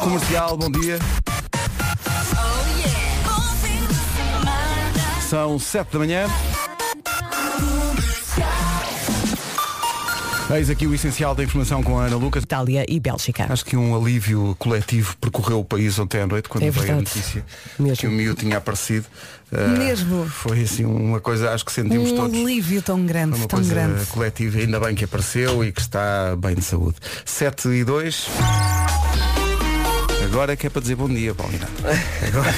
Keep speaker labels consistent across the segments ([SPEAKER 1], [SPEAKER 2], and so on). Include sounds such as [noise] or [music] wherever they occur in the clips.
[SPEAKER 1] Comercial, bom dia. São 7 da manhã. Eis aqui o essencial da informação com a Ana Lucas.
[SPEAKER 2] Itália e Bélgica.
[SPEAKER 1] Acho que um alívio coletivo percorreu o país ontem à noite quando
[SPEAKER 2] É
[SPEAKER 1] veio a
[SPEAKER 2] verdade.
[SPEAKER 1] notícia
[SPEAKER 2] Mesmo.
[SPEAKER 1] que o Mio tinha aparecido. Ah,
[SPEAKER 3] Mesmo.
[SPEAKER 1] Foi assim uma coisa, acho que sentimos
[SPEAKER 3] Um
[SPEAKER 1] todos.
[SPEAKER 3] alívio tão
[SPEAKER 2] Hum,
[SPEAKER 1] Foi
[SPEAKER 3] grande,
[SPEAKER 1] uma
[SPEAKER 3] tão
[SPEAKER 1] coisa
[SPEAKER 3] grande.
[SPEAKER 1] coletiva, ainda bem que apareceu e que está bem de saúde. 7 e 2. Agora é que é para dizer bom
[SPEAKER 2] [laughs]
[SPEAKER 1] dia, Paulina. Agora...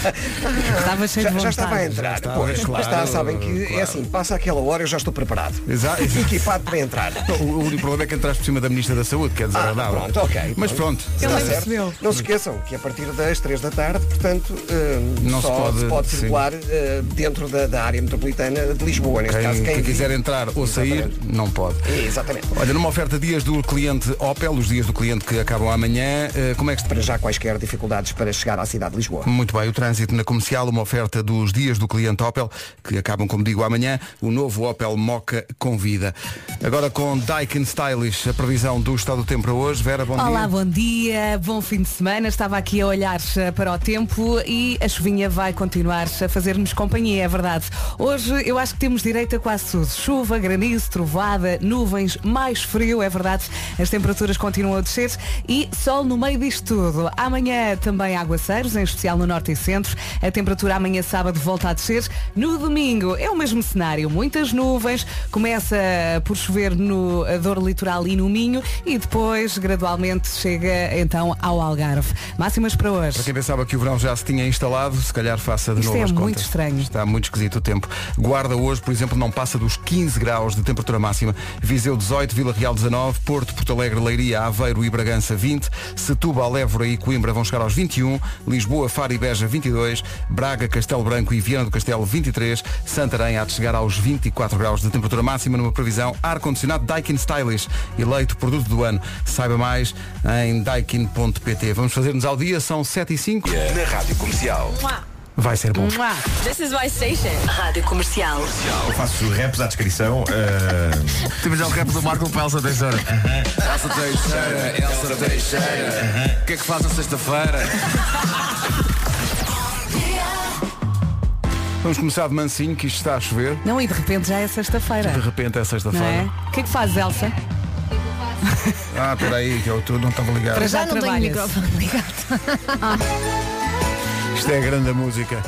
[SPEAKER 3] Estava cheio
[SPEAKER 4] Já, já
[SPEAKER 3] de vontade.
[SPEAKER 4] estava a entrar,
[SPEAKER 1] está,
[SPEAKER 4] pois,
[SPEAKER 1] claro,
[SPEAKER 4] mas está, sabem que é
[SPEAKER 1] claro.
[SPEAKER 4] assim, passa aquela hora, eu já estou preparado.
[SPEAKER 1] Exato.
[SPEAKER 4] Equipado para entrar.
[SPEAKER 1] [laughs]
[SPEAKER 4] Ah,
[SPEAKER 1] O o único problema é que entraste por cima da Ministra da Saúde, que é desagradável.
[SPEAKER 4] pronto, ok.
[SPEAKER 1] Mas pronto.
[SPEAKER 5] Tá
[SPEAKER 4] Está
[SPEAKER 3] nem
[SPEAKER 4] certo.
[SPEAKER 3] percebeu.
[SPEAKER 4] Não se esqueçam que a partir das 3 da tarde, portanto, hum,
[SPEAKER 1] Não
[SPEAKER 4] só
[SPEAKER 1] eh, se pode- sim.
[SPEAKER 4] circular eh, dentro da, da área metropolitana de Lisboa, neste
[SPEAKER 1] Quem,
[SPEAKER 4] caso.
[SPEAKER 1] quem
[SPEAKER 4] vi-
[SPEAKER 1] quiser entrar ou sair, não pode.
[SPEAKER 4] Exatamente.
[SPEAKER 1] Olha, numa oferta dias do cliente Opel, os dias do cliente que acabam amanhã, eh, como é que se
[SPEAKER 4] Para já quaisquer dificuldades para chegar à cidade de Lisboa.
[SPEAKER 1] Muito bem, o trânsito na comercial, uma oferta dos dias do cliente Opel, que acabam, como digo, amanhã, o novo Opel Moca convida. Agora com Daikin Stylish, a previsão do estado do tempo para hoje. Vera, bom
[SPEAKER 3] Olá,
[SPEAKER 1] dia.
[SPEAKER 3] bom dia, bom fim de semana. Estava aqui a olhar eh, para o tempo e a chuvinha vai continuar a fazer-nos companhia, é verdade. Hoje eu acho que temos direito a quase tudo. Chuva, granizo, trovada, nuvens, mais frio, é verdade. As temperaturas continuam a descer e sol no meio disto tudo. Amanhã também aguaceiros, em especial no norte e centro. A temperatura amanhã sábado volta a descer. No domingo é o mesmo cenário, muitas nuvens. Começa por chover no Douro Litoral e no Minho e depois gradualmente chega então ao Algarve. Máximas para
[SPEAKER 1] Para
[SPEAKER 3] hoje.
[SPEAKER 1] quem pensava que o verão já se tinha instalado, se calhar faça de
[SPEAKER 3] Isto
[SPEAKER 1] novo
[SPEAKER 3] é
[SPEAKER 1] as
[SPEAKER 3] muito
[SPEAKER 1] contas.
[SPEAKER 3] estranho.
[SPEAKER 1] Está muito esquisito o tempo. Guarda hoje, por exemplo, não passa dos 15 graus de temperatura máxima. Viseu 18, Vila Real 19, Porto, Porto Alegre, Leiria, Aveiro e Bragança 20, Setúbal, Évora e Coimbra vão chegar aos 21, Lisboa, Faro e Beja 22, Braga, Castelo Branco e Viana do Castelo 23, Santarém há de chegar aos 24 graus de temperatura máxima numa previsão ar-condicionado Daikin Stylish, eleito produto do ano. Saiba mais em daikin.pt. Vamos fazer-nos ao dia, são 7 e 5.
[SPEAKER 6] Na Rádio Comercial.
[SPEAKER 1] Vai ser bom.
[SPEAKER 3] Mua.
[SPEAKER 7] This is my station. Rádio Comercial.
[SPEAKER 5] Eu faço raps à descrição. eh,
[SPEAKER 8] Temos já o rap do Marco para Elsa Teixeira. Elsa Teixeira, Elsa Teixeira. O que é que faz na sexta-feira?
[SPEAKER 1] Vamos começar de mansinho, que isto está a chover.
[SPEAKER 3] Não, e de repente já é sexta-feira.
[SPEAKER 1] De repente é
[SPEAKER 3] Não
[SPEAKER 1] sexta-feira.
[SPEAKER 3] é? O que é que fazes, Elsa?
[SPEAKER 1] Ah, peraí, que eu tô- não estava ligado.
[SPEAKER 3] Para
[SPEAKER 7] Já não tenho
[SPEAKER 3] trabalhas.
[SPEAKER 7] microfone ligado.
[SPEAKER 1] Isto é grande a música.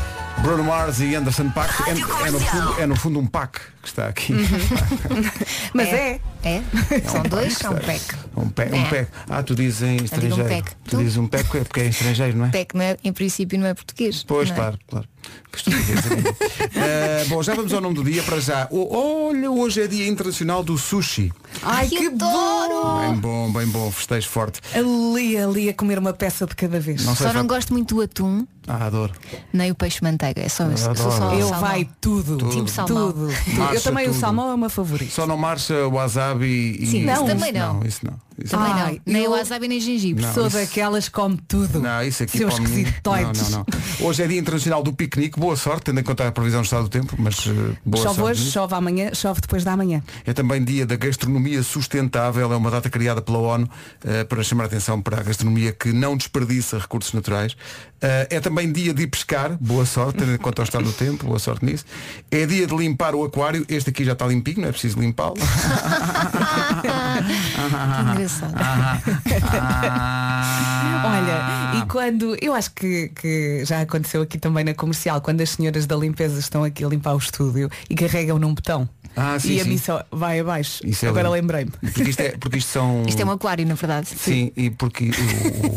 [SPEAKER 1] Bruno Mars e Anderson Pack. É, é no fundo, é no fundo um pack que está aqui.
[SPEAKER 3] [laughs] Mas é.
[SPEAKER 7] É? São dois, são um
[SPEAKER 1] Está-
[SPEAKER 7] pack.
[SPEAKER 1] Um pack. Um
[SPEAKER 7] É.
[SPEAKER 1] pack. Ah, tu dizes em estrangeiro.
[SPEAKER 7] pack.
[SPEAKER 1] Tu
[SPEAKER 7] Tu?
[SPEAKER 1] dizes um pack é porque é em estrangeiro, não é?
[SPEAKER 7] Pack, não é, em princípio, não é português.
[SPEAKER 1] Pois,
[SPEAKER 7] não é?
[SPEAKER 1] claro, claro. Que estupidez, amigo. Eh, bom, já vamos ao nome do dia para já. O- olha, hoje é dia internacional do sushi.
[SPEAKER 3] Ai,
[SPEAKER 7] Que
[SPEAKER 3] que bom!
[SPEAKER 7] Oh.
[SPEAKER 1] Bem bom, bem bom, festejo forte.
[SPEAKER 3] Ali, ali a comer uma peça de cada vez.
[SPEAKER 1] Não sei
[SPEAKER 7] Só
[SPEAKER 1] se vai-
[SPEAKER 7] não gosto muito do atum,
[SPEAKER 1] Ah, adoro.
[SPEAKER 7] nem o peixe manteiga. É só isso.
[SPEAKER 1] Adoro.
[SPEAKER 7] Sou só
[SPEAKER 3] Eu
[SPEAKER 7] salmão.
[SPEAKER 3] vai tudo.
[SPEAKER 7] Tipo salmão.
[SPEAKER 3] Tudo.
[SPEAKER 1] Marcha
[SPEAKER 3] Eu também o
[SPEAKER 1] tudo.
[SPEAKER 3] salmão é o meu favorito.
[SPEAKER 1] Só não marcha wasabi e...
[SPEAKER 7] Sim,
[SPEAKER 1] e-
[SPEAKER 7] isso
[SPEAKER 1] não,
[SPEAKER 7] também não.
[SPEAKER 1] Isso não. Isso não.
[SPEAKER 7] Também
[SPEAKER 3] Ai,
[SPEAKER 7] não. Nem
[SPEAKER 3] eu-
[SPEAKER 7] o wasabi, nem gengibre.
[SPEAKER 1] Não.
[SPEAKER 3] Sou
[SPEAKER 1] isso-
[SPEAKER 3] daquelas que come tudo.
[SPEAKER 1] Não, isso aqui
[SPEAKER 3] Seus
[SPEAKER 1] para mim-
[SPEAKER 3] esquisitoides.
[SPEAKER 1] Não, não, não. Hoje é dia internacional do piquenique. Boa sorte, tendo em conta a previsão do estado do tempo, mas eh, boa
[SPEAKER 3] Chove
[SPEAKER 1] sorte.
[SPEAKER 3] hoje, chove amanhã, chove depois da manhã.
[SPEAKER 1] É também dia da gastronomia sustentável, é uma data criada pela ONU eh, para chamar a atenção para a gastronomia que não desperdiça recursos naturais. Eh, é também dia de ir pescar, boa sorte, tendo em conta o estado do tempo, boa sorte nisso. É dia de limpar o aquário, este aqui já está limpinho, não é preciso limpá-lo.
[SPEAKER 7] Ah,
[SPEAKER 3] [laughs]
[SPEAKER 7] Que engraçado.
[SPEAKER 3] Olha,
[SPEAKER 1] Ah.
[SPEAKER 3] e quando, eu acho que, que já aconteceu aqui também na comercial, quando as senhoras da limpeza estão aqui a limpar o estúdio e carregam num botão.
[SPEAKER 1] Ah, sim,
[SPEAKER 3] e a
[SPEAKER 1] sim.
[SPEAKER 3] missa vai abaixo.
[SPEAKER 1] Isso é
[SPEAKER 3] Agora
[SPEAKER 1] lindo.
[SPEAKER 3] lembrei-me.
[SPEAKER 1] Porque isto, é, porque isto são.
[SPEAKER 7] Isto é um aquário, na verdade.
[SPEAKER 1] Sim, e porque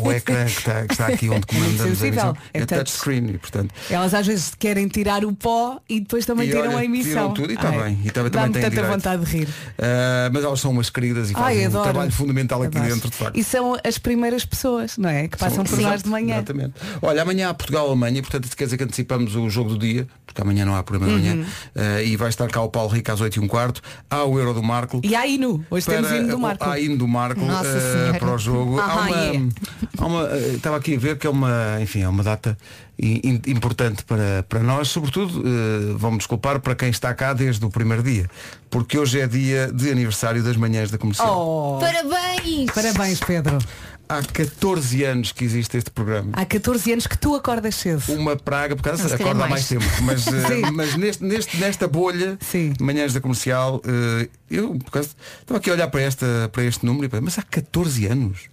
[SPEAKER 1] o, o ecrã que está, que está aqui onde comandamos a
[SPEAKER 3] É sensível.
[SPEAKER 1] emissão é
[SPEAKER 3] É touch.
[SPEAKER 1] touchscreen e portanto
[SPEAKER 3] Elas às vezes querem tirar o pó e depois também
[SPEAKER 1] E
[SPEAKER 3] tiram
[SPEAKER 1] olha,
[SPEAKER 3] a emissão.
[SPEAKER 1] tiram tudo e tá
[SPEAKER 3] Ai,
[SPEAKER 1] bem. E também- também
[SPEAKER 3] Dá-me
[SPEAKER 1] têm
[SPEAKER 3] tanta
[SPEAKER 1] direito.
[SPEAKER 3] vontade de rir.
[SPEAKER 1] Uh, mas elas são umas queridas e
[SPEAKER 3] Ai,
[SPEAKER 1] fazem um
[SPEAKER 3] adoro.
[SPEAKER 1] trabalho fundamental aqui
[SPEAKER 3] Adoro.
[SPEAKER 1] dentro, de facto.
[SPEAKER 3] E são as primeiras pessoas, não é? Que passam por nós de manhã.
[SPEAKER 1] Exatamente. Olha, amanhã há Portugal-Alemanha, portanto isso quer dizer que antecipamos o jogo do dia, porque amanhã não há programa de
[SPEAKER 3] Uhum.
[SPEAKER 1] manhã, uh, e vai estar cá o Paulo Rico às 8 e um quarto, há o Euro do Marco.
[SPEAKER 3] E há Inu. Hoje temos Inu do Marco.
[SPEAKER 1] Há hino do Marco
[SPEAKER 7] Nossa
[SPEAKER 1] uh,
[SPEAKER 7] Senhora.
[SPEAKER 1] para o jogo. há
[SPEAKER 3] Ah,
[SPEAKER 1] uma,
[SPEAKER 3] é.
[SPEAKER 1] há uma, uh, estava aqui a ver que é uma, enfim, é uma data i- in- importante para, para nós, sobretudo, uh, vão-me desculpar, para quem está cá desde o primeiro dia, porque hoje é dia de aniversário das manhãs da comercial.
[SPEAKER 3] Oh,
[SPEAKER 7] Parabéns!
[SPEAKER 3] parabéns, Pedro.
[SPEAKER 1] há 14 anos que existe este programa.
[SPEAKER 3] Há 14 anos que tu acordas cedo.
[SPEAKER 1] Uma praga, por causa
[SPEAKER 7] Não, se calhar
[SPEAKER 1] acorda há mais
[SPEAKER 7] mais.
[SPEAKER 1] tempo.
[SPEAKER 7] [laughs]
[SPEAKER 1] Mas, eh,
[SPEAKER 3] Sim.
[SPEAKER 1] mas neste, neste- nesta bolha,
[SPEAKER 3] Sim.
[SPEAKER 1] manhãs da comercial, eh, eu por causa, estava aqui a olhar para, esta, para este número e para, mas há 14 anos.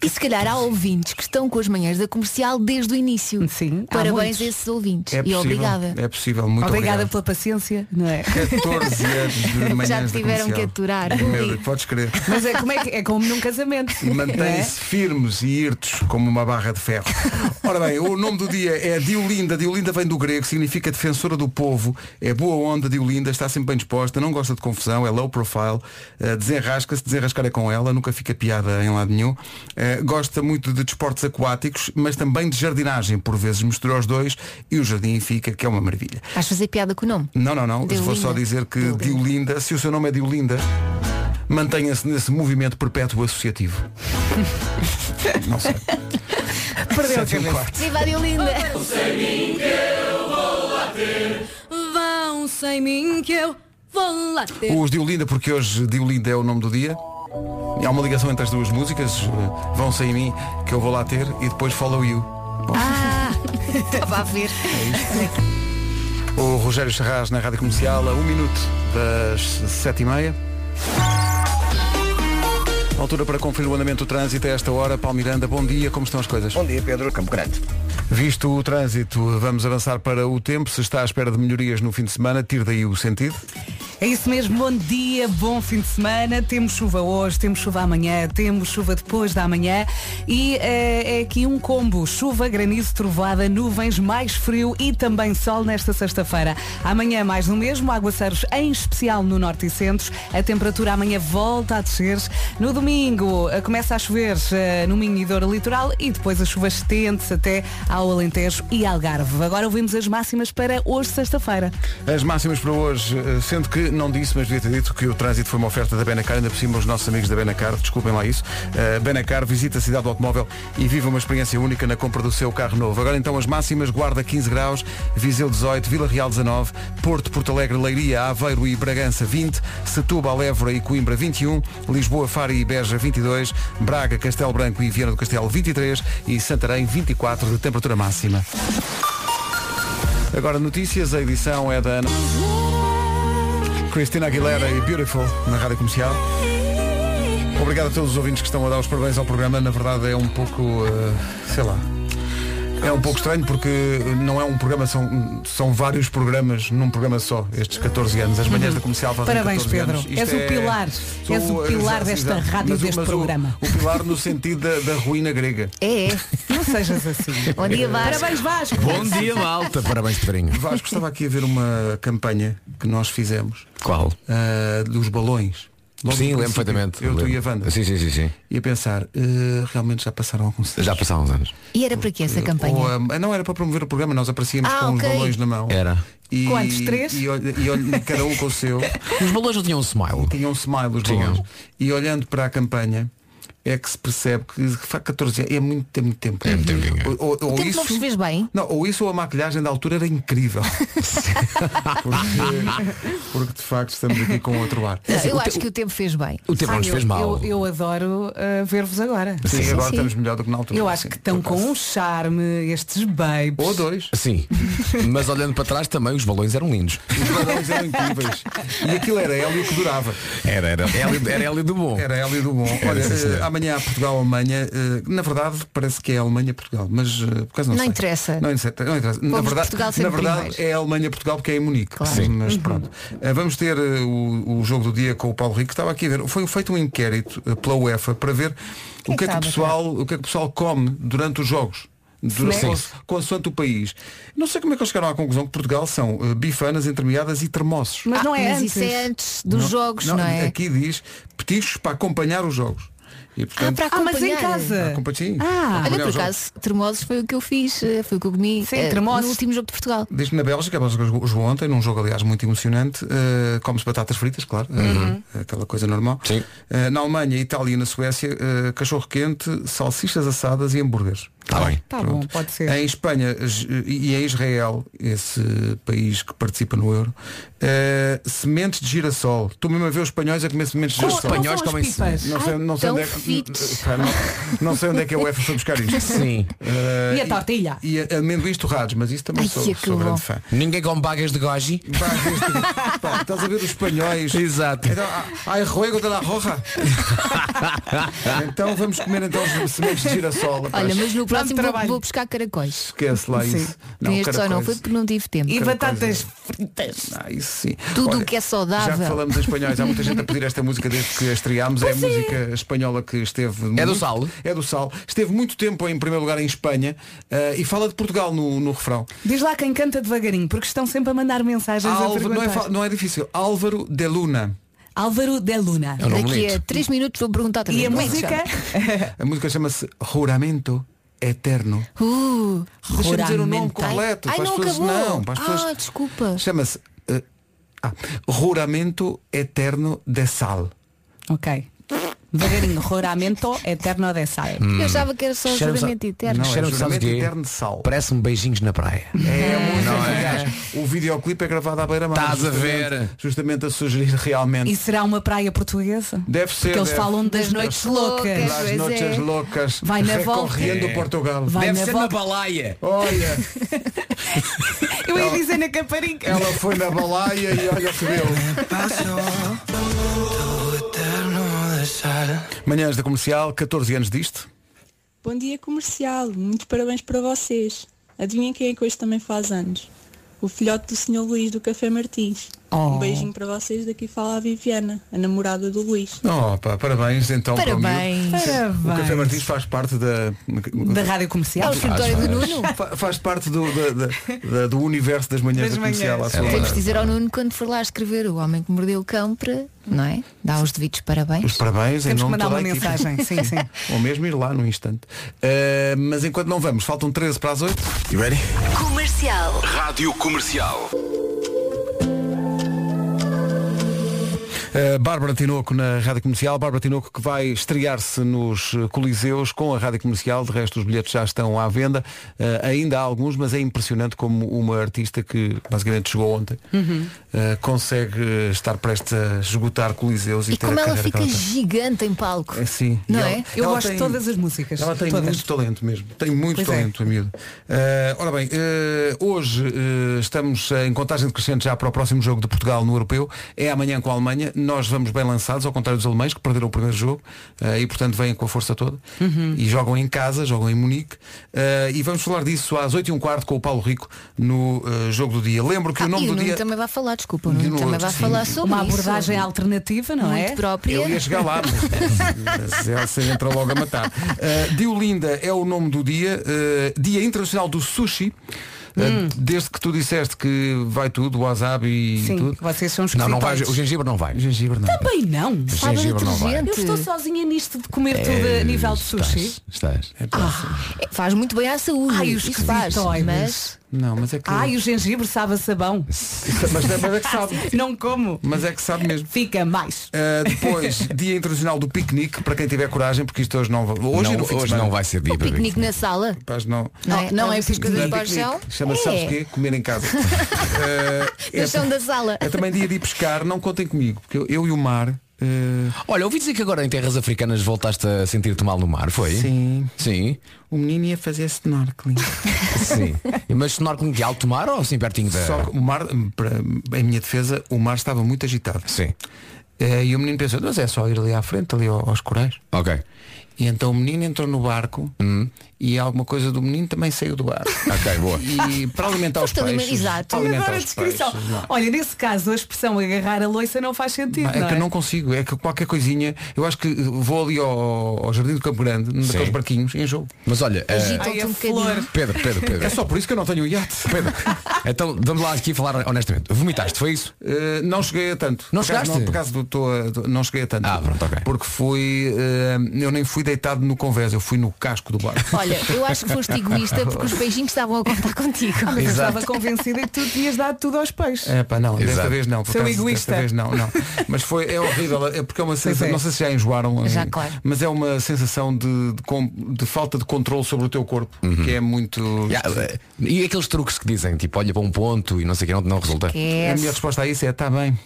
[SPEAKER 7] E se calhar há ouvintes que estão com as manhãs da comercial desde o início.
[SPEAKER 3] Sim, há
[SPEAKER 7] Parabéns
[SPEAKER 3] muitos.
[SPEAKER 7] a esses ouvintes.
[SPEAKER 1] É
[SPEAKER 7] e
[SPEAKER 1] possível.
[SPEAKER 7] obrigada.
[SPEAKER 1] É possível, muito
[SPEAKER 3] Obrigada
[SPEAKER 1] obrigado.
[SPEAKER 3] pela paciência, não é?
[SPEAKER 1] 14
[SPEAKER 3] [laughs]
[SPEAKER 1] anos de manhãs
[SPEAKER 7] [laughs] Já
[SPEAKER 1] da
[SPEAKER 7] tiveram que
[SPEAKER 1] comercial.
[SPEAKER 7] aturar.
[SPEAKER 1] Meu Deus, podes crer.
[SPEAKER 3] Mas é como, é que- é como num casamento.
[SPEAKER 1] [laughs]
[SPEAKER 3] é?
[SPEAKER 1] E mantêm-se firmes e irtos como uma barra de ferro. Ora bem, o nome do dia é Diolinda. Diolinda vem do grego, significa defensora do povo, é boa onda, Diolinda, está sempre bem disposta, não gosta de confusão, é low profile, eh, desenrasca-se, desenrascar é com ela, nunca fica piada em lado nenhum. Eh, Gosta muito de desportos aquáticos, mas também de jardinagem, por vezes mistura os dois e o jardim fica, que é uma maravilha.
[SPEAKER 7] Vais fazer piada com o nome.
[SPEAKER 1] Não, não, não. Eu vou
[SPEAKER 7] Diolinda.
[SPEAKER 1] só dizer que Diolinda. se o seu nome é Diolinda, mantenha-se nesse movimento perpétuo associativo. não sei.
[SPEAKER 3] Perdeu a
[SPEAKER 1] Sete e um
[SPEAKER 3] cabeça.
[SPEAKER 1] quarto.
[SPEAKER 7] Viva a Diolinda!
[SPEAKER 2] Vão sem mim que eu vou lá ter.
[SPEAKER 1] Os Diolinda, porque hoje Diolinda é o nome do dia. E Há uma ligação entre as duas músicas, eh, vão sem mim, que eu vou lá ter, e depois follow you. Ah. É
[SPEAKER 7] Estava a ver.
[SPEAKER 1] O Rogério Charras na Rádio Comercial a um minuto das sete e meia. Altura para conferir o andamento do trânsito a esta hora. Paulo Miranda, bom dia, como estão as coisas?
[SPEAKER 4] Bom dia, Pedro. Campo Grande.
[SPEAKER 1] Visto o trânsito, vamos avançar para o tempo. Se está à espera de melhorias no fim de semana, tire daí o sentido.
[SPEAKER 3] É isso mesmo, bom dia, bom fim de semana. Temos chuva hoje, temos chuva amanhã, temos chuva depois da manhã e eh, é aqui um combo: chuva, granizo, trovoada, nuvens, mais frio e também sol nesta sexta-feira. Amanhã mais do mesmo, aguaceiros em especial no norte e centros. A temperatura amanhã volta a descer. No domingo eh, começa a chover eh, no Minho e Douro Litoral e depois a chuva estende-se até ao Alentejo e Algarve. Agora ouvimos as máximas para hoje, sexta-feira.
[SPEAKER 1] As máximas para hoje, eh, sendo que não disse, mas devia ter dito que o trânsito foi uma oferta da Benacar, ainda por cima os nossos amigos da Benacar, desculpem lá isso. Eh, Benacar visita a cidade do automóvel e vive uma experiência única na compra do seu carro novo. Agora então as máximas, Guarda 15 graus, Viseu 18, Vila Real 19, Porto, Porto Alegre, Leiria, Aveiro e Bragança 20, Setúbal, Évora e Coimbra 21, Lisboa, Faro e Beja 22, Braga, Castelo Branco e Viana do Castelo 23 e Santarém 24 de temperatura máxima. Agora notícias, a edição é da Ana. Cristina Aguilera e Beautiful na Rádio Comercial. Obrigado a todos os ouvintes que estão a dar os parabéns ao programa. Na verdade é um pouco, eh, sei lá. É um pouco estranho porque não é um programa, são, são vários programas num programa só, estes 14 anos. As manhãs da comercial fazem
[SPEAKER 3] Uhum. Parabéns,
[SPEAKER 1] 14
[SPEAKER 3] Pedro.
[SPEAKER 1] anos. Isto é
[SPEAKER 3] És o pilar.
[SPEAKER 1] sou-
[SPEAKER 3] És o pilar desta rádio e
[SPEAKER 1] Mas o-
[SPEAKER 3] deste
[SPEAKER 1] mas o-
[SPEAKER 3] programa.
[SPEAKER 1] O, pilar no sentido da, da ruína grega.
[SPEAKER 7] É, é.
[SPEAKER 3] Não sejas assim.
[SPEAKER 7] [laughs] Bom dia, Vasco.
[SPEAKER 3] Parabéns, Vasco.
[SPEAKER 8] Bom dia, malta. Parabéns, Pedrinho.
[SPEAKER 1] Vasco, estava aqui a ver uma campanha que nós fizemos
[SPEAKER 8] Qual?
[SPEAKER 1] ah, dos balões. Logo
[SPEAKER 8] Sim,
[SPEAKER 1] no
[SPEAKER 8] lembro
[SPEAKER 1] princípio,
[SPEAKER 8] perfeitamente.
[SPEAKER 1] Eu, tu
[SPEAKER 8] Lembro.
[SPEAKER 1] e
[SPEAKER 8] Assim.
[SPEAKER 1] a Wanda.
[SPEAKER 8] Sim, sim, sim, sim.
[SPEAKER 1] E a pensar, eh, realmente já passaram alguns
[SPEAKER 8] Já passaram uns anos.
[SPEAKER 7] E era para quê essa
[SPEAKER 1] Ou,
[SPEAKER 7] campanha?
[SPEAKER 1] ah, não era para promover o programa, nós aparecíamos
[SPEAKER 7] Ah,
[SPEAKER 1] com os
[SPEAKER 7] ok.
[SPEAKER 1] balões na mão.
[SPEAKER 8] Era.
[SPEAKER 1] E,
[SPEAKER 3] Quantos? Três?
[SPEAKER 1] E, olha- e olha- cada um com o seu.
[SPEAKER 8] [laughs] Os balões não tinham um smile.
[SPEAKER 1] Tinham um smile os
[SPEAKER 8] Tinham.
[SPEAKER 1] balões. E olhando para a campanha, é que se percebe que faz 14 anos. É muito, é muito tempo. É muito
[SPEAKER 8] tempinho.
[SPEAKER 1] Ou, ou- ou
[SPEAKER 7] tempo não
[SPEAKER 1] isso,
[SPEAKER 7] percebes bem.
[SPEAKER 1] Não, ou isso ou a maquilhagem da altura era incrível. É. porque, porque de facto estamos aqui com outro ar.
[SPEAKER 7] Não, eu acho que o tempo fez bem.
[SPEAKER 8] O tempo
[SPEAKER 3] Ah,
[SPEAKER 8] não nos
[SPEAKER 3] eu-
[SPEAKER 8] fez mal.
[SPEAKER 3] Eu, eu adoro uh, ver-vos agora.
[SPEAKER 1] Sim,
[SPEAKER 7] Sim,
[SPEAKER 1] agora
[SPEAKER 7] sim.
[SPEAKER 1] estamos melhor do que na altura.
[SPEAKER 3] Eu acho que estão com um charme estes babes.
[SPEAKER 1] Ou dois.
[SPEAKER 8] Sim. Mas olhando para trás também os balões eram lindos.
[SPEAKER 1] Os balões eram incríveis. E aquilo era Hélio que durava.
[SPEAKER 8] Era, era. Hélio, era Hélio do bom.
[SPEAKER 1] Era Hélio do bom. Olha,
[SPEAKER 8] sim,
[SPEAKER 1] eh,
[SPEAKER 8] senhor.
[SPEAKER 1] amanhã há Portugal-Alemanha. eh, na verdade, parece que é Alemanha-Portugal. Mas eh, por acaso não,
[SPEAKER 7] Não
[SPEAKER 1] sei.
[SPEAKER 7] interessa.
[SPEAKER 1] Não interessa. não interessa. Na
[SPEAKER 7] Vamos
[SPEAKER 1] verdade,
[SPEAKER 7] Portugal
[SPEAKER 1] na
[SPEAKER 7] sempre
[SPEAKER 1] verdade
[SPEAKER 7] primeiros.
[SPEAKER 1] é Alemanha-Portugal porque é em Munique.
[SPEAKER 7] Claro. Uhum.
[SPEAKER 1] Sim. Mas pronto. Eh, vamos ter eh, o, o jogo do dia com o Paulo Rico. Estava aqui a ver. Foi feito um inquérito eh, pela UEFA para ver o que, é que o,
[SPEAKER 7] sabe,
[SPEAKER 1] pessoal, o que é que o pessoal come durante os jogos. Durante,
[SPEAKER 8] Sim.
[SPEAKER 1] cons- consoante o país. Não sei como é que eles chegaram à conclusão que Portugal são eh, bifanas, entremeadas e termossos.
[SPEAKER 3] Mas
[SPEAKER 7] Ah,
[SPEAKER 3] não é
[SPEAKER 7] mas
[SPEAKER 3] antes.
[SPEAKER 7] isso é antes dos jogos, não, é?
[SPEAKER 1] Aqui diz petiscos para acompanhar os jogos. E,
[SPEAKER 7] Ah,
[SPEAKER 1] portanto,
[SPEAKER 7] para
[SPEAKER 3] Ah,
[SPEAKER 7] acompanhar.
[SPEAKER 3] mas em casa.
[SPEAKER 1] acompa- sim,
[SPEAKER 3] Ah.
[SPEAKER 1] acompanhar
[SPEAKER 7] Olha, por
[SPEAKER 1] os jogos.
[SPEAKER 7] acaso, termosos foi o que eu fiz, eh, foi o que eu comi
[SPEAKER 3] Sim,
[SPEAKER 7] eh, no
[SPEAKER 3] tremosos.
[SPEAKER 7] último jogo de Portugal.
[SPEAKER 1] Diz-me na Bélgica, a Bélgica jogou jogou ontem, num jogo aliás muito emocionante, eh, come-se batatas fritas, claro,
[SPEAKER 3] Uhum.
[SPEAKER 1] eh, aquela coisa normal.
[SPEAKER 8] Sim.
[SPEAKER 1] Eh, na Alemanha, Itália e na Suécia, eh, cachorro quente, salsichas assadas e hambúrgueres.
[SPEAKER 8] Está bem.
[SPEAKER 3] Tá
[SPEAKER 1] Pronto.
[SPEAKER 3] bom, pode ser.
[SPEAKER 1] Em Espanha es- e em Israel, esse país que participa no euro, eh, sementes de girassol. Tu mesmo a ver os espanhóis a comer sementes de
[SPEAKER 3] Com- não
[SPEAKER 1] girassol.
[SPEAKER 3] são as
[SPEAKER 8] espanhóis comem
[SPEAKER 3] pipas.
[SPEAKER 1] Não sei, não sei
[SPEAKER 7] Então
[SPEAKER 1] onde é
[SPEAKER 7] Confites.
[SPEAKER 1] que. Pá, Não, não sei onde é que a UEFA foi buscar isto.
[SPEAKER 6] Sim.
[SPEAKER 1] Eh,
[SPEAKER 3] E a tortilha?
[SPEAKER 1] E, e amendoins torrados, mas isso também
[SPEAKER 7] Ai,
[SPEAKER 1] sou,
[SPEAKER 7] que que
[SPEAKER 1] sou
[SPEAKER 7] bom.
[SPEAKER 1] grande fã.
[SPEAKER 6] Ninguém com bagas de goji.
[SPEAKER 1] Pá, este- pá, estás a ver os espanhóis.
[SPEAKER 6] Exato.
[SPEAKER 1] Então, ah, ai, ruego de la
[SPEAKER 6] [laughs]
[SPEAKER 1] roja. então vamos comer então os sementes de girassol. rapaz.
[SPEAKER 7] Olha, mas no próximo vou,
[SPEAKER 3] trabalho.
[SPEAKER 7] vou buscar caracóis.
[SPEAKER 1] Esquece lá
[SPEAKER 3] Sim.
[SPEAKER 1] isso.
[SPEAKER 7] Não, este só não
[SPEAKER 1] caracóis.
[SPEAKER 7] foi porque não tive tempo.
[SPEAKER 3] E
[SPEAKER 1] Cada
[SPEAKER 3] batatas
[SPEAKER 1] coisa.
[SPEAKER 3] fritas.
[SPEAKER 1] Ah, isso sim.
[SPEAKER 7] Tudo
[SPEAKER 1] Olha,
[SPEAKER 7] o que é saudável.
[SPEAKER 1] Já que falamos em espanhóis, há muita gente a pedir esta música desde que a estreámos. É a música espanhola que esteve.
[SPEAKER 6] É do
[SPEAKER 1] muito-
[SPEAKER 6] Sal?
[SPEAKER 1] É do Sal. Esteve muito tempo em primeiro lugar em Espanha eh, e fala de Portugal no, no refrão.
[SPEAKER 3] Diz lá quem canta devagarinho, porque estão sempre a mandar mensagens a
[SPEAKER 1] Álvaro, não, é,
[SPEAKER 3] perguntar.
[SPEAKER 1] fa- não é difícil. Álvaro de Luna.
[SPEAKER 3] Álvaro de Luna.
[SPEAKER 6] É um nome
[SPEAKER 7] Daqui a
[SPEAKER 6] bonito.
[SPEAKER 7] 3 minutos vou perguntar também.
[SPEAKER 3] E a
[SPEAKER 7] como é que se
[SPEAKER 3] música?
[SPEAKER 7] chama?
[SPEAKER 1] [laughs] A música chama-se Juramento Eterno.
[SPEAKER 7] Uh,
[SPEAKER 1] Deixa-me dizer o nome
[SPEAKER 3] Juramento.
[SPEAKER 1] completo.
[SPEAKER 7] ai,
[SPEAKER 1] para as
[SPEAKER 7] não
[SPEAKER 1] pessoas,
[SPEAKER 7] acabou.
[SPEAKER 1] Não, para as pessoas-
[SPEAKER 3] Oh,
[SPEAKER 7] Ah, desculpa.
[SPEAKER 1] Chama-se eh, ah, Juramento Eterno de Sal.
[SPEAKER 3] Ok. Devagarinho, roramento eterno de sal.
[SPEAKER 1] Hum.
[SPEAKER 7] Eu achava que era só
[SPEAKER 6] Cheira-me só-
[SPEAKER 7] juramento eterno.
[SPEAKER 1] Não, é
[SPEAKER 6] Cheira-me, sabes
[SPEAKER 1] Juramento
[SPEAKER 6] quê?
[SPEAKER 1] Eterno de Sal.
[SPEAKER 6] Parece-me beijinhos na praia.
[SPEAKER 1] É a música, aliás, o videoclipe é gravado à beira-mar.
[SPEAKER 8] Estás a
[SPEAKER 1] justamente-
[SPEAKER 8] ver.
[SPEAKER 1] Justamente a sugerir realmente.
[SPEAKER 3] E será uma praia portuguesa?
[SPEAKER 1] Hum. Deve ser.
[SPEAKER 3] Porque eles
[SPEAKER 1] deve.
[SPEAKER 3] falam das é noites loucas.
[SPEAKER 1] Das
[SPEAKER 7] Pois
[SPEAKER 1] noites
[SPEAKER 7] é.
[SPEAKER 1] loucas.
[SPEAKER 3] Vai na
[SPEAKER 1] recorrendo
[SPEAKER 6] volta.
[SPEAKER 1] Portugal.
[SPEAKER 3] Vai
[SPEAKER 6] Deve
[SPEAKER 3] na
[SPEAKER 6] ser na
[SPEAKER 3] volta.
[SPEAKER 1] Ah, é.
[SPEAKER 6] balaia.
[SPEAKER 1] Olha,
[SPEAKER 3] Eu ia dizer na Caparica.
[SPEAKER 1] ela foi na balaia e olha o que deu. Manhãs da comercial, 14 anos disto.
[SPEAKER 9] Bom dia comercial, muitos parabéns para vocês. Adivinha quem é que hoje também faz anos? O filhote do Sr. Luís do Café Martins.
[SPEAKER 3] Oh.
[SPEAKER 9] Um beijinho para vocês, daqui fala a Viviana, a namorada do Luís.
[SPEAKER 1] Oh, pá, parabéns então para o miúdo.
[SPEAKER 7] Parabéns.
[SPEAKER 1] O Café
[SPEAKER 3] Parabéns.
[SPEAKER 1] Martins faz parte da.
[SPEAKER 3] Da rádio
[SPEAKER 7] É
[SPEAKER 3] comercial.
[SPEAKER 7] o escritório do Nuno.
[SPEAKER 1] Fa- Faz parte do, da- da- da- do universo das manhãs
[SPEAKER 3] Das
[SPEAKER 1] da comercial.
[SPEAKER 3] manhãs.
[SPEAKER 1] à sua
[SPEAKER 7] Temos
[SPEAKER 1] hora.
[SPEAKER 7] de dizer ao Nuno quando for lá escrever o homem que mordeu o cão para, não é? Dá os devidos
[SPEAKER 1] Os
[SPEAKER 7] parabéns.
[SPEAKER 1] parabéns em
[SPEAKER 3] Temos que
[SPEAKER 1] nome de
[SPEAKER 3] mandar
[SPEAKER 1] toda
[SPEAKER 3] uma
[SPEAKER 1] a equipa.
[SPEAKER 3] mensagem. Sim,
[SPEAKER 7] [laughs]
[SPEAKER 3] sim.
[SPEAKER 1] [laughs] Ou mesmo ir lá no instante. Uh, mas enquanto não vamos, faltam 13 para as 8.
[SPEAKER 5] You ready?
[SPEAKER 7] Comercial.
[SPEAKER 8] Rádio Comercial.
[SPEAKER 1] Oh. Uh, Bárbara Tinoco na Rádio Comercial. Bárbara Tinoco que vai estrear-se nos uh, Coliseus com a Rádio Comercial. De resto, os bilhetes já estão à venda. Uh, ainda há alguns, mas é impressionante como uma artista que basicamente chegou ontem
[SPEAKER 7] Uhum.
[SPEAKER 1] uh, consegue uh, estar prestes a esgotar Coliseus e,
[SPEAKER 7] E
[SPEAKER 1] ter
[SPEAKER 7] como
[SPEAKER 1] a
[SPEAKER 7] ela
[SPEAKER 1] carreira
[SPEAKER 7] fica
[SPEAKER 1] que ela tem.
[SPEAKER 7] gigante em palco.
[SPEAKER 1] É, sim.
[SPEAKER 7] Não
[SPEAKER 1] E
[SPEAKER 7] é?
[SPEAKER 1] ela-
[SPEAKER 3] Eu
[SPEAKER 1] ela
[SPEAKER 3] gosto de
[SPEAKER 1] tem-
[SPEAKER 3] todas as músicas.
[SPEAKER 1] Ela tem
[SPEAKER 3] todas.
[SPEAKER 1] muito talento mesmo. Tem muito
[SPEAKER 3] Pois é.
[SPEAKER 1] talento, amigo. ora bem, eh, hoje eh, estamos em contagem decrescente já para o próximo jogo de Portugal no Europeu. É amanhã com a Alemanha. Nós vamos bem lançados, ao contrário dos alemães, que perderam o primeiro jogo eh, e, portanto, vêm com a força toda. E jogam em casa, jogam em Munique. Eh, e vamos falar disso às 8 e um quarto com o Paulo Rico no eh, jogo do dia. Lembro que
[SPEAKER 7] Ah,
[SPEAKER 1] o
[SPEAKER 7] e
[SPEAKER 1] nome
[SPEAKER 7] o
[SPEAKER 1] do
[SPEAKER 7] Nuno
[SPEAKER 1] dia...
[SPEAKER 7] também vai falar, desculpa, o
[SPEAKER 1] De
[SPEAKER 7] Nuno
[SPEAKER 1] novo,
[SPEAKER 7] também vai
[SPEAKER 1] sim.
[SPEAKER 7] falar sobre
[SPEAKER 3] Uma
[SPEAKER 7] isso.
[SPEAKER 3] abordagem alternativa, não
[SPEAKER 7] muito
[SPEAKER 3] é?
[SPEAKER 7] própria.
[SPEAKER 1] Eu ia chegar lá, mas, mas Elsa entra logo a matar. Uh, Diolinda é o nome do dia, uh, Dia Internacional do Sushi. Uh,
[SPEAKER 3] Hum.
[SPEAKER 1] Desde que tu disseste que vai tudo, wasabi e
[SPEAKER 3] Sim,
[SPEAKER 1] tudo.
[SPEAKER 3] vocês são os
[SPEAKER 6] Não, não vai. O gengibre não vai.
[SPEAKER 1] Gengibre não. É
[SPEAKER 3] Bem, não.
[SPEAKER 7] Sábado
[SPEAKER 6] gengibre não vai.
[SPEAKER 3] Eu
[SPEAKER 7] inteligente.
[SPEAKER 3] estou sozinha nisto de comer tudo a nível de sushi.
[SPEAKER 6] Estás.
[SPEAKER 7] É, Faz muito bem à saúde.
[SPEAKER 3] Ai, os
[SPEAKER 7] isso faz.
[SPEAKER 3] escritórios.
[SPEAKER 7] Mas
[SPEAKER 1] Não, mas é que.
[SPEAKER 3] Ai, o gengibre sabe a sabão.
[SPEAKER 1] mas, é- mas é que sabe.
[SPEAKER 3] [laughs] Não como.
[SPEAKER 1] Mas é que sabe mesmo.
[SPEAKER 3] Fica mais.
[SPEAKER 1] Uh, depois, Dia Internacional do Piquenique, para quem tiver coragem, porque isto hoje não vai. Hoje e no fim
[SPEAKER 6] não,
[SPEAKER 1] tipo de
[SPEAKER 6] hoje
[SPEAKER 1] semana.
[SPEAKER 6] não vai ser dia
[SPEAKER 7] o
[SPEAKER 6] para ver.
[SPEAKER 7] piquenique na sala.
[SPEAKER 1] Rapaz, não.
[SPEAKER 7] Não,
[SPEAKER 3] Não,
[SPEAKER 7] é?
[SPEAKER 3] não é
[SPEAKER 7] Essas coisas
[SPEAKER 3] piquenique.
[SPEAKER 7] para o chão.
[SPEAKER 1] Chama-se, sabes o
[SPEAKER 7] É.
[SPEAKER 1] quê? Comer
[SPEAKER 3] [laughs]
[SPEAKER 1] em casa. Eh,
[SPEAKER 7] No chão da sala.
[SPEAKER 1] É também dia de ir pescar, não contem comigo, porque eu, eu e o mar. uh,
[SPEAKER 6] Olha, ouvi dizer que agora em terras africanas voltaste a sentir-te mal no mar, foi?
[SPEAKER 1] Sim.
[SPEAKER 6] Sim.
[SPEAKER 1] O menino ia fazer [laughs] snorkeling. [laughs]
[SPEAKER 6] Sim. Mas snorkeling de alto mar ou assim pertinho da.
[SPEAKER 1] Só que o mar, para, em minha defesa, o mar estava muito agitado.
[SPEAKER 6] Sim.
[SPEAKER 1] Eh, E o menino pensou, mas é só ir ali à frente, ali ao- aos corais.
[SPEAKER 6] Ok. Hum.
[SPEAKER 1] E então o menino entrou no barco e alguma coisa do menino também saiu do barco.
[SPEAKER 6] Ok, boa.
[SPEAKER 1] E para alimentar os
[SPEAKER 7] Foste ali- Então,
[SPEAKER 1] peixes.
[SPEAKER 7] exato.
[SPEAKER 1] para alimentar
[SPEAKER 3] Agora a
[SPEAKER 1] os
[SPEAKER 3] descrição.
[SPEAKER 1] peixes, não.
[SPEAKER 3] Olha, nesse caso a expressão agarrar a loiça não faz sentido.
[SPEAKER 1] Pá, É
[SPEAKER 3] não
[SPEAKER 1] que eu
[SPEAKER 3] é?
[SPEAKER 1] não consigo, é que qualquer coisinha, eu acho que vou ali ao, ao Jardim do Campo Grande, num daqueles
[SPEAKER 6] Sim.
[SPEAKER 1] barquinhos, em jogo.
[SPEAKER 6] Mas olha, eh,
[SPEAKER 7] Agitam-te
[SPEAKER 3] Ai, a
[SPEAKER 7] um
[SPEAKER 3] flor.
[SPEAKER 7] bocadinho.
[SPEAKER 6] Pedro, Pedro, Pedro.
[SPEAKER 1] É só por isso que eu não tenho iate.
[SPEAKER 6] [laughs] Pedro, então vamos lá aqui falar honestamente. Vomitaste, foi isso?
[SPEAKER 1] Uh, não cheguei a tanto.
[SPEAKER 6] Não
[SPEAKER 1] Por acaso,
[SPEAKER 6] chegaste?
[SPEAKER 1] Não, por acaso do- tô a- do- não cheguei a tanto.
[SPEAKER 6] Ah, pronto, ok.
[SPEAKER 1] Porque fui. uh, eu nem fui deitado no convés, eu fui no casco do barco.
[SPEAKER 7] Olha, eu acho que foste egoísta porque os beijinhos estavam a contar contigo.
[SPEAKER 3] Ah, Mas eu
[SPEAKER 6] Exato.
[SPEAKER 3] estava convencida que tu tinhas dado tudo aos peixes.
[SPEAKER 1] É pá, não, desta
[SPEAKER 6] Exato.
[SPEAKER 1] vez não. por
[SPEAKER 3] Seu
[SPEAKER 1] acaso,
[SPEAKER 3] egoísta.
[SPEAKER 1] Desta vez não, não. Mas foi, é horrível, é porque é uma sensação,
[SPEAKER 3] é.
[SPEAKER 1] não sei se já enjoaram,
[SPEAKER 7] Já,
[SPEAKER 1] eh,
[SPEAKER 7] claro.
[SPEAKER 1] mas é uma sensação de, de, com- de falta de controle sobre o teu corpo, que é muito.
[SPEAKER 6] Já, eh, Uhum. E aqueles truques que dizem, tipo, olha para um ponto e não sei o que, não, não resulta. Tá
[SPEAKER 1] A
[SPEAKER 7] Esquece.
[SPEAKER 1] minha [laughs] resposta a isso é, está bem.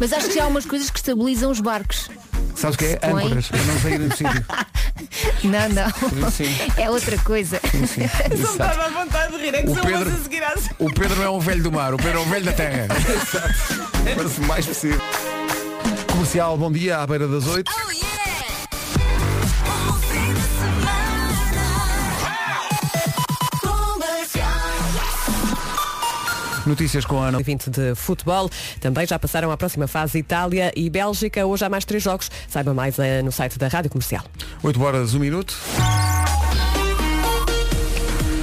[SPEAKER 7] Mas acho que já há umas coisas que estabilizam os barcos.
[SPEAKER 1] Sabes o que é?
[SPEAKER 7] Se põe.
[SPEAKER 1] Âncoras. Para não sair
[SPEAKER 7] [laughs]
[SPEAKER 1] do sítio.
[SPEAKER 7] Não, não. É outra coisa. [laughs]
[SPEAKER 3] Só estava à vontade de rir, é que
[SPEAKER 6] O
[SPEAKER 3] são
[SPEAKER 6] Pedro-
[SPEAKER 3] umas a seguir às...
[SPEAKER 6] O Pedro não é um velho do mar, o Pedro é um velho da terra.
[SPEAKER 1] Parece mais possível. Comercial, bom dia, à beira das oito.
[SPEAKER 2] Oh yeah! Um fim de semana. Comercial.
[SPEAKER 1] Notícias com a Ana.
[SPEAKER 10] 20 de futebol. Também já passaram à próxima fase Itália e Bélgica. Hoje há mais três jogos. Saiba mais eh, no site da Rádio Comercial.
[SPEAKER 1] 8 horas, 1 minuto.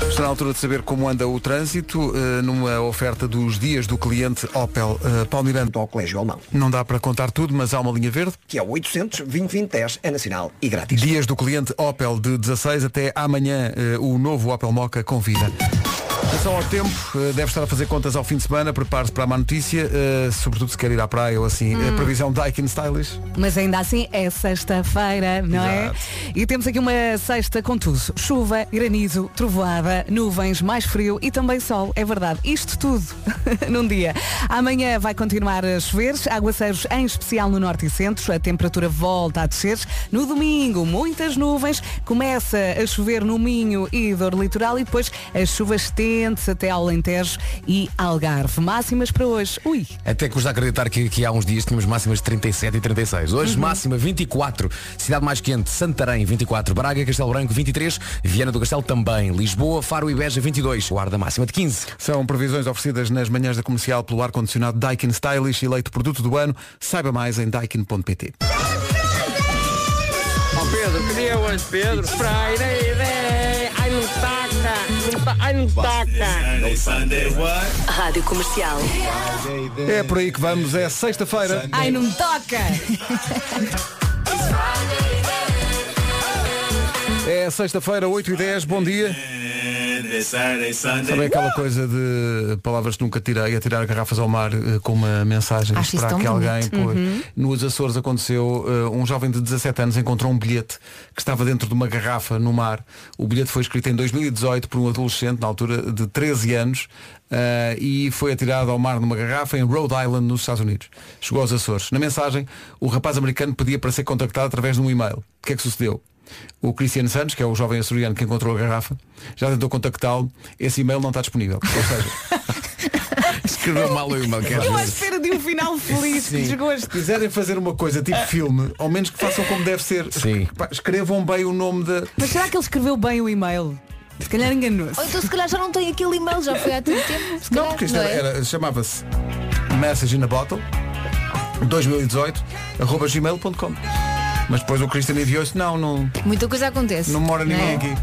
[SPEAKER 1] Está na altura de saber como anda o trânsito eh, numa oferta dos dias do cliente Opel. Eh, Paulo Miranda,
[SPEAKER 4] Ao Colégio Alemão,
[SPEAKER 1] não dá para contar tudo, mas há uma linha verde.
[SPEAKER 4] que é o 800 2010 é nacional e grátis.
[SPEAKER 1] Dias do cliente Opel de 16 até amanhã eh, o novo Opel Moca convida. Atenção ao tempo, eh, deve estar a fazer contas ao fim de semana, prepare-se para a má notícia, eh, sobretudo se quer ir à praia ou assim. A previsão Daikin Stylish.
[SPEAKER 3] Mas ainda assim é sexta-feira, não é?
[SPEAKER 1] Exato.
[SPEAKER 3] E temos aqui uma sexta com tudo. Chuva, granizo, trovoada, nuvens, mais frio e também sol, é verdade. Isto tudo [laughs] num dia. Amanhã vai continuar a chover, aguaceiros em especial no norte e centro, a temperatura volta a descer. No domingo, muitas nuvens, começa a chover no Minho e dor litoral e depois a chuva estende-se até ao Alentejo e Algarve. Máximas para hoje. Ui!
[SPEAKER 6] Até custa acreditar que, que há uns dias tínhamos máximas de 37 e 36. Hoje máxima 24, cidade mais quente, Santarém 24, Braga, Castelo Branco 23, Viana do Castelo também, Lisboa, Faro e Beja 22, guarda máxima de 15.
[SPEAKER 1] São previsões oferecidas nas manhãs da comercial pelo ar-condicionado Daikin Stylish, eleito produto do ano. Saiba mais em daikin.pt.
[SPEAKER 11] É,
[SPEAKER 10] Rádio Comercial.
[SPEAKER 1] É por aí que vamos, é sexta-feira.
[SPEAKER 3] Ai, não me toca!
[SPEAKER 1] É sexta-feira, 8 e 10 bom dia. Sabe aquela coisa de palavras que nunca tirei, atirar garrafas ao mar eh, com uma mensagem,
[SPEAKER 7] Acho isso
[SPEAKER 1] esperar
[SPEAKER 7] Ah, tão
[SPEAKER 1] que alguém.
[SPEAKER 7] bonito. Uhum.
[SPEAKER 1] pois. Nos Açores aconteceu, eh, um jovem de 17 anos encontrou um bilhete que estava dentro de uma garrafa no mar. O bilhete foi escrito em 2018 por um adolescente, na altura de 13 anos, eh, e foi atirado ao mar numa garrafa em Rhode Island, nos Estados Unidos. Chegou aos Açores. Na mensagem, o rapaz americano pedia para ser contactado através de um e-mail. O que é que sucedeu? O Cristiano Santos, que é o jovem açoriano que encontrou a garrafa, já tentou contactá-lo. Esse e-mail não está disponível. Ou seja,
[SPEAKER 7] [laughs]
[SPEAKER 6] Escreveu mal o irmão, que às
[SPEAKER 3] Eu à
[SPEAKER 6] vezes-
[SPEAKER 3] espera de um final feliz, que desgosto.
[SPEAKER 1] se quiserem fazer uma coisa tipo filme, ao menos que façam como deve ser.
[SPEAKER 6] Sim.
[SPEAKER 1] Pá, Escrevam bem o nome da.
[SPEAKER 3] Mas será que ele escreveu bem o e-mail? Se calhar enganou-se.
[SPEAKER 7] Ou então se calhar já não tem aquele e-mail, já foi há tanto tempo. Se
[SPEAKER 1] Não,
[SPEAKER 7] calhar,
[SPEAKER 1] porque isto
[SPEAKER 7] não
[SPEAKER 1] era,
[SPEAKER 7] é?
[SPEAKER 1] era- chamava-se Message in a Bottle 2018 arroba gmail.com Mas depois o Cristiano enviou-se, não, não,
[SPEAKER 7] Muita coisa acontece.
[SPEAKER 1] não mora ninguém
[SPEAKER 7] é?
[SPEAKER 1] aqui.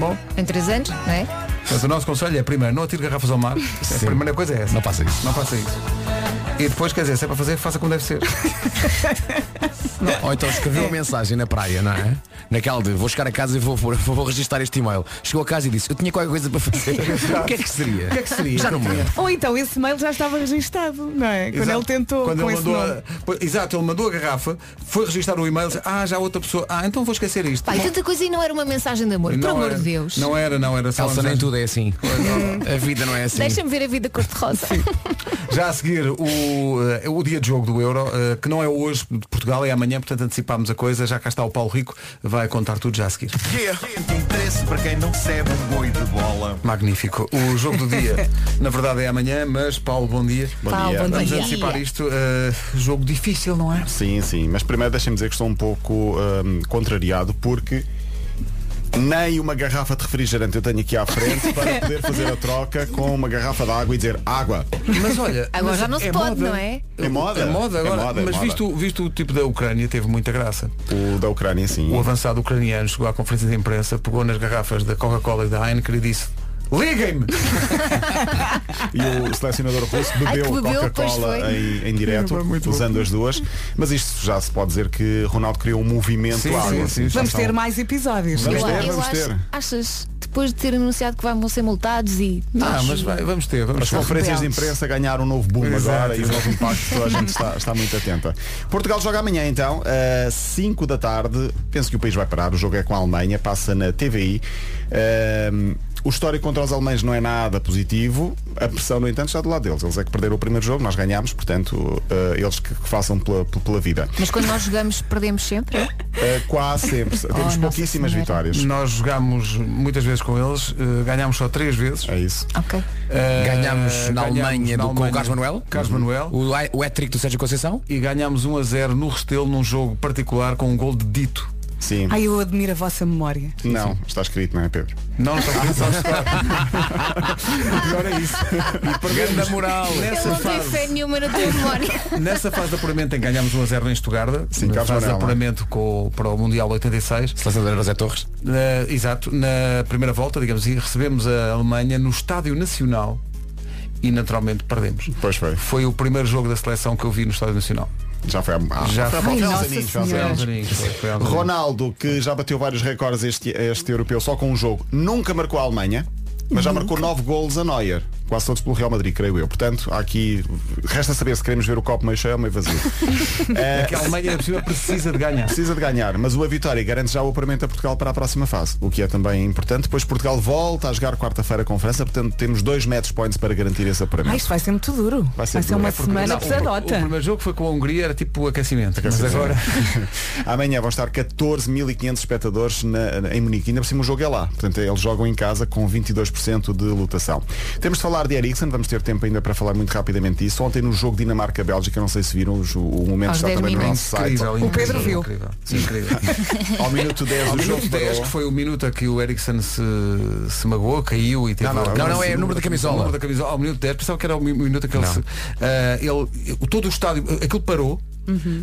[SPEAKER 1] Bom,
[SPEAKER 7] Em três anos, não é?
[SPEAKER 1] mas o nosso conselho é primeiro, não atire garrafas ao mar. A primeira coisa é essa.
[SPEAKER 6] Não faça isso.
[SPEAKER 1] Não faça isso. E depois, quer dizer, se é para fazer, faça como deve ser.
[SPEAKER 6] Ou então escreveu uma mensagem na praia, não é? Naquela de vou chegar a casa e vou, vou, [laughs] vou registrar este e-mail. Chegou a casa e disse, eu tinha qualquer coisa para [laughs] fazer. o que é que seria? O que é que seria? Já não me lembro.
[SPEAKER 3] Ou então esse e-mail já estava registado, não é? Quando
[SPEAKER 1] Exato.
[SPEAKER 3] ele tentou
[SPEAKER 1] Quando
[SPEAKER 3] com
[SPEAKER 1] ele
[SPEAKER 3] esse
[SPEAKER 1] mandou
[SPEAKER 3] nome.
[SPEAKER 1] a... Pois, Exato, ele mandou a garrafa, foi registrar o e-mail, disse, ah, já outra pessoa, ah, então vou esquecer isto.
[SPEAKER 7] Pá, e tanta coisa e não era uma mensagem de amor,
[SPEAKER 1] Não
[SPEAKER 7] por amor
[SPEAKER 1] era-
[SPEAKER 7] de Deus. Hum.
[SPEAKER 1] Não era, não era. só
[SPEAKER 6] Calça
[SPEAKER 1] uma
[SPEAKER 6] nem
[SPEAKER 1] mensagem.
[SPEAKER 6] tudo é assim. A vida não é assim.
[SPEAKER 7] Deixa-me ver a vida cor-de-rosa.
[SPEAKER 1] Já a seguir, o, eh, o dia de jogo do Euro, eh, que não é hoje de Portugal, é amanhã, portanto antecipámos a coisa. Já cá está o Paulo Rico, vai contar tudo já a seguir.
[SPEAKER 5] Interesse para quem não recebe um boi de bola.
[SPEAKER 1] Magnífico. O jogo do
[SPEAKER 7] [laughs]
[SPEAKER 1] dia, na verdade é amanhã, mas Paulo, bom dia.
[SPEAKER 7] Paulo, bom
[SPEAKER 1] Vamos
[SPEAKER 7] dia.
[SPEAKER 1] antecipar isto. eh, jogo difícil, não é?
[SPEAKER 5] Sim, sim, mas primeiro deixem-me dizer que estou um pouco hum, contrariado porque nem uma garrafa de refrigerante eu tenho aqui à frente para poder fazer a troca com uma garrafa de água e dizer água.
[SPEAKER 1] Mas olha.
[SPEAKER 7] Agora
[SPEAKER 1] mas
[SPEAKER 7] já não se pode,
[SPEAKER 1] moda.
[SPEAKER 7] não é?
[SPEAKER 5] É moda.
[SPEAKER 1] É moda
[SPEAKER 5] É
[SPEAKER 1] agora.
[SPEAKER 5] moda, é
[SPEAKER 1] mas
[SPEAKER 5] moda.
[SPEAKER 1] Visto, visto o tipo da Ucrânia, teve muita graça.
[SPEAKER 5] O da Ucrânia, sim.
[SPEAKER 1] O avançado ucraniano chegou à conferência de imprensa, pegou nas garrafas da Coca-Cola e da Heineken e disse Liguem-me!
[SPEAKER 5] [laughs] E o selecionador russo
[SPEAKER 7] Ai,
[SPEAKER 5] bebeu
[SPEAKER 7] que
[SPEAKER 5] a
[SPEAKER 7] bebeu,
[SPEAKER 5] Coca-Cola
[SPEAKER 7] pois foi.
[SPEAKER 5] em, em direto,
[SPEAKER 1] Muito bom.
[SPEAKER 5] usando as duas. Mas isto já se pode dizer que Ronaldo criou um movimento
[SPEAKER 1] Sim,
[SPEAKER 5] água.
[SPEAKER 1] sim, sim.
[SPEAKER 5] Já
[SPEAKER 3] Vamos
[SPEAKER 5] são-
[SPEAKER 3] ter mais episódios.
[SPEAKER 5] Vamos
[SPEAKER 7] eu
[SPEAKER 5] ter,
[SPEAKER 7] eu
[SPEAKER 5] vamos
[SPEAKER 7] acho,
[SPEAKER 5] ter.
[SPEAKER 7] achas? depois de ter anunciado que vão ser multados e.
[SPEAKER 5] Ah, mas vai- vamos ter. As conferências de imprensa ganharam um novo boom
[SPEAKER 7] Exato,
[SPEAKER 5] agora e um
[SPEAKER 7] exato.
[SPEAKER 5] novo impacto. Toda a gente está, está muito atenta. Portugal joga amanhã então, a 5 da tarde. Penso que o país vai parar. O jogo é com a Alemanha, passa na TVI. Ahm, o histórico contra os alemães não é nada positivo. A pressão, no entanto, está do lado deles. Eles é que perderam o primeiro jogo, nós ganhámos, portanto, ah, eles que, que façam pela- pela vida.
[SPEAKER 7] Mas quando nós jogamos perdemos sempre.
[SPEAKER 1] É,
[SPEAKER 5] Uh, quase
[SPEAKER 1] [laughs]
[SPEAKER 5] sempre.
[SPEAKER 7] Oh,
[SPEAKER 5] Temos
[SPEAKER 7] Nossa
[SPEAKER 5] pouquíssimas
[SPEAKER 7] Senhora.
[SPEAKER 5] vitórias.
[SPEAKER 1] Nós jogámos muitas vezes com eles, eh, ganhámos só três vezes.
[SPEAKER 5] É isso.
[SPEAKER 7] Ok.
[SPEAKER 6] Ganhámos na
[SPEAKER 1] ganhámos
[SPEAKER 6] Alemanha
[SPEAKER 1] na
[SPEAKER 6] do- com o
[SPEAKER 1] Alemanha.
[SPEAKER 6] Carlos Manuel.
[SPEAKER 1] Carlos Manuel.
[SPEAKER 6] O, ai- o hat-trick do Sérgio Conceição.
[SPEAKER 1] E ganhámos 1 a 0 no Restelo num jogo particular com um gol de dito.
[SPEAKER 5] Sim.
[SPEAKER 3] Ai, eu admiro a vossa memória.
[SPEAKER 5] Não, está escrito, não é
[SPEAKER 1] [laughs]
[SPEAKER 5] Pedro?
[SPEAKER 1] Não, não está escrito, só está.
[SPEAKER 5] Pior é isso.
[SPEAKER 1] Grande moral.
[SPEAKER 7] Eu
[SPEAKER 1] Nessa
[SPEAKER 7] não tenho
[SPEAKER 1] fase,
[SPEAKER 7] fé nenhuma na tua memória.
[SPEAKER 1] nessa fase de apuramento em que ganhámos 1 a 0 em Estugarda.
[SPEAKER 5] Sim,
[SPEAKER 1] na
[SPEAKER 5] Carlos
[SPEAKER 1] fase de
[SPEAKER 5] Manuel, é.
[SPEAKER 1] apuramento com, para o Mundial 86.
[SPEAKER 6] Seleção de José Torres.
[SPEAKER 1] Na- exato, na primeira volta, digamos assim, recebemos a Alemanha no Estádio Nacional e naturalmente perdemos.
[SPEAKER 5] Pois foi.
[SPEAKER 1] Foi o primeiro jogo da seleção que eu vi no Estádio Nacional.
[SPEAKER 5] Já foi há.
[SPEAKER 1] Já
[SPEAKER 5] foi há
[SPEAKER 1] foi.
[SPEAKER 5] foi há
[SPEAKER 1] Ai,
[SPEAKER 5] uns
[SPEAKER 1] Nossa
[SPEAKER 5] aninhos, foi há uns
[SPEAKER 1] Foi
[SPEAKER 5] aninhos.
[SPEAKER 1] aos aninhos, foi, foi aos aninhos.
[SPEAKER 5] Ronaldo, que já bateu vários recordes este, este europeu só com um jogo, nunca marcou a Alemanha, mas já marcou nove golos a Neuer. Quase todos pelo Real Madrid, creio eu. Portanto, há aqui resta saber se queremos ver o copo meio cheio ou meio vazio.
[SPEAKER 1] [laughs]
[SPEAKER 5] Eh,
[SPEAKER 1] É que a Alemanha ainda por cima, precisa de ganhar.
[SPEAKER 5] Precisa de ganhar, mas a vitória garante já o apuramento a Portugal para a próxima fase, o que é também importante. Depois Portugal volta a jogar quarta-feira com a França, portanto temos dois match points para garantir esse
[SPEAKER 3] Ai,
[SPEAKER 5] apuramento.
[SPEAKER 3] isto vai ser muito duro.
[SPEAKER 5] Vai
[SPEAKER 3] Vai
[SPEAKER 5] ser
[SPEAKER 3] ser,
[SPEAKER 5] duro,
[SPEAKER 3] uma
[SPEAKER 5] é porque-
[SPEAKER 3] semana
[SPEAKER 5] não,
[SPEAKER 1] O
[SPEAKER 3] pesadota.
[SPEAKER 1] primeiro jogo foi com a Hungria, era tipo aquecimento. Mas agora
[SPEAKER 5] [laughs] Amanhã vão estar 14.500 espectadores na- na- em Munique. Ainda por cima o jogo é lá. Portanto, eles jogam em casa com 22% de lotação. Temos de falar de Eriksen. Vamos ter tempo ainda para falar muito rapidamente disso. Ontem no jogo Dinamarca-Bélgica, não sei se viram, os- o, o momento
[SPEAKER 7] Aos
[SPEAKER 5] está
[SPEAKER 7] 10
[SPEAKER 5] também no
[SPEAKER 7] minutos.
[SPEAKER 5] nosso site.
[SPEAKER 1] incrível,
[SPEAKER 3] O Pedro
[SPEAKER 1] incrível,
[SPEAKER 3] viu.
[SPEAKER 1] Incrível. incrível.
[SPEAKER 5] Ao minuto 10
[SPEAKER 1] Ao
[SPEAKER 5] o jogo
[SPEAKER 1] minuto 10,
[SPEAKER 5] parou.
[SPEAKER 1] que foi o minuto a que o Ericsson se, se magoou, caiu e teve
[SPEAKER 5] Não, não,
[SPEAKER 1] a-
[SPEAKER 5] não, não,
[SPEAKER 6] é o número da camisola.
[SPEAKER 1] O número da camisola. Ao minuto 10, pensava que era o mi- minuto que ele se. Ah, ele, o- todo o estádio, eh, aquilo parou,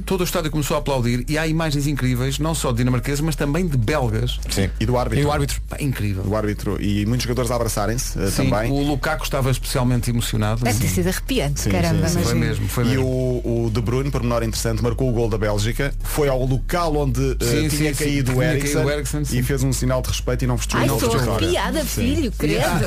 [SPEAKER 1] todo o estádio começou a aplaudir e há imagens incríveis, não só de dinamarqueses, mas também de belgas.
[SPEAKER 5] [laughs] Sim. E do árbitro.
[SPEAKER 6] E o árbitro.
[SPEAKER 1] Pá, incrível.
[SPEAKER 5] Do árbitro. E muitos jogadores a abraçarem-se eh,
[SPEAKER 1] Sim,
[SPEAKER 5] também.
[SPEAKER 1] o Lukaku estava especialmente emocionado.
[SPEAKER 7] Deve ter sido arrepiante,
[SPEAKER 5] Sim,
[SPEAKER 7] caramba.
[SPEAKER 5] sim, sim.
[SPEAKER 1] Foi
[SPEAKER 7] imagina.
[SPEAKER 1] mesmo, foi
[SPEAKER 5] E
[SPEAKER 1] mesmo.
[SPEAKER 5] o, o De Bruyne, pormenor interessante, marcou o gol da Bélgica, foi ao local onde eh,
[SPEAKER 1] Sim,
[SPEAKER 5] tinha
[SPEAKER 1] sim, sim,
[SPEAKER 5] caído o
[SPEAKER 1] tinha
[SPEAKER 5] Eriksen
[SPEAKER 1] caído o Eriksen, sim.
[SPEAKER 5] e fez um sinal de respeito e não vestiu
[SPEAKER 7] Ai,
[SPEAKER 5] não
[SPEAKER 7] estou
[SPEAKER 5] vestiu fora.
[SPEAKER 7] arrepiada, filho, credo.
[SPEAKER 1] Ah,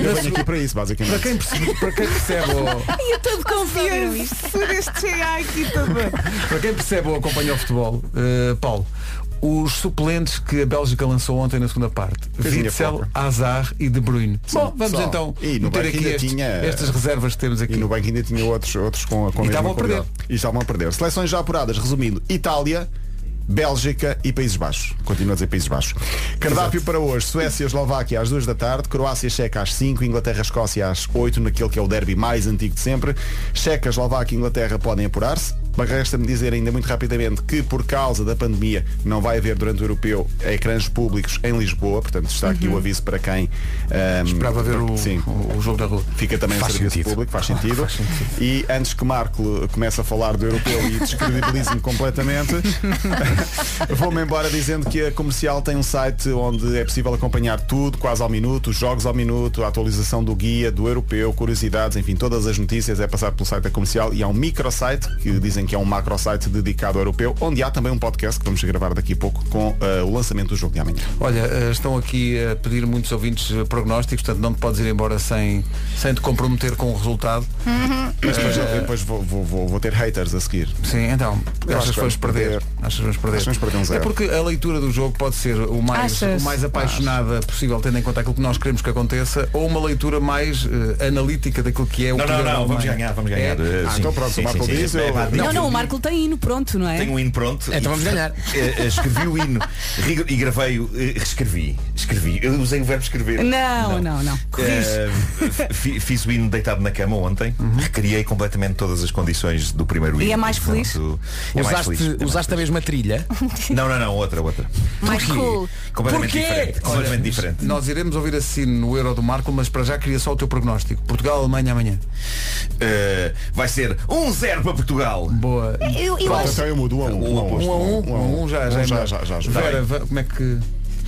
[SPEAKER 5] Eu venho aqui para isso, basicamente.
[SPEAKER 1] Para quem percebe, para quem
[SPEAKER 5] [laughs]
[SPEAKER 7] [laughs]
[SPEAKER 1] percebe o,
[SPEAKER 7] Ai, eu estou confiante.
[SPEAKER 3] Este ai, que tudo.
[SPEAKER 1] para quem percebe ou acompanha o futebol, eh, Paulo, os suplentes que a Bélgica lançou ontem na segunda parte,
[SPEAKER 5] Coisinha
[SPEAKER 1] Witzel,
[SPEAKER 5] pouca.
[SPEAKER 1] Hazard e De Bruyne. Bom, vamos
[SPEAKER 5] só.
[SPEAKER 1] então
[SPEAKER 5] E no
[SPEAKER 1] meter
[SPEAKER 5] banco
[SPEAKER 1] aqui
[SPEAKER 5] ainda
[SPEAKER 1] estes-
[SPEAKER 5] tinha-
[SPEAKER 1] estas reservas que temos
[SPEAKER 5] E
[SPEAKER 1] aqui.
[SPEAKER 5] no banco ainda tinha outros, outros com, a- com a
[SPEAKER 1] E
[SPEAKER 5] mesma
[SPEAKER 1] estavam a
[SPEAKER 5] qualidade. E estavam a perder. Seleções já apuradas, resumindo, Itália, Bélgica e Países Baixos. Continua a dizer Países Baixos. Cardápio para hoje, Suécia e Eslováquia às 2 da tarde, Croácia e Checa às 5, Inglaterra e Escócia às 8, naquele que é o derby mais antigo de sempre. Checa, Eslováquia e Inglaterra podem apurar-se. Mas resta-me dizer ainda muito rapidamente que por causa da pandemia não vai haver durante o europeu ecrãs públicos em Lisboa, portanto está aqui o
[SPEAKER 1] Uhum.
[SPEAKER 5] aviso para quem ahm,
[SPEAKER 1] Esperava ver o,
[SPEAKER 5] Sim.
[SPEAKER 1] o- o jogo da rua.
[SPEAKER 5] Fica também
[SPEAKER 6] Faz
[SPEAKER 5] o serviço
[SPEAKER 6] sentido.
[SPEAKER 5] público, faz sentido.
[SPEAKER 1] Faz sentido.
[SPEAKER 5] E antes que Marco comece a falar do europeu e
[SPEAKER 1] [laughs]
[SPEAKER 5] descredibilize-me completamente, vou-me embora dizendo que a comercial tem um site onde é possível acompanhar tudo, quase ao minuto, os jogos ao minuto, a atualização do guia, do europeu, curiosidades, enfim, todas as notícias é passado pelo site da comercial e há um microsite, que dizem que é um macrosite dedicado ao europeu, onde há também um podcast que vamos gravar daqui a pouco com eh, o lançamento do jogo de amanhã.
[SPEAKER 1] Olha, eh, estão aqui a pedir muitos ouvintes eh, prognósticos, portanto não te podes ir embora sem, sem te comprometer com o resultado.
[SPEAKER 7] Uhum.
[SPEAKER 5] Mas depois, depois vou, vou- vou- vou ter haters a seguir.
[SPEAKER 1] Eh, Sim, então,
[SPEAKER 5] Eu acho que
[SPEAKER 1] achas que vamos
[SPEAKER 5] vamos
[SPEAKER 1] perder?
[SPEAKER 5] perder.
[SPEAKER 1] Achas que vamos perder?
[SPEAKER 5] Acho que vamos perder um
[SPEAKER 1] é
[SPEAKER 5] zero.
[SPEAKER 1] porque a leitura do jogo pode ser o mais,
[SPEAKER 3] Achas?
[SPEAKER 1] o mais apaixonada possível, tendo em conta aquilo que nós queremos que aconteça, ou uma leitura mais eh, analítica daquilo que é o
[SPEAKER 12] Não, não,
[SPEAKER 1] poder
[SPEAKER 12] não,
[SPEAKER 1] alemão.
[SPEAKER 12] vamos ganhar, vamos ganhar.
[SPEAKER 1] É.
[SPEAKER 12] Eh,
[SPEAKER 5] Ah,
[SPEAKER 12] sim,
[SPEAKER 5] então pronto,
[SPEAKER 12] sim,
[SPEAKER 5] o Marco
[SPEAKER 12] sim, sim.
[SPEAKER 5] diz,
[SPEAKER 12] É,
[SPEAKER 5] eu-
[SPEAKER 12] pá,
[SPEAKER 5] Não,
[SPEAKER 12] digo
[SPEAKER 3] Não,
[SPEAKER 12] que
[SPEAKER 3] não,
[SPEAKER 12] eu
[SPEAKER 3] o Marco tem hino pronto, não é?
[SPEAKER 12] Tenho um hino pronto.
[SPEAKER 6] Então
[SPEAKER 12] e
[SPEAKER 6] vamos ganhar.
[SPEAKER 12] eh, eh, Escrevi o hino rig- e gravei-o. eh, Reescrevi. Escrevi. Eu usei o verbo escrever.
[SPEAKER 3] Não, não, não.
[SPEAKER 12] Eh, fi- fiz o hino deitado na cama ontem,
[SPEAKER 6] Uhum.
[SPEAKER 12] recriei completamente todas as condições do primeiro
[SPEAKER 3] E
[SPEAKER 12] hino.
[SPEAKER 3] é mais
[SPEAKER 12] Do
[SPEAKER 3] feliz?
[SPEAKER 12] nosso- é mais
[SPEAKER 6] Usaste,
[SPEAKER 12] feliz, é mais
[SPEAKER 6] usaste a
[SPEAKER 12] feliz.
[SPEAKER 6] mesma trilha.
[SPEAKER 12] Não, não, não, outra, outra.
[SPEAKER 7] Mais cool.
[SPEAKER 12] Completamente
[SPEAKER 6] Porquê?
[SPEAKER 12] diferente. Completamente diferente.
[SPEAKER 1] Nós iremos ouvir assim no Euro do Marco, mas para já queria só o teu prognóstico. Portugal, Alemanha amanhã.
[SPEAKER 12] Eh, vai ser 1-0 para Portugal.
[SPEAKER 1] Boa.
[SPEAKER 7] Eu, eu
[SPEAKER 5] Pronto,
[SPEAKER 7] acho
[SPEAKER 5] então eu mudo um a um.
[SPEAKER 1] Um a um, um a um, já, já,
[SPEAKER 5] já, já,
[SPEAKER 1] é
[SPEAKER 5] já,
[SPEAKER 1] melhor.
[SPEAKER 5] já.
[SPEAKER 1] Vera, va- como é que.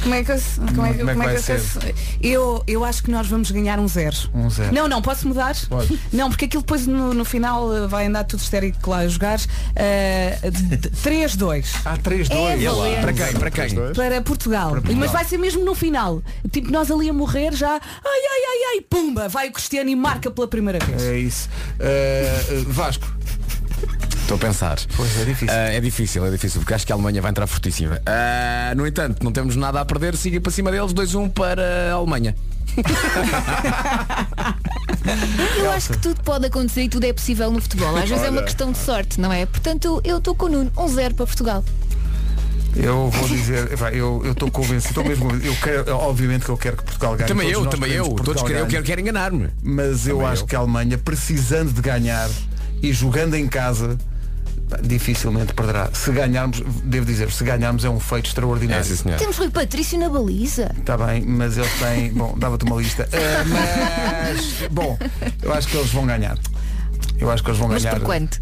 [SPEAKER 3] Como é que eu, como é que,
[SPEAKER 1] Como é que
[SPEAKER 3] como é
[SPEAKER 1] vai
[SPEAKER 3] que eu sei
[SPEAKER 1] ser?
[SPEAKER 3] se- eu eu acho que nós vamos ganhar um zero.
[SPEAKER 1] Um zero.
[SPEAKER 3] Não, não, posso mudar?
[SPEAKER 1] Pode.
[SPEAKER 3] Não, porque aquilo depois no, no final eh, vai andar tudo histérico lá a jogar. Eh, d- 3-2.
[SPEAKER 1] Ah, 3-2.
[SPEAKER 3] É
[SPEAKER 6] Olha lá.
[SPEAKER 3] valente.
[SPEAKER 6] Para quem? Para quem?
[SPEAKER 3] Para Portugal.
[SPEAKER 6] Para Portugal.
[SPEAKER 3] Mas vai ser mesmo no final. Tipo, nós ali a morrer já. Ai, ai, ai, ai, pumba! Vai o Cristiano e marca pela primeira vez.
[SPEAKER 1] É isso. Uh, uh, Vasco.
[SPEAKER 6] Estou a pensar. Pois é difícil. é difícil, é difícil, porque acho que a Alemanha vai entrar fortíssima. Ah, no entanto, não temos nada a perder, siga para cima deles, 2-1 para a Alemanha.
[SPEAKER 7] Eu acho que tudo pode acontecer e tudo é possível no futebol. Às vezes é uma
[SPEAKER 1] Olha.
[SPEAKER 7] questão de sorte, não é? Portanto, eu estou com o Nuno. Um zero para Portugal.
[SPEAKER 1] Eu vou dizer, vai, eu eu estou convencido, estou mesmo convencido. Eu quero, obviamente que eu quero que Portugal ganhe.
[SPEAKER 6] Também
[SPEAKER 1] Todos
[SPEAKER 6] eu,
[SPEAKER 1] nós
[SPEAKER 6] também
[SPEAKER 1] queremos
[SPEAKER 6] eu.
[SPEAKER 1] que
[SPEAKER 6] Todos
[SPEAKER 1] Portugal
[SPEAKER 6] querem, eu
[SPEAKER 1] ganhe.
[SPEAKER 6] quero, querem enganar-me.
[SPEAKER 1] Mas eu
[SPEAKER 6] Também
[SPEAKER 1] acho
[SPEAKER 6] eu.
[SPEAKER 1] que a Alemanha, precisando de ganhar e jogando em casa, pá, dificilmente perderá. Se ganharmos, devo dizer, se ganharmos é um feito extraordinário.
[SPEAKER 7] Temos Rui Patrício na baliza.
[SPEAKER 1] Está bem, mas eles têm. Bom, dava-te uma lista. Ah, mas, bom, eu acho que eles vão ganhar. Eu acho que eles vão
[SPEAKER 3] Mas
[SPEAKER 1] ganhar.
[SPEAKER 3] por quanto?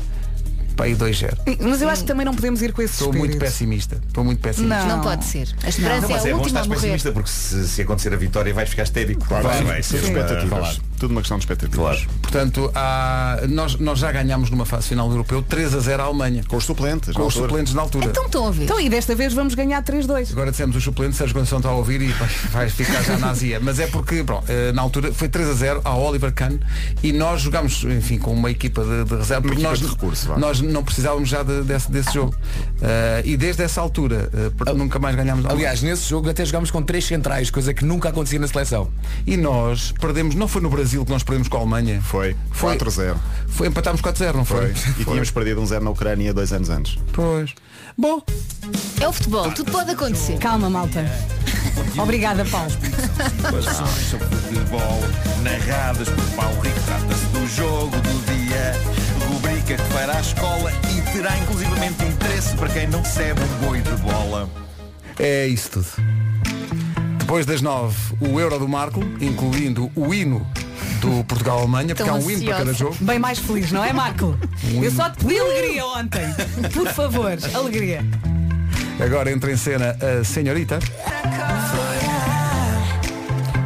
[SPEAKER 1] Para aí 2-0.
[SPEAKER 3] Mas eu acho que também não podemos ir com esse
[SPEAKER 1] Estou
[SPEAKER 3] espírito.
[SPEAKER 1] muito pessimista. Estou muito pessimista.
[SPEAKER 3] Não. Não pode ser. A esperança
[SPEAKER 12] não, mas
[SPEAKER 3] é a
[SPEAKER 12] é bom
[SPEAKER 3] última
[SPEAKER 12] estar
[SPEAKER 3] a morrer.
[SPEAKER 12] pessimista porque se, se acontecer a vitória vais ficar histérico.
[SPEAKER 1] Claro,
[SPEAKER 12] vai,
[SPEAKER 1] sim.
[SPEAKER 12] vai ser
[SPEAKER 1] Tudo
[SPEAKER 12] uma-
[SPEAKER 1] expectativas.
[SPEAKER 12] vai lá.
[SPEAKER 5] Tudo uma questão de expectativas.
[SPEAKER 1] Portanto, há- nós, nós já ganhámos numa fase final do europeu 3 a 0 a Alemanha. Com os suplentes. Com
[SPEAKER 5] na
[SPEAKER 1] os
[SPEAKER 5] altura.
[SPEAKER 1] suplentes na altura.
[SPEAKER 7] estão a ver.
[SPEAKER 3] Então e desta vez vamos ganhar 3-2.
[SPEAKER 1] Agora dissemos os suplentes, Sérgio Gonçalves está a ouvir e vai, vai ficar já na azia. Mas é porque, pronto, eh, na altura foi 3 a 0 a Oliver Kahn e nós jogámos, enfim, com uma equipa de, de reserva, porque
[SPEAKER 5] equipa
[SPEAKER 1] nós,
[SPEAKER 5] de recurso, vá.
[SPEAKER 1] nós não precisávamos já de- desse, desse jogo. Eh, e desde essa altura, eh, porque nunca mais ganhámos nada.
[SPEAKER 6] Ah, Aliás, nesse jogo até jogámos com três centrais, coisa que nunca acontecia na seleção.
[SPEAKER 1] E nós perdemos, não foi no Brasil que nós perdemos com a Alemanha? Foi.
[SPEAKER 5] 4-0.
[SPEAKER 1] Foi, empatámos 4-0, não foi?
[SPEAKER 5] E tínhamos perdido um zero na Ucrânia dois anos antes.
[SPEAKER 1] Pois. Bom.
[SPEAKER 7] É o futebol, tudo pode acontecer.
[SPEAKER 3] Calma, malta. Obrigada, Paulo.
[SPEAKER 8] Passações sobre futebol, narradas por Paulo Rico, trata-se do jogo do dia, rubrica que fará a escola e terá inclusivamente interesse para quem não recebe um boi de bola.
[SPEAKER 1] É isso tudo. Depois das nove, o Euro do Marco, incluindo o hino
[SPEAKER 8] [laughs]
[SPEAKER 1] do Portugal-Alemanha, porque há um hino para cada jogo.
[SPEAKER 3] Bem mais feliz, não é, Marco? Eu só te pedi alegria ontem. Por favor, alegria.
[SPEAKER 1] Agora entra em cena a Senhorita.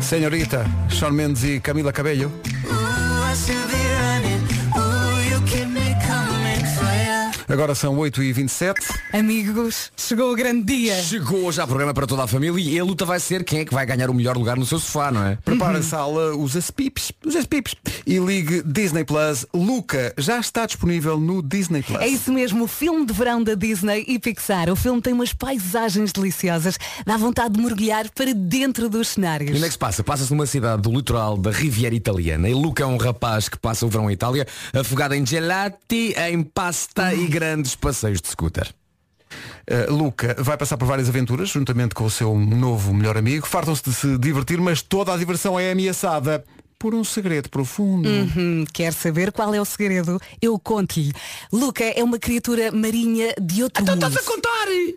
[SPEAKER 1] Senhorita, Sean Mendes e Camila Cabello. Agora são 8h27.
[SPEAKER 3] Amigos, chegou o grande dia.
[SPEAKER 6] Chegou já o programa para toda a família e a luta vai ser quem é que vai ganhar o melhor lugar no seu sofá, não é?
[SPEAKER 3] Uhum.
[SPEAKER 1] Prepara-se à aula, usa pips, usa pips e ligue Disney Plus. Luca já está disponível no Disney Plus.
[SPEAKER 3] É isso mesmo, o filme de verão da Disney e Pixar. O filme tem umas paisagens deliciosas. Dá vontade de mergulhar para dentro dos
[SPEAKER 6] E
[SPEAKER 3] cenários.
[SPEAKER 6] onde é que se passa? Passa-se numa cidade do litoral da Riviera Italiana e Luca é um rapaz que passa o verão em Itália afogado em gelati, em pasta e grandes passeios de scooter.
[SPEAKER 1] Uh, Luca vai passar por várias aventuras juntamente com o seu novo melhor amigo. Fartam-se de se divertir, mas toda a diversão é ameaçada por um segredo profundo.
[SPEAKER 6] Hum.
[SPEAKER 3] Uhum, Quer saber qual é o segredo? Eu conto-lhe. Luca é uma criatura marinha de outro mundo. Então Estás a
[SPEAKER 6] contar!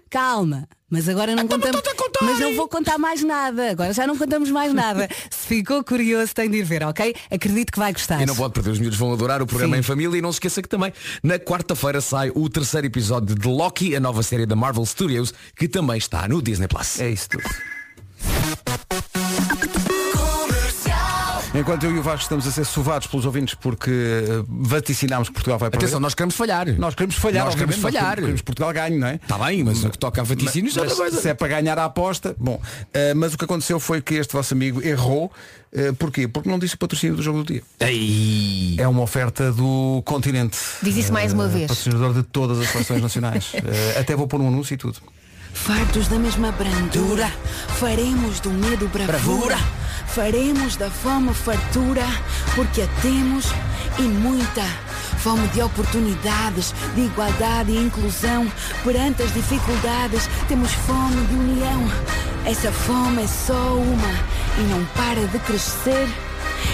[SPEAKER 3] Calma, mas agora não contamos. Mas não vou contar mais nada. Agora já não contamos mais [laughs] nada. Se ficou curioso, tem de ir ver, ok? Acredito que vai gostar.
[SPEAKER 6] E não pode perder, os miúdos vão adorar o programa em família e não se esqueça que também na quarta-feira sai o terceiro episódio de Loki, a nova série da Marvel Studios, que também está no Disney Plus.
[SPEAKER 1] É isso tudo. Enquanto eu e o Vasco estamos a ser sovados pelos ouvintes porque uh, vaticinámos que Portugal vai perder.
[SPEAKER 6] Atenção, nós queremos falhar.
[SPEAKER 1] Nós queremos falhar,
[SPEAKER 6] Nós queremos
[SPEAKER 1] obviamente, nós
[SPEAKER 6] falhar.
[SPEAKER 1] queremos- queremos Portugal ganhe, não é?
[SPEAKER 6] Está bem, mas no que toca a vaticínios é
[SPEAKER 1] Mas
[SPEAKER 6] outra coisa.
[SPEAKER 1] Se é para ganhar a aposta, bom. eh, mas o que aconteceu foi que este vosso amigo errou. Eh, porquê? Porque não disse o patrocínio do jogo do dia. É uma oferta do continente.
[SPEAKER 7] Diz isso mais uma
[SPEAKER 1] Eh,
[SPEAKER 7] vez.
[SPEAKER 1] Patrocinador de todas
[SPEAKER 7] [laughs]
[SPEAKER 1] as seleções nacionais. Eh, até vou pôr um anúncio e tudo.
[SPEAKER 13] Fartos da mesma brandura, faremos do medo bravura,
[SPEAKER 1] Bravura.
[SPEAKER 13] faremos da fama fartura, porque a temos e muita. Fome de oportunidades, de igualdade e inclusão. Perante as dificuldades, temos fome de união. Essa fome é só uma e não para de crescer.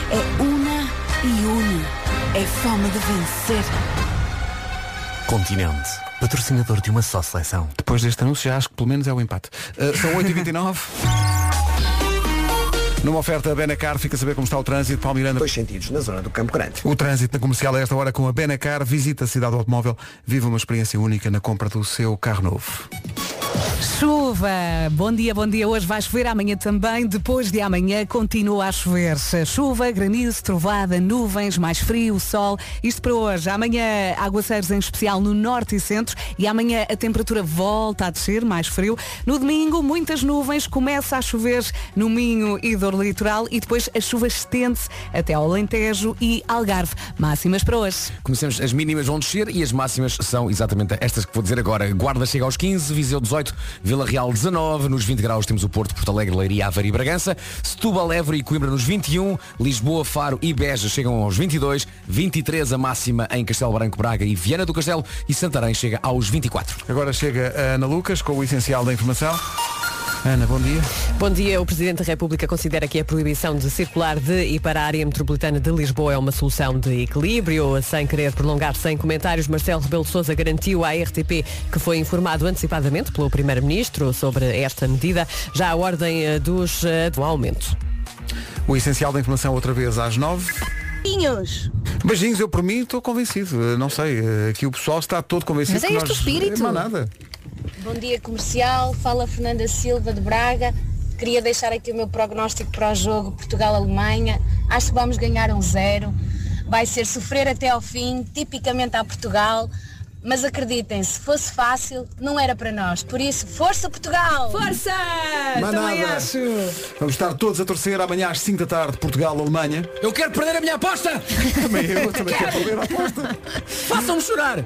[SPEAKER 13] É una e une, é fome de vencer.
[SPEAKER 1] Continente. Patrocinador de uma só seleção. Depois deste anúncio, já acho que pelo menos é o empate. Eh, são 8h29. Numa oferta Benacar, fica a saber como está o trânsito. Paulo Miranda. Dois sentidos na zona do Campo Grande. O trânsito na comercial a esta hora com a Benacar. Visita a cidade do automóvel. Viva uma experiência única na compra do seu carro novo.
[SPEAKER 3] Chuva, bom dia, bom dia. Hoje vai chover, amanhã também. Depois de amanhã continua a chover. Chuva, granizo, trovada, nuvens, mais frio, sol. Isto para hoje. Amanhã, aguaceiros em especial no norte e centro. E amanhã a temperatura volta a descer, mais frio. No domingo, muitas nuvens. Começa a chover no Minho e dor litoral. E depois a chuva estende-se até ao Alentejo e Algarve. Máximas para hoje.
[SPEAKER 6] Comecemos, as mínimas vão descer e as máximas são exatamente estas que vou dizer agora. Guarda chega aos 15, Viseu 18, Vila Real 19, nos 20 graus temos o Porto, Porto Alegre, Leiria, Aveiro e Bragança, Setúbal, Évora e Coimbra nos 21, Lisboa, Faro e Beja chegam aos 22, 23 a máxima em Castelo Branco, Braga e Viana do Castelo e Santarém chega aos 24.
[SPEAKER 1] Agora chega a Ana Lucas com o essencial da informação. Ana, bom dia.
[SPEAKER 10] Bom dia. O Presidente da República considera que a proibição de circular de e para a área metropolitana de Lisboa é uma solução de equilíbrio. Sem querer prolongar sem comentários, Marcelo Rebelo de Sousa garantiu à RTP que foi informado antecipadamente pelo Primeiro-Ministro sobre esta medida. Já a ordem eh, dos, eh, do aumento.
[SPEAKER 1] O essencial da informação outra vez às nove.
[SPEAKER 14] Beijinhos.
[SPEAKER 1] Beijinhos, eu por mim estou convencido. Eh, Não sei, eh, aqui o pessoal está todo convencido.
[SPEAKER 14] Mas é
[SPEAKER 1] que
[SPEAKER 14] este
[SPEAKER 1] nós-
[SPEAKER 14] o espírito.
[SPEAKER 1] Não há nada.
[SPEAKER 14] Bom dia comercial, fala Fernanda Silva de Braga. Queria deixar aqui o meu prognóstico para o jogo Portugal-Alemanha. Acho que vamos ganhar um zero. Vai ser sofrer até ao fim, tipicamente a Portugal. Mas acreditem, se fosse fácil, não era para nós. Por isso, força Portugal! Força!
[SPEAKER 1] Mas nada. Vamos estar todos a torcer amanhã às 5 da tarde, Portugal-Alemanha.
[SPEAKER 6] Eu quero perder a minha aposta!
[SPEAKER 1] também eu, também quero perder a aposta.
[SPEAKER 6] Façam-me chorar!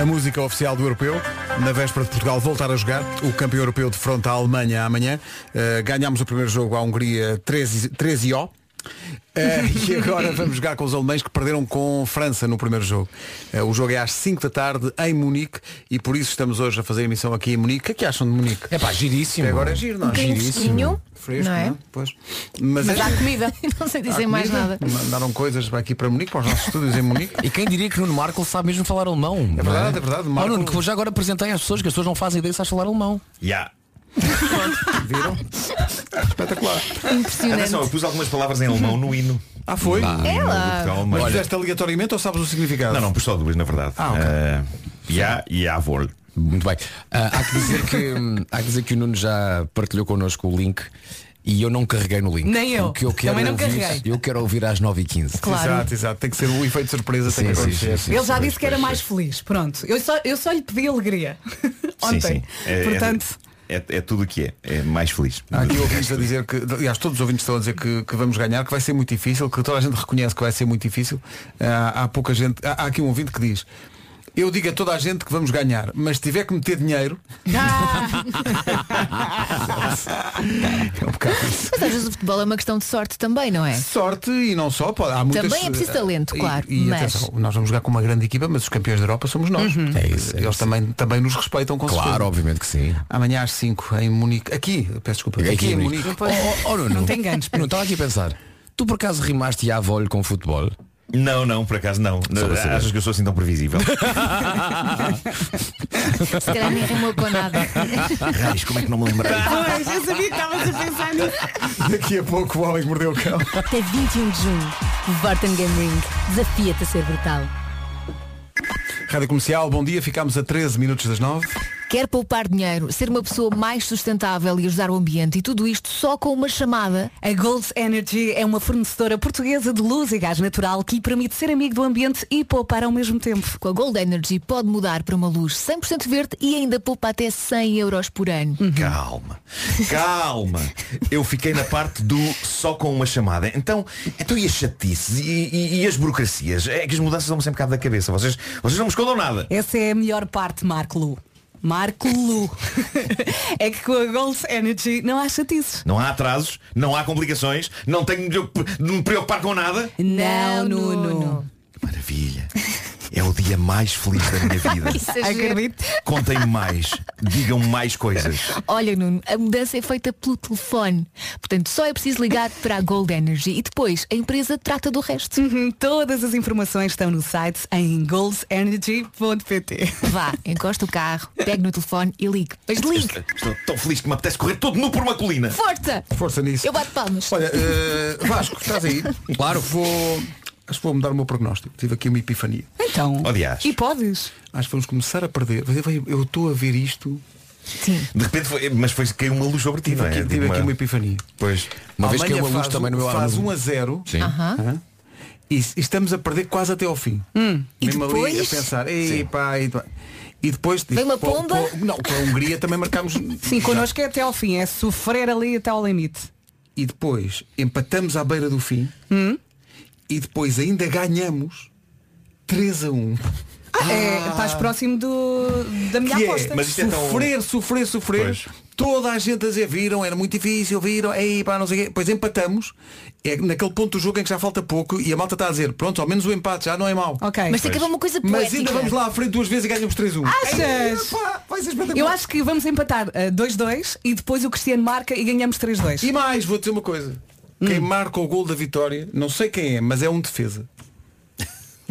[SPEAKER 1] A música oficial do Europeu, na véspera de Portugal voltar a jogar, o campeão europeu de fronte à Alemanha amanhã. Eh, ganhámos o primeiro jogo à Hungria 13 13-0. Eh, [laughs] e agora vamos jogar com os alemães que perderam com França no primeiro jogo. Eh, o jogo é às 5 da tarde em Munique e por isso estamos hoje a fazer a emissão aqui em Munique. O que é que acham de Munique? É
[SPEAKER 6] pá, giríssimo.
[SPEAKER 1] Agora é giro, não é?
[SPEAKER 7] Um bocadinho fresquinho,
[SPEAKER 1] Fresco,
[SPEAKER 7] não é?
[SPEAKER 1] não é? Pois. Mas,
[SPEAKER 7] Mas
[SPEAKER 1] é
[SPEAKER 7] há [laughs]
[SPEAKER 1] giro.
[SPEAKER 7] comida. Não sei dizer
[SPEAKER 1] Há
[SPEAKER 7] mais
[SPEAKER 1] comida.
[SPEAKER 7] nada.
[SPEAKER 1] Mandaram coisas para aqui para Munique, para os nossos estúdios em Munique.
[SPEAKER 6] E quem diria que Nuno Marco sabe mesmo falar alemão? É
[SPEAKER 1] verdade, é verdade.
[SPEAKER 6] Marco... Nuno, que eu já agora apresentei às pessoas que as pessoas não fazem ideia se sabes falar alemão.
[SPEAKER 12] Yeah.
[SPEAKER 1] [laughs] Viram? Espetacular.
[SPEAKER 12] Atenção, eu pus algumas palavras em alemão no hino.
[SPEAKER 1] Ah, foi?
[SPEAKER 12] Ela.
[SPEAKER 1] Mas fizeste aleatoriamente ou sabes o significado?
[SPEAKER 12] Não, não, pus só duas, na verdade.
[SPEAKER 1] Ah, ok.
[SPEAKER 12] Eh, yeah, yeah, vou.
[SPEAKER 6] Muito bem. Ah, há, que dizer que, hum, há que dizer que o Nuno já partilhou connosco o link e eu não carreguei no link.
[SPEAKER 3] Nem eu.
[SPEAKER 6] O que eu quero
[SPEAKER 3] Também não
[SPEAKER 6] ouvir,
[SPEAKER 3] carreguei.
[SPEAKER 6] Eu quero ouvir às 9h15.
[SPEAKER 3] Claro. Exato,
[SPEAKER 1] exato. Tem que ser o efeito de surpresa.
[SPEAKER 6] Sim,
[SPEAKER 1] que
[SPEAKER 6] sim,
[SPEAKER 1] acontecer.
[SPEAKER 6] sim, sim,
[SPEAKER 3] Ele já
[SPEAKER 6] sim.
[SPEAKER 3] disse que era mais feliz. Pronto. Eu só, eu só lhe pedi alegria. [laughs] Ontem.
[SPEAKER 12] É,
[SPEAKER 3] Portanto.
[SPEAKER 12] é, é, é tudo o que é. É mais feliz.
[SPEAKER 1] Há aqui ouvintes a dizer que, aliás, todos os ouvintes estão a dizer que, que vamos ganhar, que vai ser muito difícil, que toda a gente reconhece que vai ser muito difícil. Há, há pouca gente, há, há aqui um ouvinte que diz, eu digo a toda a gente que vamos ganhar, mas se tiver que meter [laughs] dinheiro,
[SPEAKER 7] Mas às vezes o futebol é uma questão de sorte também, não é?
[SPEAKER 1] sorte e não só, pode, há muitas, eh,
[SPEAKER 7] Também é preciso talento,
[SPEAKER 1] e-
[SPEAKER 7] claro,
[SPEAKER 1] E,
[SPEAKER 7] mas- Uhum.
[SPEAKER 1] atenção, nós vamos jogar com uma grande equipa, mas os campeões da Europa somos nós. É isso, Eles também, também nos respeitam com
[SPEAKER 6] Claro,
[SPEAKER 1] certeza.
[SPEAKER 6] obviamente que sim.
[SPEAKER 1] Amanhã às 5 em Munique. Aqui, peço desculpa. Aqui, em Munique.
[SPEAKER 6] Oh, oh, oh, é Nuno.
[SPEAKER 3] Não tem ganhos,
[SPEAKER 6] Nuno, estava aqui a pensar. Tu por acaso rimaste a volho com futebol?
[SPEAKER 12] Não, não, por acaso não.
[SPEAKER 6] para saber.
[SPEAKER 12] Achas que eu sou assim
[SPEAKER 1] [laughs]
[SPEAKER 12] tão previsível?
[SPEAKER 7] Se calhar nem rimou com
[SPEAKER 1] [laughs]
[SPEAKER 7] nada.
[SPEAKER 12] Raios, como é que não me lembrei?
[SPEAKER 7] Pois, eu sabia que estavas a pensar nisso.
[SPEAKER 1] Daqui a pouco o homem que mordeu o cão.
[SPEAKER 15] Até 21 de junho, Vorten Game Ring. Desafia-te a ser brutal.
[SPEAKER 1] Rádio Comercial, bom dia. Ficámos a 13 minutos das 9.
[SPEAKER 7] Quer poupar dinheiro, ser uma pessoa mais sustentável e ajudar o ambiente e tudo isto só com uma chamada.
[SPEAKER 3] A Gold Energy é uma fornecedora portuguesa de luz e gás natural que lhe permite ser amigo do ambiente e poupar ao mesmo tempo.
[SPEAKER 7] Com a Gold Energy pode mudar para uma luz 100% verde e ainda poupa até 100 euros por ano.
[SPEAKER 3] Uhum.
[SPEAKER 12] Calma, calma. Eu fiquei na parte do só com uma chamada. Então, então e as chatices e, e- e as burocracias? É que as mudanças dão-me sempre cabo da cabeça. Vocês, vocês não me escondam nada.
[SPEAKER 3] Essa é a melhor parte, Marco Lu. Marco Lu. é que com a Gold Energy não há chatices.
[SPEAKER 12] Não há atrasos, não há complicações, não tenho de de me preocupar com nada.
[SPEAKER 3] Não, Nuno.
[SPEAKER 12] Maravilha. É o dia mais feliz da minha vida.
[SPEAKER 7] Acredito.
[SPEAKER 12] Contem-me mais, digam me mais coisas.
[SPEAKER 7] Olha Nuno, a mudança é feita pelo telefone. Portanto, só é preciso ligar para a Gold Energy e depois a empresa trata do resto.
[SPEAKER 3] Uhum, Todas as informações estão no site em goldenergy.pt.
[SPEAKER 7] Vá, encosta o carro, pegue no telefone e ligue. Mas ligue!
[SPEAKER 12] Estou tão feliz que me apetece correr todo nu por uma colina.
[SPEAKER 7] Força!
[SPEAKER 1] Força nisso.
[SPEAKER 7] Eu bato palmas.
[SPEAKER 1] eh, Olha, eh, Vasco, estás aí? Claro. Vou, Acho que vou mudar o meu prognóstico. Tive aqui uma epifania.
[SPEAKER 3] Então.
[SPEAKER 12] Aliás.
[SPEAKER 3] E podes?
[SPEAKER 1] Acho que vamos começar a perder. Eu estou a ver isto.
[SPEAKER 3] Sim.
[SPEAKER 12] De repente foi, mas foi caiu uma luz sobre ti,
[SPEAKER 1] Tive
[SPEAKER 12] não é?
[SPEAKER 1] aqui- tive
[SPEAKER 12] Tipo
[SPEAKER 1] aqui uma epifania.
[SPEAKER 12] Pois.
[SPEAKER 1] A
[SPEAKER 12] é
[SPEAKER 1] Alemanha faz um- Faz 1 a 0.
[SPEAKER 12] Sim.
[SPEAKER 1] Hã? E s- e estamos a perder quase até ao fim.
[SPEAKER 3] Hum.
[SPEAKER 15] E
[SPEAKER 1] Mesmo ali
[SPEAKER 15] depois?
[SPEAKER 1] a pensar, ei pá, e, pá. E depois
[SPEAKER 3] Vem uma
[SPEAKER 1] para o-
[SPEAKER 3] pomba?
[SPEAKER 1] para o- não, para a Hungria também marcámos.
[SPEAKER 3] Sim, connosco é até ao fim, é sofrer ali até ao limite.
[SPEAKER 1] E depois empatamos à beira do fim
[SPEAKER 3] Hum?
[SPEAKER 1] e depois ainda ganhamos 3 a 1.
[SPEAKER 3] Ah, é, estás próximo do, da minha
[SPEAKER 1] Que é,
[SPEAKER 3] aposta.
[SPEAKER 1] sofrer, sofrer, sofrer. Toda a gente a dizer, viram, era muito difícil, viram, ei, pá, não sei o quê. Pois empatamos, é naquele ponto do jogo em que já falta pouco e a malta está a dizer, pronto, ao menos o empate já não é mau.
[SPEAKER 3] Ok.
[SPEAKER 7] Mas tem que haver uma coisa
[SPEAKER 1] Mas
[SPEAKER 7] poética.
[SPEAKER 1] ainda vamos lá à frente duas vezes e ganhamos 3-1.
[SPEAKER 3] Achas? Eu acho que vamos empatar a 2-2 e depois o Cristiano marca e ganhamos 3-2.
[SPEAKER 1] E mais, vou dizer uma coisa. Quem
[SPEAKER 3] Hum.
[SPEAKER 1] marca o gol da vitória, não sei quem é, mas é um defesa.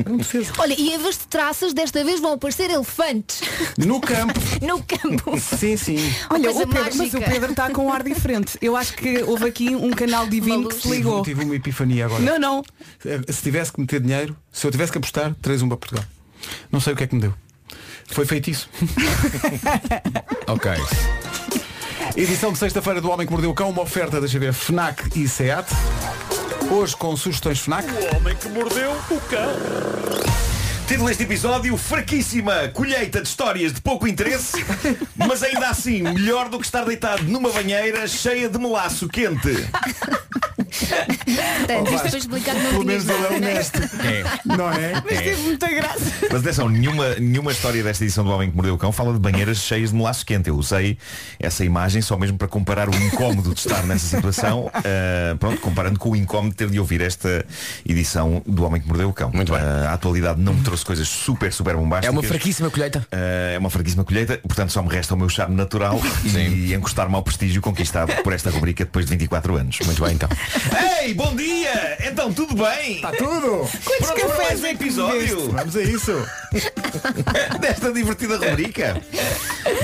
[SPEAKER 1] É um defesa.
[SPEAKER 7] Olha, e em vez de traças, desta vez vão aparecer elefantes. [laughs]
[SPEAKER 1] No campo. [laughs]
[SPEAKER 7] no campo.
[SPEAKER 1] Sim, sim.
[SPEAKER 7] Uma
[SPEAKER 3] Olha, o
[SPEAKER 7] coisa
[SPEAKER 3] Pedro, mas
[SPEAKER 7] mágica.
[SPEAKER 3] o Pedro está com um ar diferente. Eu acho que houve aqui um canal divino que se ligou.
[SPEAKER 1] Tive, tive uma epifania agora. Eh,
[SPEAKER 3] Não, não.
[SPEAKER 1] Se tivesse que meter dinheiro, se eu tivesse que apostar, 3-1 para Portugal. Não sei o que é que me deu. Foi feitiço.
[SPEAKER 6] ok.
[SPEAKER 1] Edição de sexta-feira do Homem que Mordeu o Cão, uma oferta, deixa eu ver, FNAC e SEAT. Hoje com sugestões FNAC.
[SPEAKER 8] O homem que mordeu o cão.
[SPEAKER 12] Título deste episódio, fraquíssima colheita de histórias de pouco interesse, [laughs] mas ainda assim melhor do que estar deitado numa banheira cheia de melaço quente.
[SPEAKER 7] Portanto, isto para explicar que não
[SPEAKER 1] Pelo
[SPEAKER 7] tinhas
[SPEAKER 1] menos ele é
[SPEAKER 7] nada, não é?
[SPEAKER 1] honesto.
[SPEAKER 12] É.
[SPEAKER 1] Não é?
[SPEAKER 7] Mas teve muita graça.
[SPEAKER 12] Mas atenção, nenhuma, nenhuma história desta edição do Homem que Mordeu o Cão fala de banheiras cheias de melaço quente. Eu usei essa imagem só mesmo para comparar o incómodo de estar nessa situação, ah, pronto, comparando com o incómodo de ter de ouvir esta edição do Homem que Mordeu o Cão. Muito bem. a atualidade não me trouxe coisas super, super bombásticas.
[SPEAKER 6] É uma fraquíssima colheita.
[SPEAKER 12] Ah, é uma fraquíssima colheita, portanto só me resta o meu charme natural e encostar-me ao prestígio conquistado por esta rubrica depois de 24 anos. Muito bem, então. Ei, bom dia! Então, tudo bem? Está
[SPEAKER 1] tudo!
[SPEAKER 12] Quantos Pronto para mais um episódio
[SPEAKER 1] Vamos a isso!
[SPEAKER 12] [laughs] desta divertida rubrica.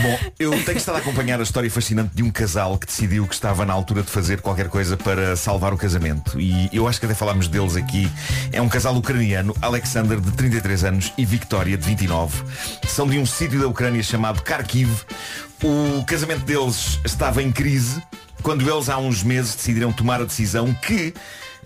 [SPEAKER 12] Bom, eu tenho estado a acompanhar a história fascinante de um casal que decidiu que estava na altura de fazer qualquer coisa para salvar o casamento. E eu acho que até falámos deles aqui. É um casal ucraniano, Alexander, de 33 anos, e Victoria, de 29. São de um sítio da Ucrânia chamado Kharkiv. O casamento deles estava em crise quando eles, há uns meses, decidiram tomar a decisão que.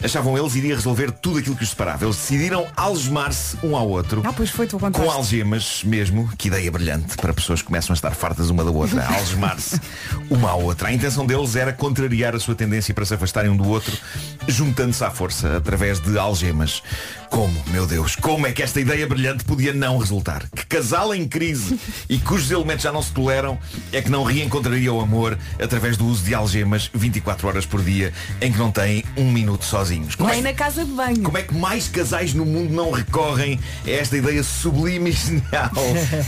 [SPEAKER 12] Achavam eles iria resolver tudo aquilo que os separava. Eles decidiram algemar-se um ao outro.
[SPEAKER 3] Ah, pois foi, tu contaste.
[SPEAKER 12] Com algemas mesmo, que ideia brilhante para pessoas que começam a estar fartas uma da outra, a algemar-se uma à outra. A intenção deles era contrariar a sua tendência para se afastarem um do outro, juntando-se à força através de algemas. Como, meu Deus, como é que esta ideia brilhante podia não resultar? Que casal em crise e cujos elementos já não se toleram é que não reencontraria o amor através do uso de algemas 24 horas por dia em que não têm um minuto sozinhos. Como é
[SPEAKER 3] Nem na casa de banho.
[SPEAKER 12] como é que mais casais no mundo não recorrem a esta ideia sublime
[SPEAKER 6] [laughs]
[SPEAKER 12] e genial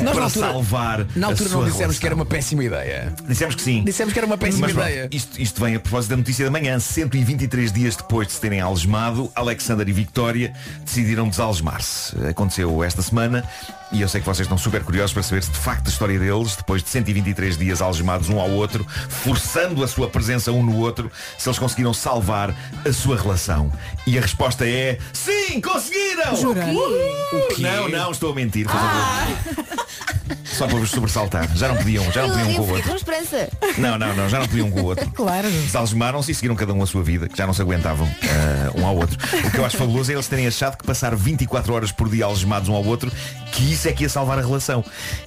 [SPEAKER 6] na
[SPEAKER 12] Oh, para
[SPEAKER 6] altura-
[SPEAKER 12] salvar
[SPEAKER 6] Na altura
[SPEAKER 12] a
[SPEAKER 6] não
[SPEAKER 12] sua
[SPEAKER 6] dissemos
[SPEAKER 12] relação?
[SPEAKER 6] que era uma péssima ideia.
[SPEAKER 12] Dissemos que sim.
[SPEAKER 6] Dissemos que era uma péssima
[SPEAKER 12] Mas pronto,
[SPEAKER 6] ideia.
[SPEAKER 12] Isto, isto vem a propósito da notícia da manhã. 123 dias depois de se terem algemado, Alexander e Victoria decidiram desalgemar-se. Aconteceu esta semana e eu sei que vocês estão super curiosos para saber se de facto a história deles, depois de 123 dias algemados um ao outro, forçando a sua presença um no outro, se eles conseguiram salvar a sua relação. E a resposta é sim, conseguiram!
[SPEAKER 8] Jura?
[SPEAKER 12] Uhul! Não, não, estou a mentir. estou a mentir. Só para vos sobressaltar. Já não podiam, já não
[SPEAKER 7] eu,
[SPEAKER 12] podiam um
[SPEAKER 7] eu
[SPEAKER 12] com o
[SPEAKER 7] fiquei
[SPEAKER 12] outro.
[SPEAKER 7] com esperança.
[SPEAKER 12] Não, não, não, já não podiam um com o outro.
[SPEAKER 3] Claro.
[SPEAKER 12] Desalgemaram-se e seguiram cada um a sua vida, que já não se aguentavam eh, um ao outro. O que eu acho fabuloso é eles terem achado que passar 24 horas por dia algemados um ao outro, que isso é que ia salvar a relação.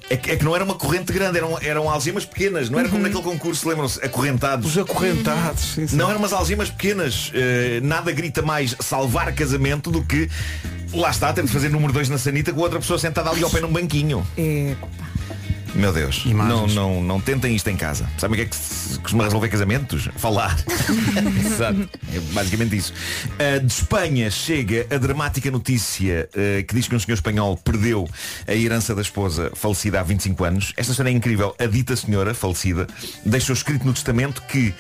[SPEAKER 12] É que, é que não era uma corrente grande, eram, eram algemas pequenas, não era como naquele concurso, lembram-se, acorrentados.
[SPEAKER 1] Uhum. Os acorrentados, sim, sim.
[SPEAKER 12] Não eram umas algemas pequenas. eh, nada grita mais salvar casamento do que lá está, ter de fazer número 2 na sanita com outra pessoa sentada ali ao pé num banquinho.
[SPEAKER 3] É,
[SPEAKER 12] Meu Deus, não, não, não tentem isto em casa. Sabem o que é que se costuma resolver casamentos? Falar. Exato. É basicamente isso. Ah, de Espanha chega a dramática notícia ah, que diz que um senhor espanhol perdeu a herança da esposa falecida há 25 anos. Esta história é incrível. A dita senhora falecida deixou escrito no testamento que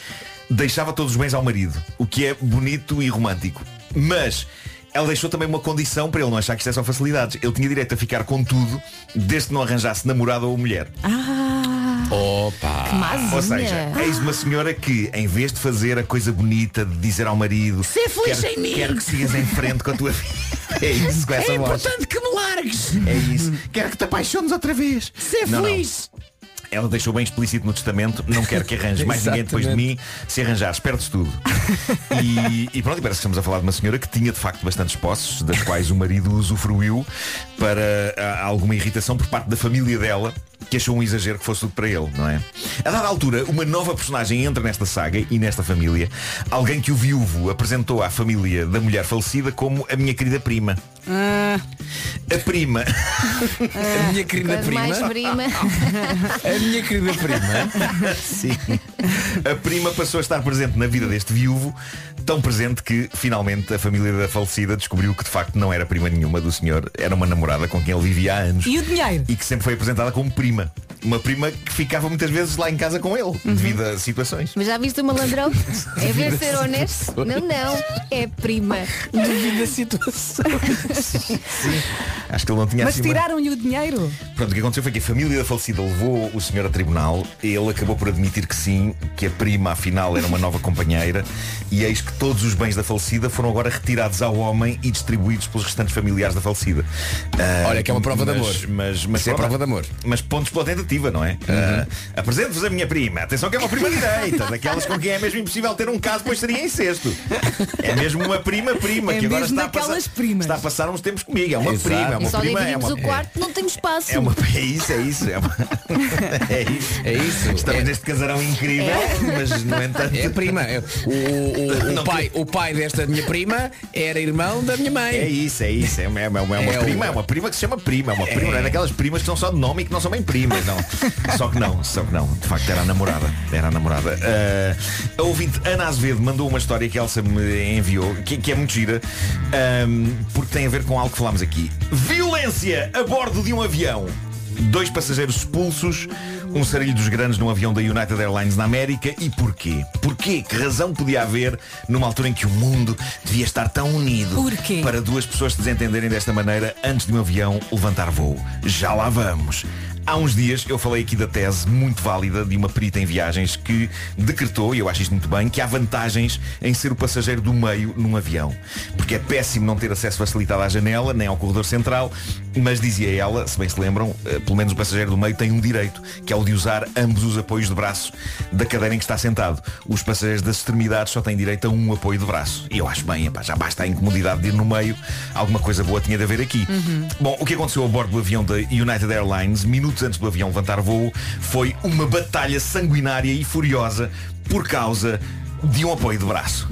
[SPEAKER 12] deixava todos os bens ao marido, o que é bonito e romântico. Mas ela deixou também uma condição para ele não achar que isto é só facilidades. Ele tinha direito a ficar com tudo desde que não arranjasse namorado ou mulher.
[SPEAKER 7] Ah.
[SPEAKER 12] Opa!
[SPEAKER 7] Que mazinha.
[SPEAKER 12] Ou seja, eis uma senhora que, em vez de fazer a coisa bonita de dizer ao marido
[SPEAKER 7] Ser feliz
[SPEAKER 12] quero,
[SPEAKER 7] sem mim."
[SPEAKER 12] quero que sigas em frente com a tua [laughs] vida. É isso, com essa
[SPEAKER 16] é
[SPEAKER 12] voz.
[SPEAKER 16] importante que me largues.
[SPEAKER 12] É isso. Quero que te apaixones outra vez.
[SPEAKER 16] Ser
[SPEAKER 12] Não, não.
[SPEAKER 16] feliz.
[SPEAKER 12] Ela deixou bem explícito no testamento, não quero que arranjes mais ninguém depois de mim, se arranjares, perdes tudo. E, e pronto, e parece que estamos a falar de uma senhora que tinha de facto bastantes posses, das quais o marido usufruiu para ah, alguma irritação por parte da família dela, que achou um exagero que fosse tudo para ele, não é? A dada altura, uma nova personagem entra nesta saga e nesta família, alguém que o viúvo apresentou à família da mulher falecida como a minha querida prima.
[SPEAKER 3] Ah,
[SPEAKER 12] A prima.
[SPEAKER 6] A minha querida
[SPEAKER 7] Quanto mais prima. [laughs]
[SPEAKER 6] A minha querida prima.
[SPEAKER 12] [laughs] Sim. A prima passou a estar presente na vida deste viúvo, tão presente que finalmente a família da falecida descobriu que de facto não era prima nenhuma do senhor, era uma namorada com quem ele vivia há anos.
[SPEAKER 3] E o dinheiro?
[SPEAKER 12] E que sempre foi apresentada como prima. Uma prima que ficava muitas vezes lá em casa com
[SPEAKER 3] Uhum.
[SPEAKER 12] ele, devido a situações.
[SPEAKER 7] Mas já viste o malandrão? É ver ser honesto? Não, não. É prima.
[SPEAKER 6] Devido a situação.
[SPEAKER 12] Acho que ele não tinha
[SPEAKER 3] mas
[SPEAKER 12] assim uma-
[SPEAKER 3] tiraram-lhe o dinheiro.
[SPEAKER 12] Pronto, o que aconteceu foi que a família da falecida levou o senhor a tribunal, ele acabou por admitir que sim, que a prima afinal era uma nova companheira, e eis que todos os bens da falecida foram agora retirados ao homem e distribuídos pelos restantes familiares da falecida. Ah,
[SPEAKER 6] Olha, que é uma prova de
[SPEAKER 12] mas-
[SPEAKER 6] amor.
[SPEAKER 12] Mas, mas
[SPEAKER 6] Isso é prova de amor. Uhum.
[SPEAKER 12] Mas pontos pela tentativa, não é? Ah, Apresento-vos a minha prima. Atenção que é uma prima direita, daquelas com quem é mesmo impossível ter um caso, pois seria incesto. É mesmo uma prima-prima,
[SPEAKER 3] É
[SPEAKER 12] que agora
[SPEAKER 3] mesmo
[SPEAKER 12] está a, passar,
[SPEAKER 3] daquelas primas.
[SPEAKER 12] está a passar uns tempos comigo. É uma
[SPEAKER 6] Exato.
[SPEAKER 12] prima, é
[SPEAKER 7] E
[SPEAKER 12] uma
[SPEAKER 7] só
[SPEAKER 12] prima, é
[SPEAKER 7] dividimos
[SPEAKER 12] uma
[SPEAKER 7] o quarto, não temos espaço.
[SPEAKER 12] é, uma... [laughs] é isso, é isso. É, uma... [laughs] é isso.
[SPEAKER 6] É isso.
[SPEAKER 12] Estamos neste casarão incrível,
[SPEAKER 3] É.
[SPEAKER 12] mas no entanto.
[SPEAKER 6] É prima. É- O, o- o
[SPEAKER 12] Não
[SPEAKER 6] pai, o pai desta minha prima era irmão da minha mãe.
[SPEAKER 12] É isso, é isso. É uma, é uma- é uma
[SPEAKER 6] É
[SPEAKER 12] prima,
[SPEAKER 6] uma-
[SPEAKER 12] é uma prima que se chama prima. É uma prima, não é daquelas primas que são só de nome e que não são bem primas, não. só que não, só que não. De facto, era a namorada. Era a namorada. Ah, a ouvinte Ana Azevedo mandou uma história que a Elsa me enviou, que, que é muito gira, ahm, porque tem a ver com algo que falámos aqui. Violência a bordo de um avião. Dois passageiros expulsos, um sarilho dos grandes num avião da United Airlines na América e porquê? Porquê? Que razão podia haver numa altura em que o mundo devia estar tão unido?
[SPEAKER 3] Porquê?
[SPEAKER 12] Para duas pessoas se desentenderem desta maneira antes de um avião levantar voo. Já lá vamos. Há uns dias eu falei aqui da tese muito válida de uma perita em viagens que decretou, e eu acho isto muito bem, que há vantagens em ser o passageiro do meio num avião. Porque é péssimo não ter acesso facilitado à janela, nem ao corredor central, mas dizia ela, se bem se lembram, eh, pelo menos o passageiro do meio tem um direito, que é o de usar ambos os apoios de braço da cadeira em que está sentado. Os passageiros das extremidades só têm direito a um apoio de braço. E eu acho bem, epá, já basta a incomodidade de ir no meio, alguma coisa boa tinha de haver aqui. Bom, o que aconteceu a bordo do avião da United Airlines, minutos antes do avião levantar voo, foi uma batalha sanguinária e furiosa por causa de um apoio de braço.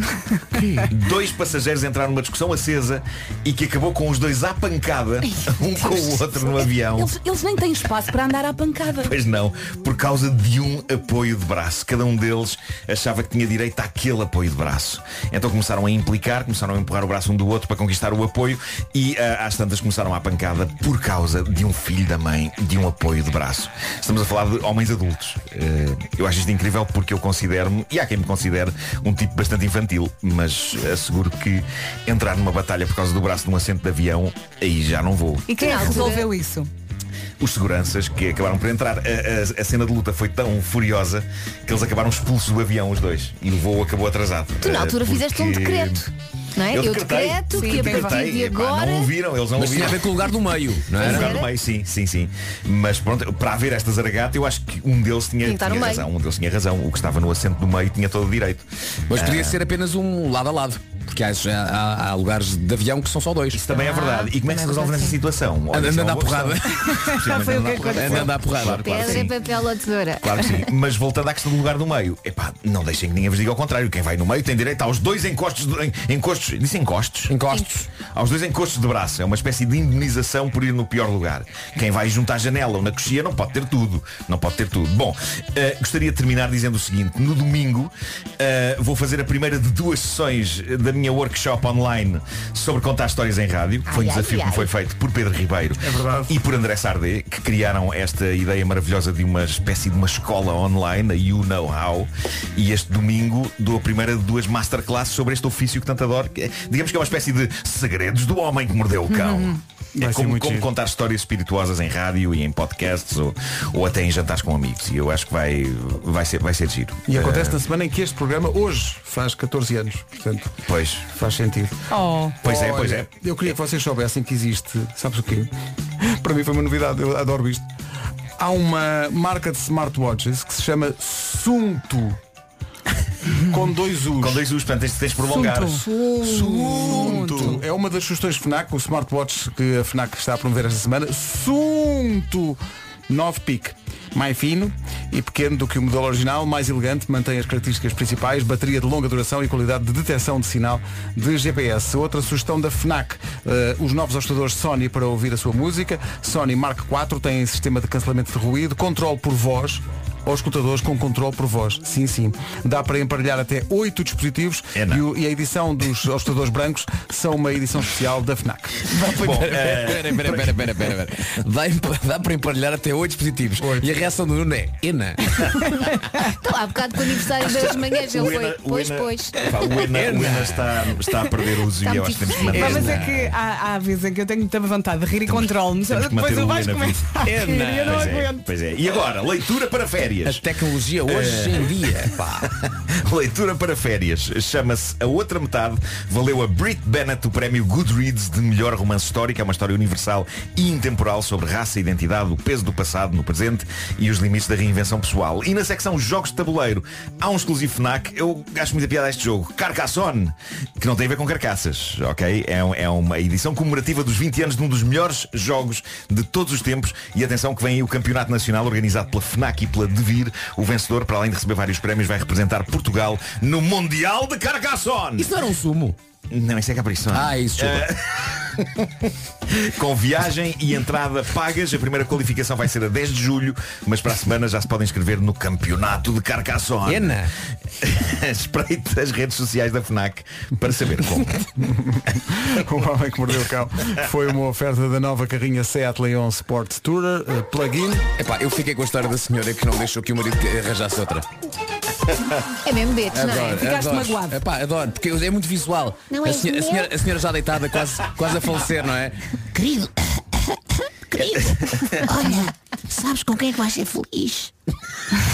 [SPEAKER 12] dois passageiros entraram numa discussão acesa e que acabou com os dois à pancada, um com o outro no avião.
[SPEAKER 3] Eles, eles nem têm espaço para andar à pancada.
[SPEAKER 12] Pois não, por causa de um apoio de braço. Cada um deles achava que tinha direito àquele apoio de braço. Então começaram a implicar, começaram a empurrar o braço um do outro para conquistar o apoio e ah, às tantas começaram à pancada por causa de um filho da mãe de um apoio de braço. Estamos a falar de homens adultos. Eh, eu acho isto incrível porque eu considero-me, e há quem me considere, um tipo bastante infantil, mas asseguro que entrar numa batalha por causa do braço de um assento de avião, aí já não vou
[SPEAKER 3] E quem é que resolveu isso?
[SPEAKER 12] os seguranças que acabaram por entrar. A, a- a cena de luta foi tão furiosa que eles acabaram expulsos do avião, os dois. E o voo acabou atrasado.
[SPEAKER 7] Tu na
[SPEAKER 12] Eh,
[SPEAKER 7] altura fizeste um
[SPEAKER 12] porque-
[SPEAKER 7] decreto. Não é?
[SPEAKER 12] Eu
[SPEAKER 7] Eu
[SPEAKER 12] decretei.
[SPEAKER 7] decreto
[SPEAKER 12] Sim,
[SPEAKER 7] que a partir
[SPEAKER 12] decretei.
[SPEAKER 7] de
[SPEAKER 12] Epá, não
[SPEAKER 7] agora.
[SPEAKER 12] ouviram, eles não
[SPEAKER 6] Mas tinha
[SPEAKER 12] ouviram.
[SPEAKER 6] a ver com o lugar do meio, não é?
[SPEAKER 12] Pois
[SPEAKER 6] era?
[SPEAKER 12] era no meio, sim, sim, sim. Mas pronto, para haver esta zaragata, eu acho que um deles tinha,
[SPEAKER 7] Pintar
[SPEAKER 12] tinha
[SPEAKER 7] o meio.
[SPEAKER 12] razão. Um deles tinha razão. O que estava no assento do meio tinha todo o direito.
[SPEAKER 6] Mas
[SPEAKER 12] Ah,
[SPEAKER 6] podia ser apenas um lado a lado. Porque há, há- há lugares de avião que são só dois. Isso
[SPEAKER 12] também é verdade. E como é que se resolve nessa situação? Olha, isso é
[SPEAKER 6] Andando
[SPEAKER 12] uma
[SPEAKER 6] à
[SPEAKER 12] boa
[SPEAKER 6] porrada.
[SPEAKER 7] [laughs]
[SPEAKER 6] [laughs]
[SPEAKER 12] questão. Precisamente
[SPEAKER 6] Foi o que
[SPEAKER 12] andando à porrada.
[SPEAKER 6] aconteceu. Andando à porrada.
[SPEAKER 12] Claro, claro,
[SPEAKER 7] Pedra,
[SPEAKER 12] sim.
[SPEAKER 7] papel ou tesoura.
[SPEAKER 12] Claro que sim, [laughs] mas voltando à questão do lugar do meio, epá, não deixem que ninguém vos diga ao contrário. Quem vai no meio tem direito aos dois encostos, de, en- encostos, disse encostos?
[SPEAKER 6] Encostos.
[SPEAKER 12] Aos dois encostos de braço. É uma espécie de indemnização por ir no pior lugar. Quem vai junto à janela ou na coxia não pode ter tudo. Não pode ter tudo. Bom, eh, gostaria de terminar dizendo o seguinte. No domingo eh, vou fazer a primeira de duas sessões da minha workshop online sobre contar histórias em rádio. que Foi um
[SPEAKER 7] Ai, ai,
[SPEAKER 12] desafio que
[SPEAKER 7] ai.
[SPEAKER 12] me foi feito por Pedro Ribeiro e por André Sardé, que criaram esta ideia maravilhosa de uma espécie de uma escola online, a You Know How. E este domingo dou a primeira de duas masterclasses sobre este ofício que tanto adoro. que é- Digamos que é uma espécie de segredos do homem que mordeu o cão. É
[SPEAKER 16] ser
[SPEAKER 12] como,
[SPEAKER 16] muito
[SPEAKER 12] como
[SPEAKER 16] giro.
[SPEAKER 12] contar histórias espirituosas em rádio e em podcasts ou, ou até em jantares com amigos. E eu acho que vai, vai, ser, vai ser giro.
[SPEAKER 1] E acontece
[SPEAKER 12] Eh,
[SPEAKER 1] na semana em que este programa hoje faz 14 anos. Portanto,
[SPEAKER 12] pois.
[SPEAKER 1] faz sentido.
[SPEAKER 3] Oh.
[SPEAKER 12] Pois é, pois é.
[SPEAKER 1] Eu queria que vocês soubessem que existe, sabes o quê? [laughs] Para mim foi uma novidade, eu adoro isto. Há uma marca de smartwatches que se chama Sunto. [laughs] Com dois U's.
[SPEAKER 12] Com dois U's, portanto tens, tens de prolongar.
[SPEAKER 1] Sunto. Sunto. É uma das sugestões FNAC, o smartwatch que a FNAC está a promover esta semana. Sunto 9 pic. Mais fino e pequeno do que o modelo original, mais elegante, mantém as características principais, bateria de longa duração e qualidade de detecção de sinal de GPS. Outra sugestão da FNAC, eh, os novos ajustadores Sony para ouvir a sua música. Sony Mark IV tem sistema de cancelamento de ruído, controle por voz, aos escutadores com controle por voz. Sim, sim. Dá para emparelhar até oito dispositivos
[SPEAKER 6] É,
[SPEAKER 1] e, o- e a edição dos [laughs] escutadores brancos são uma edição especial da FNAC.
[SPEAKER 6] Bom,
[SPEAKER 12] eh,
[SPEAKER 6] é. Pera, pera, pera, pera, pera, pera. Dá, em- dá para emparelhar até oito dispositivos. E a reação do Nuno é Ena.
[SPEAKER 7] [laughs] Então, há bocado com o aniversário
[SPEAKER 12] [laughs]
[SPEAKER 7] das manhãs ele
[SPEAKER 12] O Ena-
[SPEAKER 7] foi.
[SPEAKER 12] o
[SPEAKER 7] Pois,
[SPEAKER 12] Ena-
[SPEAKER 7] pois.
[SPEAKER 12] Pá, o Ena, o Ena está, está a perder
[SPEAKER 7] [laughs]
[SPEAKER 12] o uso e eu acho que temos que manter.
[SPEAKER 3] Pá, mas é que há, há vezes em que eu tenho muita vontade de rir e controlo-me.
[SPEAKER 12] Temos que
[SPEAKER 3] Depois
[SPEAKER 12] manter
[SPEAKER 3] eu
[SPEAKER 12] o
[SPEAKER 3] vais
[SPEAKER 12] Ena vivo.
[SPEAKER 3] começar a rir e [laughs] eu não
[SPEAKER 12] Pois é,
[SPEAKER 3] aguento.
[SPEAKER 12] pois é. E agora, leitura para férias. Eh.
[SPEAKER 6] A tecnologia hoje em dia, pá.
[SPEAKER 12] É. [laughs] leitura para férias. Chama-se A Outra Metade. Valeu a Brit Bennett o prémio Goodreads de melhor romance histórico. É uma história universal e intemporal sobre raça, identidade, o peso do passado no presente e os limites da reinvenção pessoal. E na secção Jogos de Tabuleiro há um exclusivo FNAC. Eu acho muita piada a este jogo. Carcassonne, que não tem a ver com carcaças, ok? É, um- é uma edição comemorativa dos 20 anos de um dos melhores jogos de todos os tempos. E atenção que vem aí o Campeonato Nacional organizado pela FNAC e pela Devir. O vencedor, para além de receber vários prémios, vai representar Portugal no Mundial de Carcassonne.
[SPEAKER 6] Isso não era um sumo.
[SPEAKER 12] Não, isso é Capricorn.
[SPEAKER 6] Ah, isso, desculpa.
[SPEAKER 12] [laughs] Com viagem e entrada pagas, a primeira qualificação vai ser a 10 de julho, mas para a semana já se podem inscrever no Campeonato de Carcassonne.
[SPEAKER 6] Ena.
[SPEAKER 12] [laughs] Espreite as redes sociais da FNAC para saber como.
[SPEAKER 1] [laughs] o Homem que Mordeu o Cão foi uma oferta da nova carrinha Seat Leon Sport Tourer eh, plug-in.
[SPEAKER 6] Epá, eu fiquei com a história da senhora que não deixou que o marido arranjasse outra.
[SPEAKER 7] É mesmo betes, não é?
[SPEAKER 6] Adoro, adoro. Epá, adoro, porque é muito visual.
[SPEAKER 7] Não
[SPEAKER 6] a,
[SPEAKER 7] és
[SPEAKER 6] senhora, a,
[SPEAKER 7] meu?
[SPEAKER 6] senhora, a senhora já deitada, quase, quase a falecer, não é?
[SPEAKER 17] Querido, querido, olha, sabes com quem é que vais ser feliz?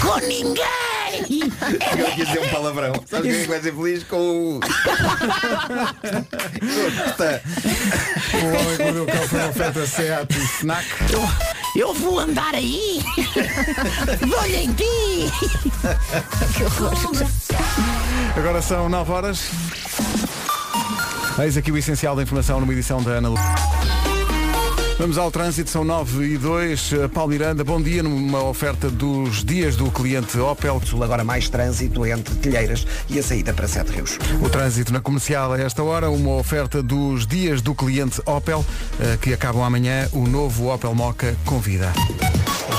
[SPEAKER 17] Com
[SPEAKER 1] [laughs]
[SPEAKER 17] ninguém!
[SPEAKER 12] Eu ia dizer um palavrão. Sabes quem é que vai ser feliz com o.
[SPEAKER 1] O Homem que Mordeu o Cão foi uma oferta Seat e Fnac.
[SPEAKER 17] [laughs] Eu, eu vou andar aí! [laughs] Olha em ti! Que horror!
[SPEAKER 1] Agora são 9 horas. Eis aqui o essencial da informação numa edição da Ana Lu. Vamos ao trânsito, são 9 e 2. Eh, Paulo Miranda, bom dia numa oferta dos dias do cliente Opel.
[SPEAKER 4] Agora mais trânsito entre Telheiras e a saída para Sete Rios.
[SPEAKER 1] O trânsito na comercial a esta hora, uma oferta dos dias do cliente Opel, eh, que acabam amanhã, o novo Opel Moca convida.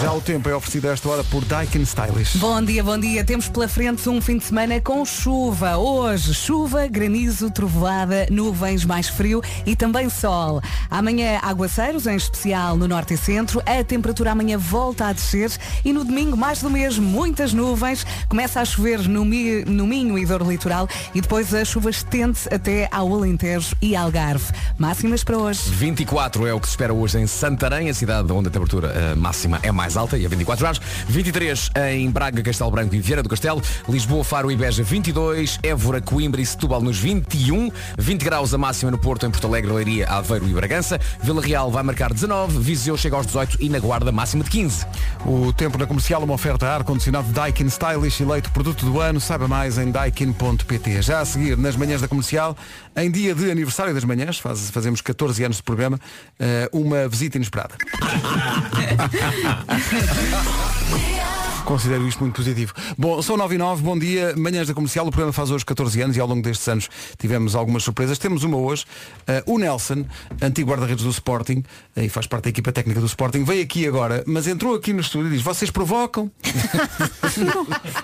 [SPEAKER 1] Já o tempo é oferecido a esta hora por Daikin Stylish.
[SPEAKER 3] Bom dia, bom dia. Temos pela frente um fim de semana com chuva. Hoje, chuva, granizo, trovoada, nuvens, mais frio e também sol. Amanhã, aguaceiros, em especial no norte e centro. A temperatura amanhã volta a descer e no domingo, mais do mesmo, muitas nuvens. Começa a chover no, Mi- no Minho e Douro Litoral e depois a chuva estende-se até ao Alentejo e Algarve. Máximas para hoje. [laughs]
[SPEAKER 6] 24 é o que se espera hoje em Santarém, a cidade onde a temperatura eh, máxima é mais alta, e a 24 graus. 23 em Braga, Castelo Branco e Vieira do Castelo. Lisboa, Faro e Beja, 22. Évora, Coimbra e Setúbal nos 21. 20 graus a máxima no Porto, em Porto Alegre, Leiria, Aveiro e Bragança. Vila Real vai marcar 19. Viseu chega aos 18 e na Guarda máxima de 15.
[SPEAKER 1] O tempo na comercial, uma oferta a ar-condicionado Daikin Stylish, eleito produto do ano. Saiba mais em daikin.pt. Já a seguir, nas manhãs da comercial, em dia de aniversário das manhãs, faz- fazemos 14 anos de programa, eh, uma visita inesperada. Considero isto muito positivo. Bom, são 9 e 9, bom dia. Manhãs da Comercial, o programa faz hoje 14 anos e ao longo destes anos tivemos algumas surpresas. Temos uma hoje. Eh, o Nelson, antigo guarda-redes do Sporting, eh, e faz parte da equipa técnica do Sporting, veio aqui agora, mas entrou aqui no estúdio e diz, vocês provocam?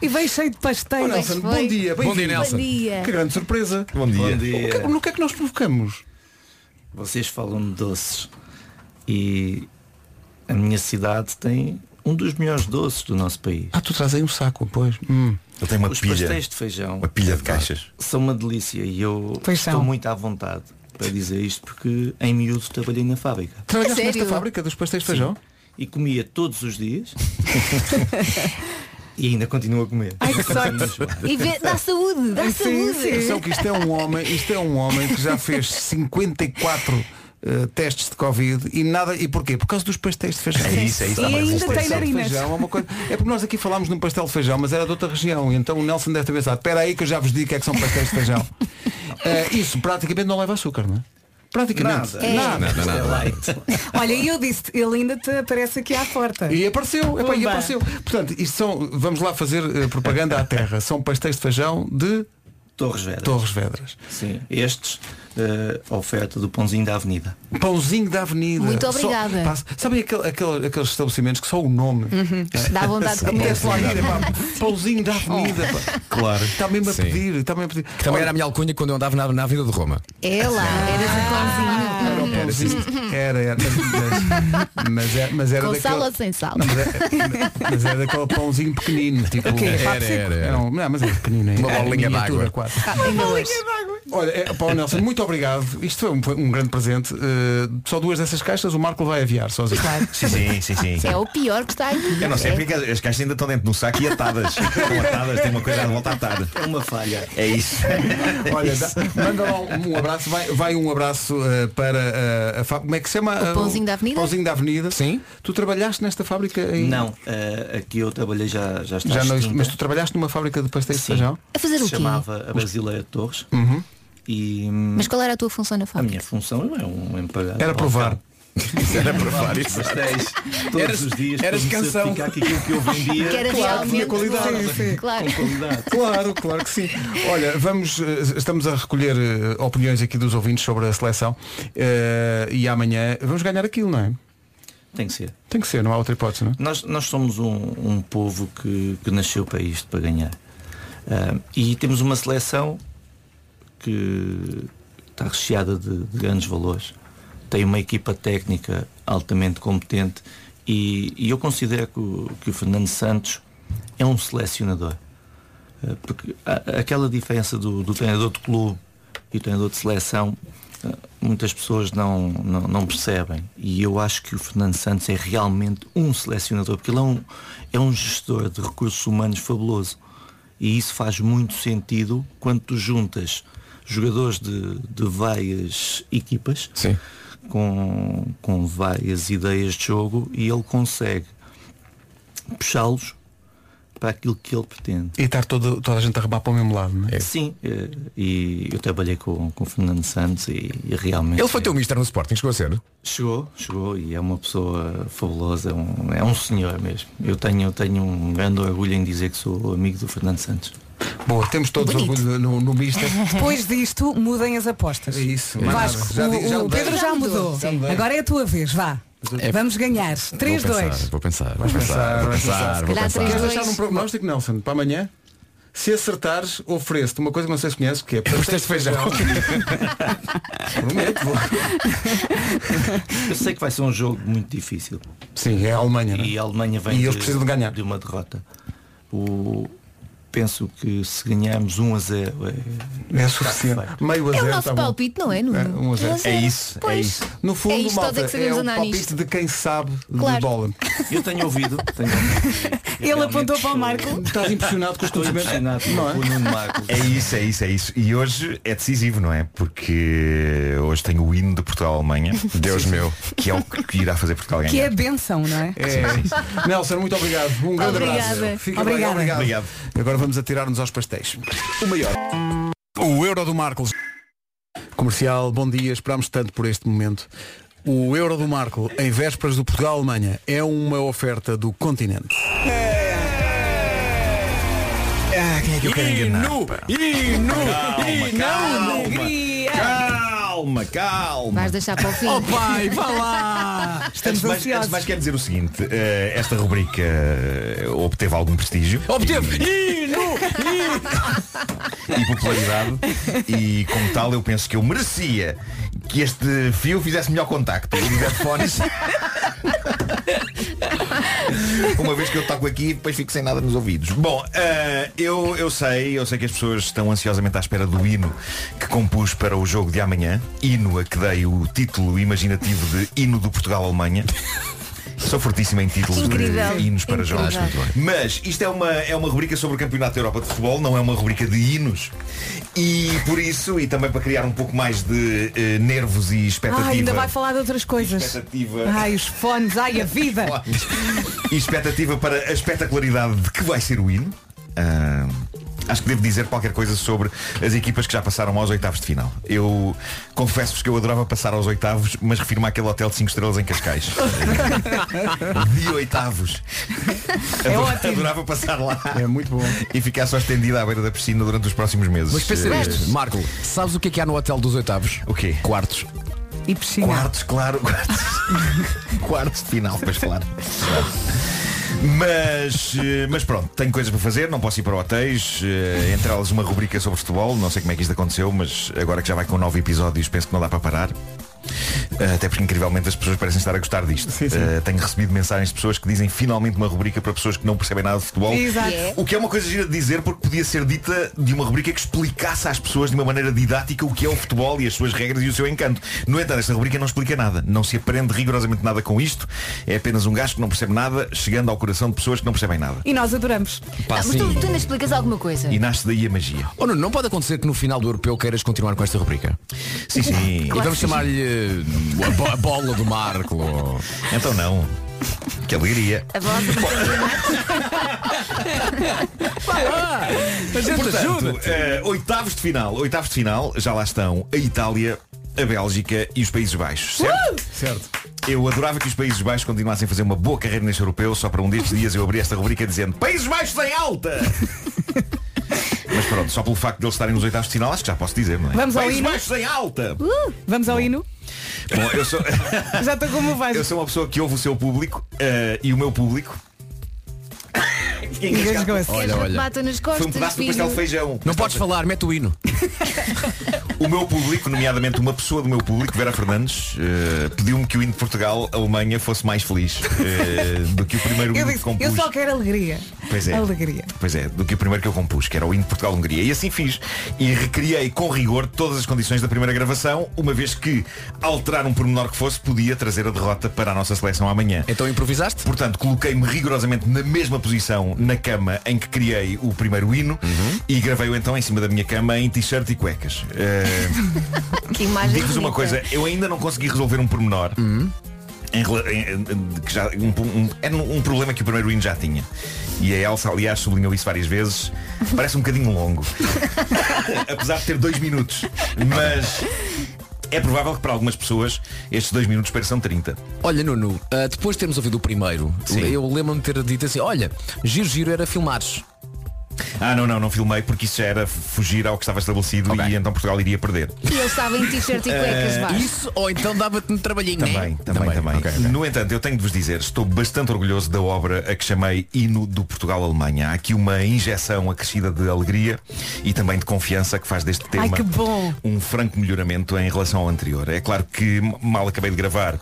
[SPEAKER 3] e veio cheio de pastéis.
[SPEAKER 1] Oh, Nelson, bom dia.
[SPEAKER 3] Bom dia, Nelson. Bom dia.
[SPEAKER 1] Que grande surpresa.
[SPEAKER 16] Bom dia.
[SPEAKER 1] O que- no que é que nós provocamos?
[SPEAKER 16] Vocês falam de doces e a minha cidade tem um dos melhores doces do nosso país.
[SPEAKER 1] Ah, tu traz aí um saco, pois.
[SPEAKER 12] Eu tenho uma
[SPEAKER 16] Os
[SPEAKER 12] pilha.
[SPEAKER 16] pastéis de feijão
[SPEAKER 12] Uma pilha de caixas.
[SPEAKER 16] são uma delícia e eu
[SPEAKER 3] Pois são.
[SPEAKER 16] estou muito à vontade. para dizer isto porque em miúdo trabalhei na fábrica.
[SPEAKER 1] Trabalhaste nesta fábrica dos pastéis de feijão?
[SPEAKER 16] Sim. E comia todos
[SPEAKER 3] [laughs]
[SPEAKER 16] os dias. e ainda continuo a comer.
[SPEAKER 7] Ai, que sorte. E vê, dá saúde, dá saúde.
[SPEAKER 1] Atenção que isto é um homem, isto é um homem que já fez 54 eh, testes de Covid e nada. E porquê? Por causa dos pastéis de feijão.
[SPEAKER 12] É isso, é isso. E Há uma ainda resistência. tem
[SPEAKER 1] Pastel de
[SPEAKER 12] narinas.
[SPEAKER 1] feijão é, uma coisa- é porque nós aqui falámos de um pastel de feijão, mas era de outra região. E então o Nelson deve ter pensado, espera aí que eu já vos digo o que é que são pastéis de feijão. Eh, isso praticamente não leva açúcar, não é? Praticamente.
[SPEAKER 3] Nada. Nada, nada, [laughs] Olha, e eu disse, ele ainda te aparece aqui à porta.
[SPEAKER 1] E apareceu, epá, e
[SPEAKER 3] Pumba.
[SPEAKER 1] apareceu. Portanto, isto são, vamos lá fazer eh, propaganda à terra. São pastéis de feijão de
[SPEAKER 16] Torres Vedras.
[SPEAKER 1] Torres Vedras.
[SPEAKER 16] Sim, estes, eh, a oferta do pãozinho da avenida.
[SPEAKER 1] Pãozinho da Avenida.
[SPEAKER 7] Muito
[SPEAKER 1] Só-
[SPEAKER 7] obrigada.
[SPEAKER 1] pá, sabem aquele- aquele- aqueles estabelecimentos que só o nome.
[SPEAKER 7] Uhum. Dá vontade de
[SPEAKER 1] Apetece
[SPEAKER 7] comer.
[SPEAKER 1] lá ir, pá. Pãozinho da Avenida. pá.
[SPEAKER 6] Claro.
[SPEAKER 1] Está mesmo a pedir, está mesmo a pedir.
[SPEAKER 6] Que também era a minha alcunha quando eu andava na, na Avenida de Roma.
[SPEAKER 7] É lá,
[SPEAKER 1] Ah, Era
[SPEAKER 7] era
[SPEAKER 1] um
[SPEAKER 7] [laughs]
[SPEAKER 1] pãozinho. Era, era. Mas, mas era, mas era
[SPEAKER 7] Oh. Com sal ou
[SPEAKER 1] daquele.
[SPEAKER 7] sem sal?
[SPEAKER 1] Não, mas, era,
[SPEAKER 7] [laughs]
[SPEAKER 1] mas é- era daquele pãozinho pequenino, tipo.
[SPEAKER 6] O quê? Era,
[SPEAKER 1] papo seco.
[SPEAKER 6] era, era.
[SPEAKER 1] Não, não, mas era pequenino.
[SPEAKER 6] Uma
[SPEAKER 1] era
[SPEAKER 6] bolinha
[SPEAKER 1] miniatura,
[SPEAKER 6] d'água.
[SPEAKER 1] quase.
[SPEAKER 7] Ainda hoje.
[SPEAKER 1] Olha, é, Paulo Nelson, muito obrigado. Isto foi um, um grande presente. Eh, só duas dessas caixas o Marco vai aviar sozinho.
[SPEAKER 12] Sim, sim, sim, sim.
[SPEAKER 7] É o pior que está aqui.
[SPEAKER 12] Eu não sei
[SPEAKER 7] É.
[SPEAKER 12] porque as caixas ainda estão dentro de um saco e atadas. Estão atadas, tem uma coisa à volta atada. É uma falha. É isso.
[SPEAKER 1] Olha, dá- manda lá um, um abraço, vai, vai um abraço eh, para eh, a fábrica. Como é que se chama?
[SPEAKER 7] O Pãozinho da Avenida?
[SPEAKER 1] Pãozinho da Avenida. Sim. Tu trabalhaste nesta fábrica em.
[SPEAKER 16] Não, eh, aqui eu trabalhei já, já está
[SPEAKER 1] Já não,
[SPEAKER 16] extinta.
[SPEAKER 1] mas tu trabalhaste numa fábrica de pastéis de
[SPEAKER 16] Sim.
[SPEAKER 1] feijão? Uhum.
[SPEAKER 7] fazer o
[SPEAKER 16] Se
[SPEAKER 7] quê?
[SPEAKER 16] Chamava a Brasileira de Torres. E, hum,
[SPEAKER 7] Mas qual era a tua função na
[SPEAKER 16] a
[SPEAKER 7] fábrica?
[SPEAKER 16] minha função é um empregado.
[SPEAKER 1] Era provar. [laughs]
[SPEAKER 16] Era
[SPEAKER 1] provar,
[SPEAKER 16] os
[SPEAKER 1] isso.
[SPEAKER 16] pastéis todos
[SPEAKER 1] Eras-
[SPEAKER 16] os dias
[SPEAKER 1] eras
[SPEAKER 16] para me
[SPEAKER 1] canção.
[SPEAKER 16] certificar que aquilo que eu vendia
[SPEAKER 7] Que era
[SPEAKER 1] Claro,
[SPEAKER 7] realmente
[SPEAKER 1] tinha qualidade.
[SPEAKER 7] bom.
[SPEAKER 1] Sim, sim.
[SPEAKER 7] Claro.
[SPEAKER 1] Claro, claro que sim. Olha, vamos, eh, estamos a recolher eh, opiniões aqui dos ouvintes sobre a seleção eh, e amanhã vamos ganhar aquilo, não é?
[SPEAKER 16] Tem que ser.
[SPEAKER 1] Tem que ser, não há outra hipótese, não é?
[SPEAKER 16] Nós, nós somos um, um povo que, que nasceu para isto, para ganhar. Ah, e temos uma seleção que está recheada de, de grandes valores. Tem uma equipa técnica altamente competente e, e eu considero que o, que o Fernando Santos é um selecionador. Ah, Porque a- aquela diferença do, do treinador de clube e o treinador de seleção ah, muitas pessoas não, não, não percebem. E eu acho que o Fernando Santos é realmente um selecionador, porque ele é um, é um gestor de recursos humanos fabuloso. E isso faz muito sentido quando tu juntas jogadores de, de várias equipas com, com várias ideias de jogo e ele consegue puxá-los para aquilo que ele pretende.
[SPEAKER 1] E estar todo, toda a gente a rebar para o mesmo lado, não é?
[SPEAKER 16] Sim, eh, e eu trabalhei com, com o Fernando Santos e, e realmente.
[SPEAKER 6] Ele foi teu mister no Sporting, chegou a ser?
[SPEAKER 16] Chegou, chegou e é uma pessoa fabulosa, é um, é um senhor mesmo. Eu tenho, eu tenho um grande orgulho em dizer que sou amigo do Fernando Santos.
[SPEAKER 1] Boa, temos todos orgulho no, no Mister.
[SPEAKER 3] [laughs] Depois disto, mudem as apostas.
[SPEAKER 1] É isso. mais nada.
[SPEAKER 3] Vasco,
[SPEAKER 1] Já
[SPEAKER 3] o-
[SPEAKER 1] di- já
[SPEAKER 3] o,
[SPEAKER 1] mudei.
[SPEAKER 3] Pedro já mudou.
[SPEAKER 1] Já mudei.
[SPEAKER 3] Agora é a tua vez, vá.
[SPEAKER 1] É-
[SPEAKER 3] Vamos ganhar.
[SPEAKER 6] vou pensar,
[SPEAKER 3] 3-2.
[SPEAKER 6] vou pensar, vou pensar, vou pensar, vou pensar.
[SPEAKER 1] Queres deixar um prognóstico, Nelson, para amanhã? Se acertares, ofereço-te uma coisa que não sei se conheces, que é pastéis de feijão.
[SPEAKER 12] [laughs]
[SPEAKER 6] [laughs]
[SPEAKER 1] Prometo, vou.
[SPEAKER 16] Eu sei que vai ser um jogo muito difícil.
[SPEAKER 1] Sim, é a Alemanha.
[SPEAKER 16] E a Alemanha vem
[SPEAKER 1] E eles
[SPEAKER 16] de,
[SPEAKER 1] precisam de ganhar.
[SPEAKER 16] de uma derrota. O, penso que se ganharmos 1 a 0
[SPEAKER 1] é,
[SPEAKER 16] [laughs]
[SPEAKER 1] suficiente. Meio a
[SPEAKER 12] um
[SPEAKER 7] É o
[SPEAKER 1] zero,
[SPEAKER 7] nosso
[SPEAKER 1] tá bom.
[SPEAKER 7] palpite, não é, Nuno?
[SPEAKER 1] É, um a zero.
[SPEAKER 7] Um a zero. Pois.
[SPEAKER 1] No fundo,
[SPEAKER 7] é isto, nós
[SPEAKER 1] malta,
[SPEAKER 7] é que
[SPEAKER 1] é
[SPEAKER 7] sabemos
[SPEAKER 1] o
[SPEAKER 7] andar
[SPEAKER 1] palpite
[SPEAKER 7] nisto.
[SPEAKER 1] de quem sabe
[SPEAKER 7] Claro.
[SPEAKER 1] de bola.
[SPEAKER 16] Eu tenho ouvido. Tenho
[SPEAKER 3] Ele apontou para o Marco.
[SPEAKER 1] Estás impressionado com os
[SPEAKER 16] Estou impressionado
[SPEAKER 1] Não é?
[SPEAKER 16] com o Nuno Marco.
[SPEAKER 12] É isso, é isso, é isso. E hoje é decisivo, não é? Porque hoje tem o hino de Portugal-Alemanha. Deus meu. Que é o que irá fazer Portugal ganhar.
[SPEAKER 3] Que é benção, não é?
[SPEAKER 1] Nelson, muito obrigado. Um grande
[SPEAKER 3] Obrigada.
[SPEAKER 1] abraço. Fica bem,
[SPEAKER 3] Obrigada.
[SPEAKER 1] obrigado. Agora vamos atirar-nos aos pastéis. O maior. O Euro do Marcos. Comercial, bom dia. Esperámos tanto por este momento. O Euro do Marco, em vésperas do Portugal-Alemanha, é uma oferta do continente.
[SPEAKER 12] Ah, quem é que eu quero enganar?
[SPEAKER 6] Hino!
[SPEAKER 12] Calma,
[SPEAKER 3] Alegria.
[SPEAKER 12] calma, calma, calma.
[SPEAKER 7] Vais deixar para o fim.
[SPEAKER 12] Oh, pai, vá
[SPEAKER 3] lá!
[SPEAKER 12] Antes de mais, antes de mais quero dizer o seguinte, eh, esta rubrica eh, obteve algum prestígio.
[SPEAKER 6] Obteve!
[SPEAKER 12] e
[SPEAKER 17] [laughs]
[SPEAKER 12] popularidade e como tal eu penso que eu merecia que
[SPEAKER 17] [laughs]
[SPEAKER 12] este fio fizesse melhor contacto e os headphones Uma vez que eu toco aqui, depois fico sem nada nos ouvidos. Bom, eh, eu, eu sei, eu sei que as pessoas estão ansiosamente à espera do hino que compus para o jogo de amanhã. Hino a que dei o título imaginativo de Hino do Portugal-Alemanha. Sou fortíssimo em títulos
[SPEAKER 17] Incrível,
[SPEAKER 12] de hinos para
[SPEAKER 17] incrível.
[SPEAKER 12] jogos. Mas isto é uma, é uma rubrica sobre o Campeonato da Europa de Futebol, não é uma rubrica de hinos. E por isso, e também para criar um pouco mais de eh, nervos e expectativa.
[SPEAKER 3] Ai, Ah, ainda vai falar de outras coisas.
[SPEAKER 12] Expectativa.
[SPEAKER 3] Ai, os fones, ai, a vida.
[SPEAKER 12] e expectativa para a espetacularidade de que vai ser o hino. Ah, acho que devo dizer qualquer coisa sobre as equipas que já passaram aos oitavos de final. Eu confesso-vos que eu adorava passar aos oitavos, mas refiro-me àquele hotel de 5 estrelas
[SPEAKER 3] [laughs]
[SPEAKER 12] em Cascais. de oitavos.
[SPEAKER 17] É
[SPEAKER 12] Ador-
[SPEAKER 17] ótimo.
[SPEAKER 12] Adorava passar lá. É muito bom. E ficar só estendida à beira da piscina durante os próximos meses.
[SPEAKER 6] Mas pensa
[SPEAKER 12] Eh,
[SPEAKER 6] nisto, Marco, sabes o que é que há no hotel dos oitavos?
[SPEAKER 12] O quê?
[SPEAKER 6] Quartos.
[SPEAKER 3] E piscina.
[SPEAKER 12] Quartos,
[SPEAKER 3] [laughs]
[SPEAKER 12] claro, quartos. quartos de final, pois claro. Mas, eh, mas pronto, tenho coisas para fazer, não posso ir para hotéis, eh, entre elas uma rubrica sobre futebol, não sei como é que isto aconteceu, mas agora que já vai com nove episódios penso que não dá para parar. Eh, Até porque incrivelmente as pessoas parecem estar a gostar disto. Eh, tenho recebido mensagens de pessoas que dizem finalmente uma rubrica para pessoas que não percebem nada de futebol.
[SPEAKER 17] Exato. Yeah.
[SPEAKER 12] O que é uma coisa gira de dizer porque podia ser dita de uma rubrica que explicasse às pessoas de uma maneira didática o que é o futebol e as suas regras e o seu encanto. No entanto, esta rubrica não explica nada. Não se aprende rigorosamente nada com isto. É apenas um gajo que não percebe nada, chegando ao coração de pessoas que não percebem nada.
[SPEAKER 3] E nós adoramos.
[SPEAKER 12] Pá,
[SPEAKER 7] Ah,
[SPEAKER 15] Não, mas
[SPEAKER 12] sim.
[SPEAKER 15] tu, tu ainda explicas alguma coisa.
[SPEAKER 12] E nasce daí a magia.
[SPEAKER 6] Ou não, Oh, não pode acontecer que no final do europeu queiras continuar com esta rubrica.
[SPEAKER 12] Sim, sim.
[SPEAKER 6] E
[SPEAKER 12] Claro que
[SPEAKER 6] vamos
[SPEAKER 12] sim.
[SPEAKER 6] chamar-lhe eh, a, bo- a bola do Marco. ou-
[SPEAKER 12] Então não. Que alegria.
[SPEAKER 17] A voz do
[SPEAKER 12] Portanto, eh, oitavos de final, oitavos de final, já lá estão a Itália, a Bélgica e os Países Baixos, certo? Certo. Eu adorava que os Países Baixos continuassem a fazer uma boa carreira neste europeu, só para um destes dias eu abri esta rubrica dizendo [laughs] Países Baixos em alta! Mas pronto, só pelo facto de eles estarem nos oitavos de final, acho que já posso dizer, não é?
[SPEAKER 3] Vamos ao
[SPEAKER 12] Países
[SPEAKER 3] hino.
[SPEAKER 12] Baixos em alta!
[SPEAKER 3] Uh, vamos ao hino.
[SPEAKER 12] Bom, eu sou...
[SPEAKER 3] [laughs] Já estou como vais.
[SPEAKER 12] Eu sou uma pessoa que ouve o seu público eh, e o meu público. Fiquei engasgado.
[SPEAKER 15] Queres que eu te bata nas costas,
[SPEAKER 12] Foi um pedaço do
[SPEAKER 15] filho?
[SPEAKER 12] pastel
[SPEAKER 7] [laughs]
[SPEAKER 12] de feijão.
[SPEAKER 6] Não podes falar, mete o hino.
[SPEAKER 12] [laughs] O meu público, nomeadamente uma pessoa do meu público, Vera Fernandes, eh, pediu-me que o hino de Portugal, Alemanha, fosse mais feliz eh, do que o primeiro
[SPEAKER 3] Eu
[SPEAKER 12] hino que
[SPEAKER 3] disse, eu
[SPEAKER 12] compus.
[SPEAKER 3] só quero alegria.
[SPEAKER 12] Pois é.
[SPEAKER 3] Alegria.
[SPEAKER 12] Pois é, do que o primeiro que eu compus, que era o hino de Portugal-Hungria. E assim fiz. E recriei com rigor todas as condições da primeira gravação, uma vez que alterar um pormenor que fosse podia trazer a derrota para a nossa seleção amanhã.
[SPEAKER 6] Então improvisaste?
[SPEAKER 12] Portanto, coloquei-me rigorosamente na mesma posição na cama em que criei o primeiro hino
[SPEAKER 6] Uhum.
[SPEAKER 12] e gravei-o então em cima da minha cama em t-shirt e cuecas. Eh,
[SPEAKER 15] Que imagem
[SPEAKER 12] Digo-vos uma
[SPEAKER 15] bonita.
[SPEAKER 12] coisa, eu ainda não consegui resolver um pormenor. Em, rela- em- em- que já, um, um- era um problema que o primeiro hino já tinha. E a Elsa, aliás, sublinhou isso várias vezes. Parece um bocadinho longo. [laughs] Apesar de ter dois minutos. Mas é provável que para algumas pessoas estes dois minutos pareçam 30.
[SPEAKER 6] Olha, Nuno, ah, depois de termos ouvido o primeiro,
[SPEAKER 12] Sim.
[SPEAKER 6] eu lembro-me de ter dito assim, olha, giro giro era filmares.
[SPEAKER 12] Ah, não, não, não filmei porque isso já era fugir ao que estava estabelecido e então Portugal iria perder.
[SPEAKER 15] E ele estava em t-shirt e cuecas,
[SPEAKER 12] Eh,
[SPEAKER 15] vá.
[SPEAKER 6] Isso, ou então dava-te um trabalhinho,
[SPEAKER 12] Também,
[SPEAKER 6] né?
[SPEAKER 12] também, também. No entanto, eu tenho de vos dizer, estou bastante orgulhoso da obra a que chamei Hino do Portugal-Alemanha. Há aqui uma injeção acrescida de alegria e também de confiança que faz deste tema
[SPEAKER 3] Ai, que bom.
[SPEAKER 12] um franco melhoramento em relação ao anterior. É claro que mal acabei de gravar.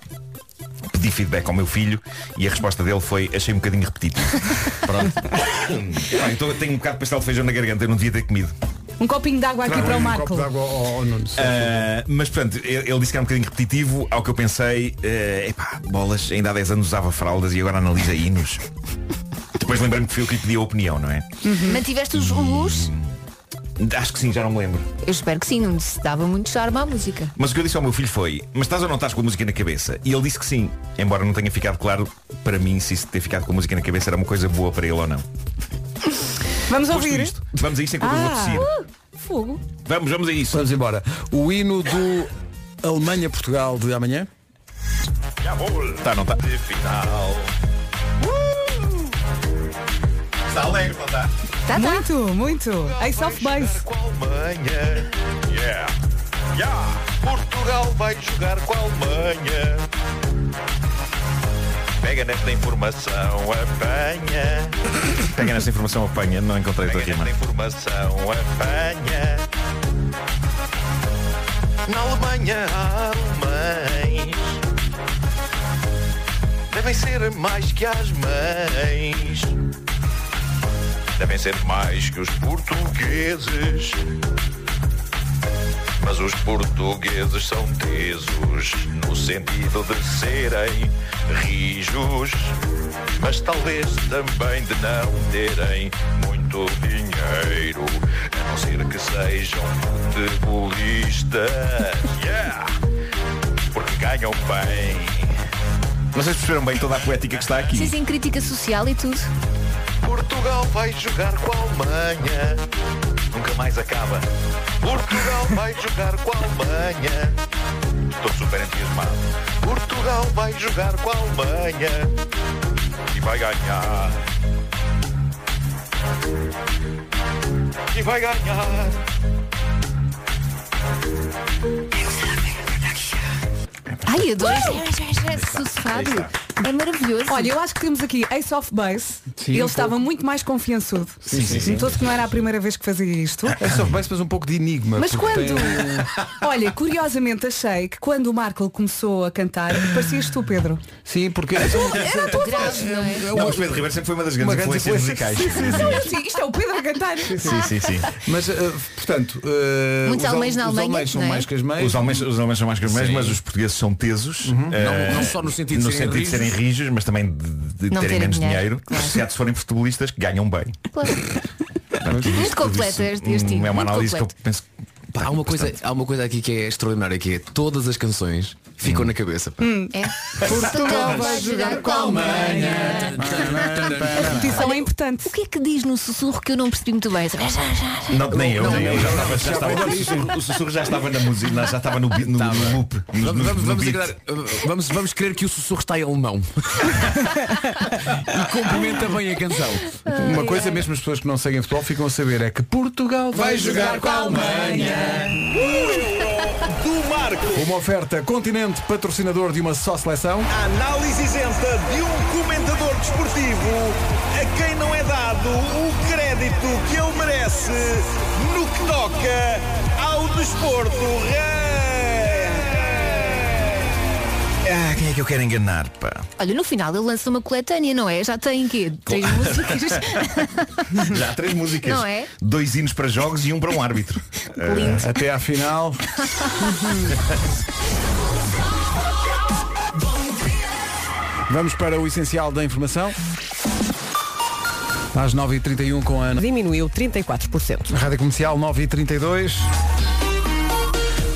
[SPEAKER 12] Pedi feedback ao meu filho e a resposta dele foi achei um bocadinho repetido. [laughs] Pronto. [coughs] Pá, então eu tenho um bocado de pastel de feijão na garganta, eu não devia ter comido.
[SPEAKER 3] Um copinho de água aqui para o Marco.
[SPEAKER 12] Ah, mas pronto, ele ele disse que era um bocadinho repetitivo, ao que eu pensei, eh, epá, bolas, ainda há 10 anos usava fraldas e agora analisa hinos. Depois lembrei-me que foi eu que lhe pedi a opinião, não é?
[SPEAKER 15] Mantiveste os luz?
[SPEAKER 12] Acho que sim, já não me lembro.
[SPEAKER 15] Eu espero que sim, não se dava muito charme à música.
[SPEAKER 12] Mas o que eu disse ao meu filho foi, mas estás ou não estás com a música na cabeça? E ele disse que sim, embora não tenha ficado claro para mim se isso ter ficado com a música na cabeça era uma coisa boa para ele ou não.
[SPEAKER 3] Vamos ouvir.
[SPEAKER 12] Vamos a isso enquanto eu vou tossir.
[SPEAKER 3] uh, fogo.
[SPEAKER 12] Vamos, vamos a isso.
[SPEAKER 1] Vamos embora. O hino do Alemanha-Portugal de amanhã.
[SPEAKER 12] Tá, não tá. De final. Uh! Está alegre, não está?
[SPEAKER 3] Muito, muito. Ace of Base.
[SPEAKER 12] Alemanha. Yeah. Yeah. Portugal vai jogar com a Alemanha. Pega nesta informação, apanha. Pega nesta informação, apanha. Não encontrei Pega nesta informação,
[SPEAKER 8] é
[SPEAKER 12] apanha. Na Alemanha há alemães.
[SPEAKER 8] Devem ser mais que as mães. Devem ser mais que os portugueses. Mas os portugueses são tesos no sentido de serem rijos, mas talvez também de não terem muito dinheiro, a não ser que sejam futebolistas. Yeah! Porque ganham bem.
[SPEAKER 12] Não sei se perceberam bem toda a poética que está aqui.
[SPEAKER 7] Sim, sim, crítica social e tudo.
[SPEAKER 8] Portugal vai jogar com a Alemanha. Nunca mais acaba. Portugal vai jogar com a Alemanha. Estou super entusiasmado. Portugal vai jogar com a Alemanha. E vai ganhar. E vai ganhar.
[SPEAKER 7] Ai, adoro este sossegado. É maravilhoso.
[SPEAKER 3] Olha, eu acho que temos aqui Ace of Base.
[SPEAKER 1] Sim,
[SPEAKER 3] Ele
[SPEAKER 1] um
[SPEAKER 3] estava muito mais confiançudo.
[SPEAKER 1] Sim, sim, sim.
[SPEAKER 3] Notou-se que não era a primeira vez que fazia
[SPEAKER 1] [laughs]
[SPEAKER 3] isto.
[SPEAKER 1] É só bem, mas um pouco de enigma.
[SPEAKER 3] Mas
[SPEAKER 1] porque
[SPEAKER 3] quando.
[SPEAKER 1] tem-
[SPEAKER 3] Olha, curiosamente achei que quando o Marco começou a cantar, parecias tu, Pedro.
[SPEAKER 1] Sim, porque.
[SPEAKER 3] Era a tua voz.
[SPEAKER 12] Não, mas Pedro Ribeiro sempre foi uma das grandes
[SPEAKER 1] Uma grande
[SPEAKER 12] influências
[SPEAKER 1] influência.
[SPEAKER 12] musicais.
[SPEAKER 1] Sim, sim,
[SPEAKER 3] Não é assim, isto é o Pedro a cantar.
[SPEAKER 12] Sim, sim, sim.
[SPEAKER 1] Mas, eh, portanto, eh,
[SPEAKER 3] Muitos
[SPEAKER 1] os al-
[SPEAKER 3] alemães na
[SPEAKER 1] os
[SPEAKER 3] Alemanha,
[SPEAKER 1] alemães são
[SPEAKER 7] Né?
[SPEAKER 3] não é?
[SPEAKER 1] mais que as mães.
[SPEAKER 12] Os alemães, os alemães são mais que os alemães,
[SPEAKER 1] Sim. Uhum.
[SPEAKER 12] mas os portugueses são tesos. eh,
[SPEAKER 6] Não- não só no sentido de
[SPEAKER 12] no
[SPEAKER 6] serem
[SPEAKER 12] sentido de serem rijos, mas também de, de
[SPEAKER 7] Não
[SPEAKER 12] terem
[SPEAKER 7] terem
[SPEAKER 12] menos
[SPEAKER 7] dinheiro,
[SPEAKER 12] dinheiro.
[SPEAKER 7] claro.
[SPEAKER 12] Exceto se forem futebolistas que ganham bem.
[SPEAKER 7] Claro.
[SPEAKER 12] Portanto,
[SPEAKER 7] Muito
[SPEAKER 12] isto-
[SPEAKER 7] completo
[SPEAKER 12] tudo isso,
[SPEAKER 7] este- este
[SPEAKER 15] tipo,
[SPEAKER 12] hum, É uma
[SPEAKER 7] muito
[SPEAKER 12] análise
[SPEAKER 7] completo.
[SPEAKER 12] que tá eu penso.
[SPEAKER 6] Pá, há, uma coisa, há uma coisa aqui que é extraordinária, que é todas as canções ficam
[SPEAKER 12] Hum.
[SPEAKER 6] na cabeça. pá.
[SPEAKER 7] É.
[SPEAKER 17] Portugal vai jogar com a Alemanha.
[SPEAKER 7] A repetição é importante. O que é que diz no sussurro que eu não percebi muito bem?
[SPEAKER 12] Não, nem eu,
[SPEAKER 7] Não,
[SPEAKER 12] nem
[SPEAKER 7] não,
[SPEAKER 12] eu. Já
[SPEAKER 7] não,
[SPEAKER 12] estava, já
[SPEAKER 7] não,
[SPEAKER 12] estava,
[SPEAKER 7] não.
[SPEAKER 12] o sussurro- o sussurro já estava na música, não, já estava no, beat- no, no loop. No,
[SPEAKER 6] Vamos,
[SPEAKER 12] no,
[SPEAKER 6] vamos,
[SPEAKER 12] no
[SPEAKER 6] vamos,
[SPEAKER 12] beat.
[SPEAKER 6] agradar- vamos, vamos crer que o sussurro está em
[SPEAKER 12] [laughs]
[SPEAKER 6] alemão. e complementa bem a canção.
[SPEAKER 1] Uma coisa mesmo as pessoas que não seguem futebol ficam a saber é que Portugal vai, jogar com a Alemanha.
[SPEAKER 8] Do Marco.
[SPEAKER 1] Uma oferta continente patrocinador de uma só seleção.
[SPEAKER 8] Análise isenta de um comentador desportivo a quem não é dado o crédito que ele merece no que toca ao desporto.
[SPEAKER 12] Ah, quem é que eu quero enganar, pá?
[SPEAKER 7] Olha, no final ele lança uma coletânea, não é? Já tem quê? Três
[SPEAKER 12] [laughs]
[SPEAKER 7] músicas.
[SPEAKER 12] Já há três músicas.
[SPEAKER 7] Não é?
[SPEAKER 12] Dois hinos para jogos e um para um
[SPEAKER 7] [laughs]
[SPEAKER 12] árbitro.
[SPEAKER 1] Eh, até à final. Vamos para o essencial da informação. Às 9h31 com a Ana.
[SPEAKER 10] Diminuiu 34%.
[SPEAKER 1] Rádio Comercial 9h32.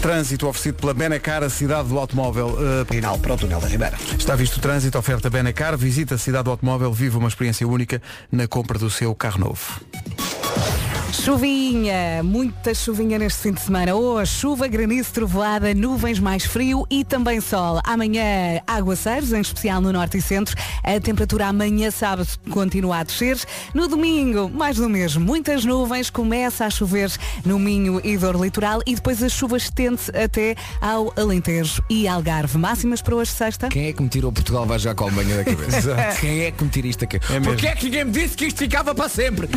[SPEAKER 1] Trânsito oferecido pela Benacar, a cidade do automóvel. Pinal para o túnel da Ribeira. Está visto o trânsito, oferta Benacar. Visita a cidade do automóvel, vive uma experiência única na compra do seu carro novo.
[SPEAKER 3] Chuvinha, muita chuvinha neste fim de semana. Hoje, chuva, granizo, trovoada, nuvens mais frio e também sol. Amanhã, aguaceiros, em especial no norte e centro. A temperatura amanhã, sábado, continua a descer. No domingo, mais do mesmo, muitas nuvens, começa a chover no Minho e Dor Litoral e depois a chuva estende-se até ao Alentejo e Algarve. Máximas para hoje, sexta?
[SPEAKER 6] Quem é que me tirou Portugal vai jogar com a Alemanha
[SPEAKER 3] [laughs]
[SPEAKER 6] da cabeça?
[SPEAKER 3] Exato.
[SPEAKER 6] [laughs] Quem é que me tira isto da cabeça?
[SPEAKER 3] mesmo.
[SPEAKER 6] Porquê é [laughs] que ninguém me disse que isto ficava para sempre?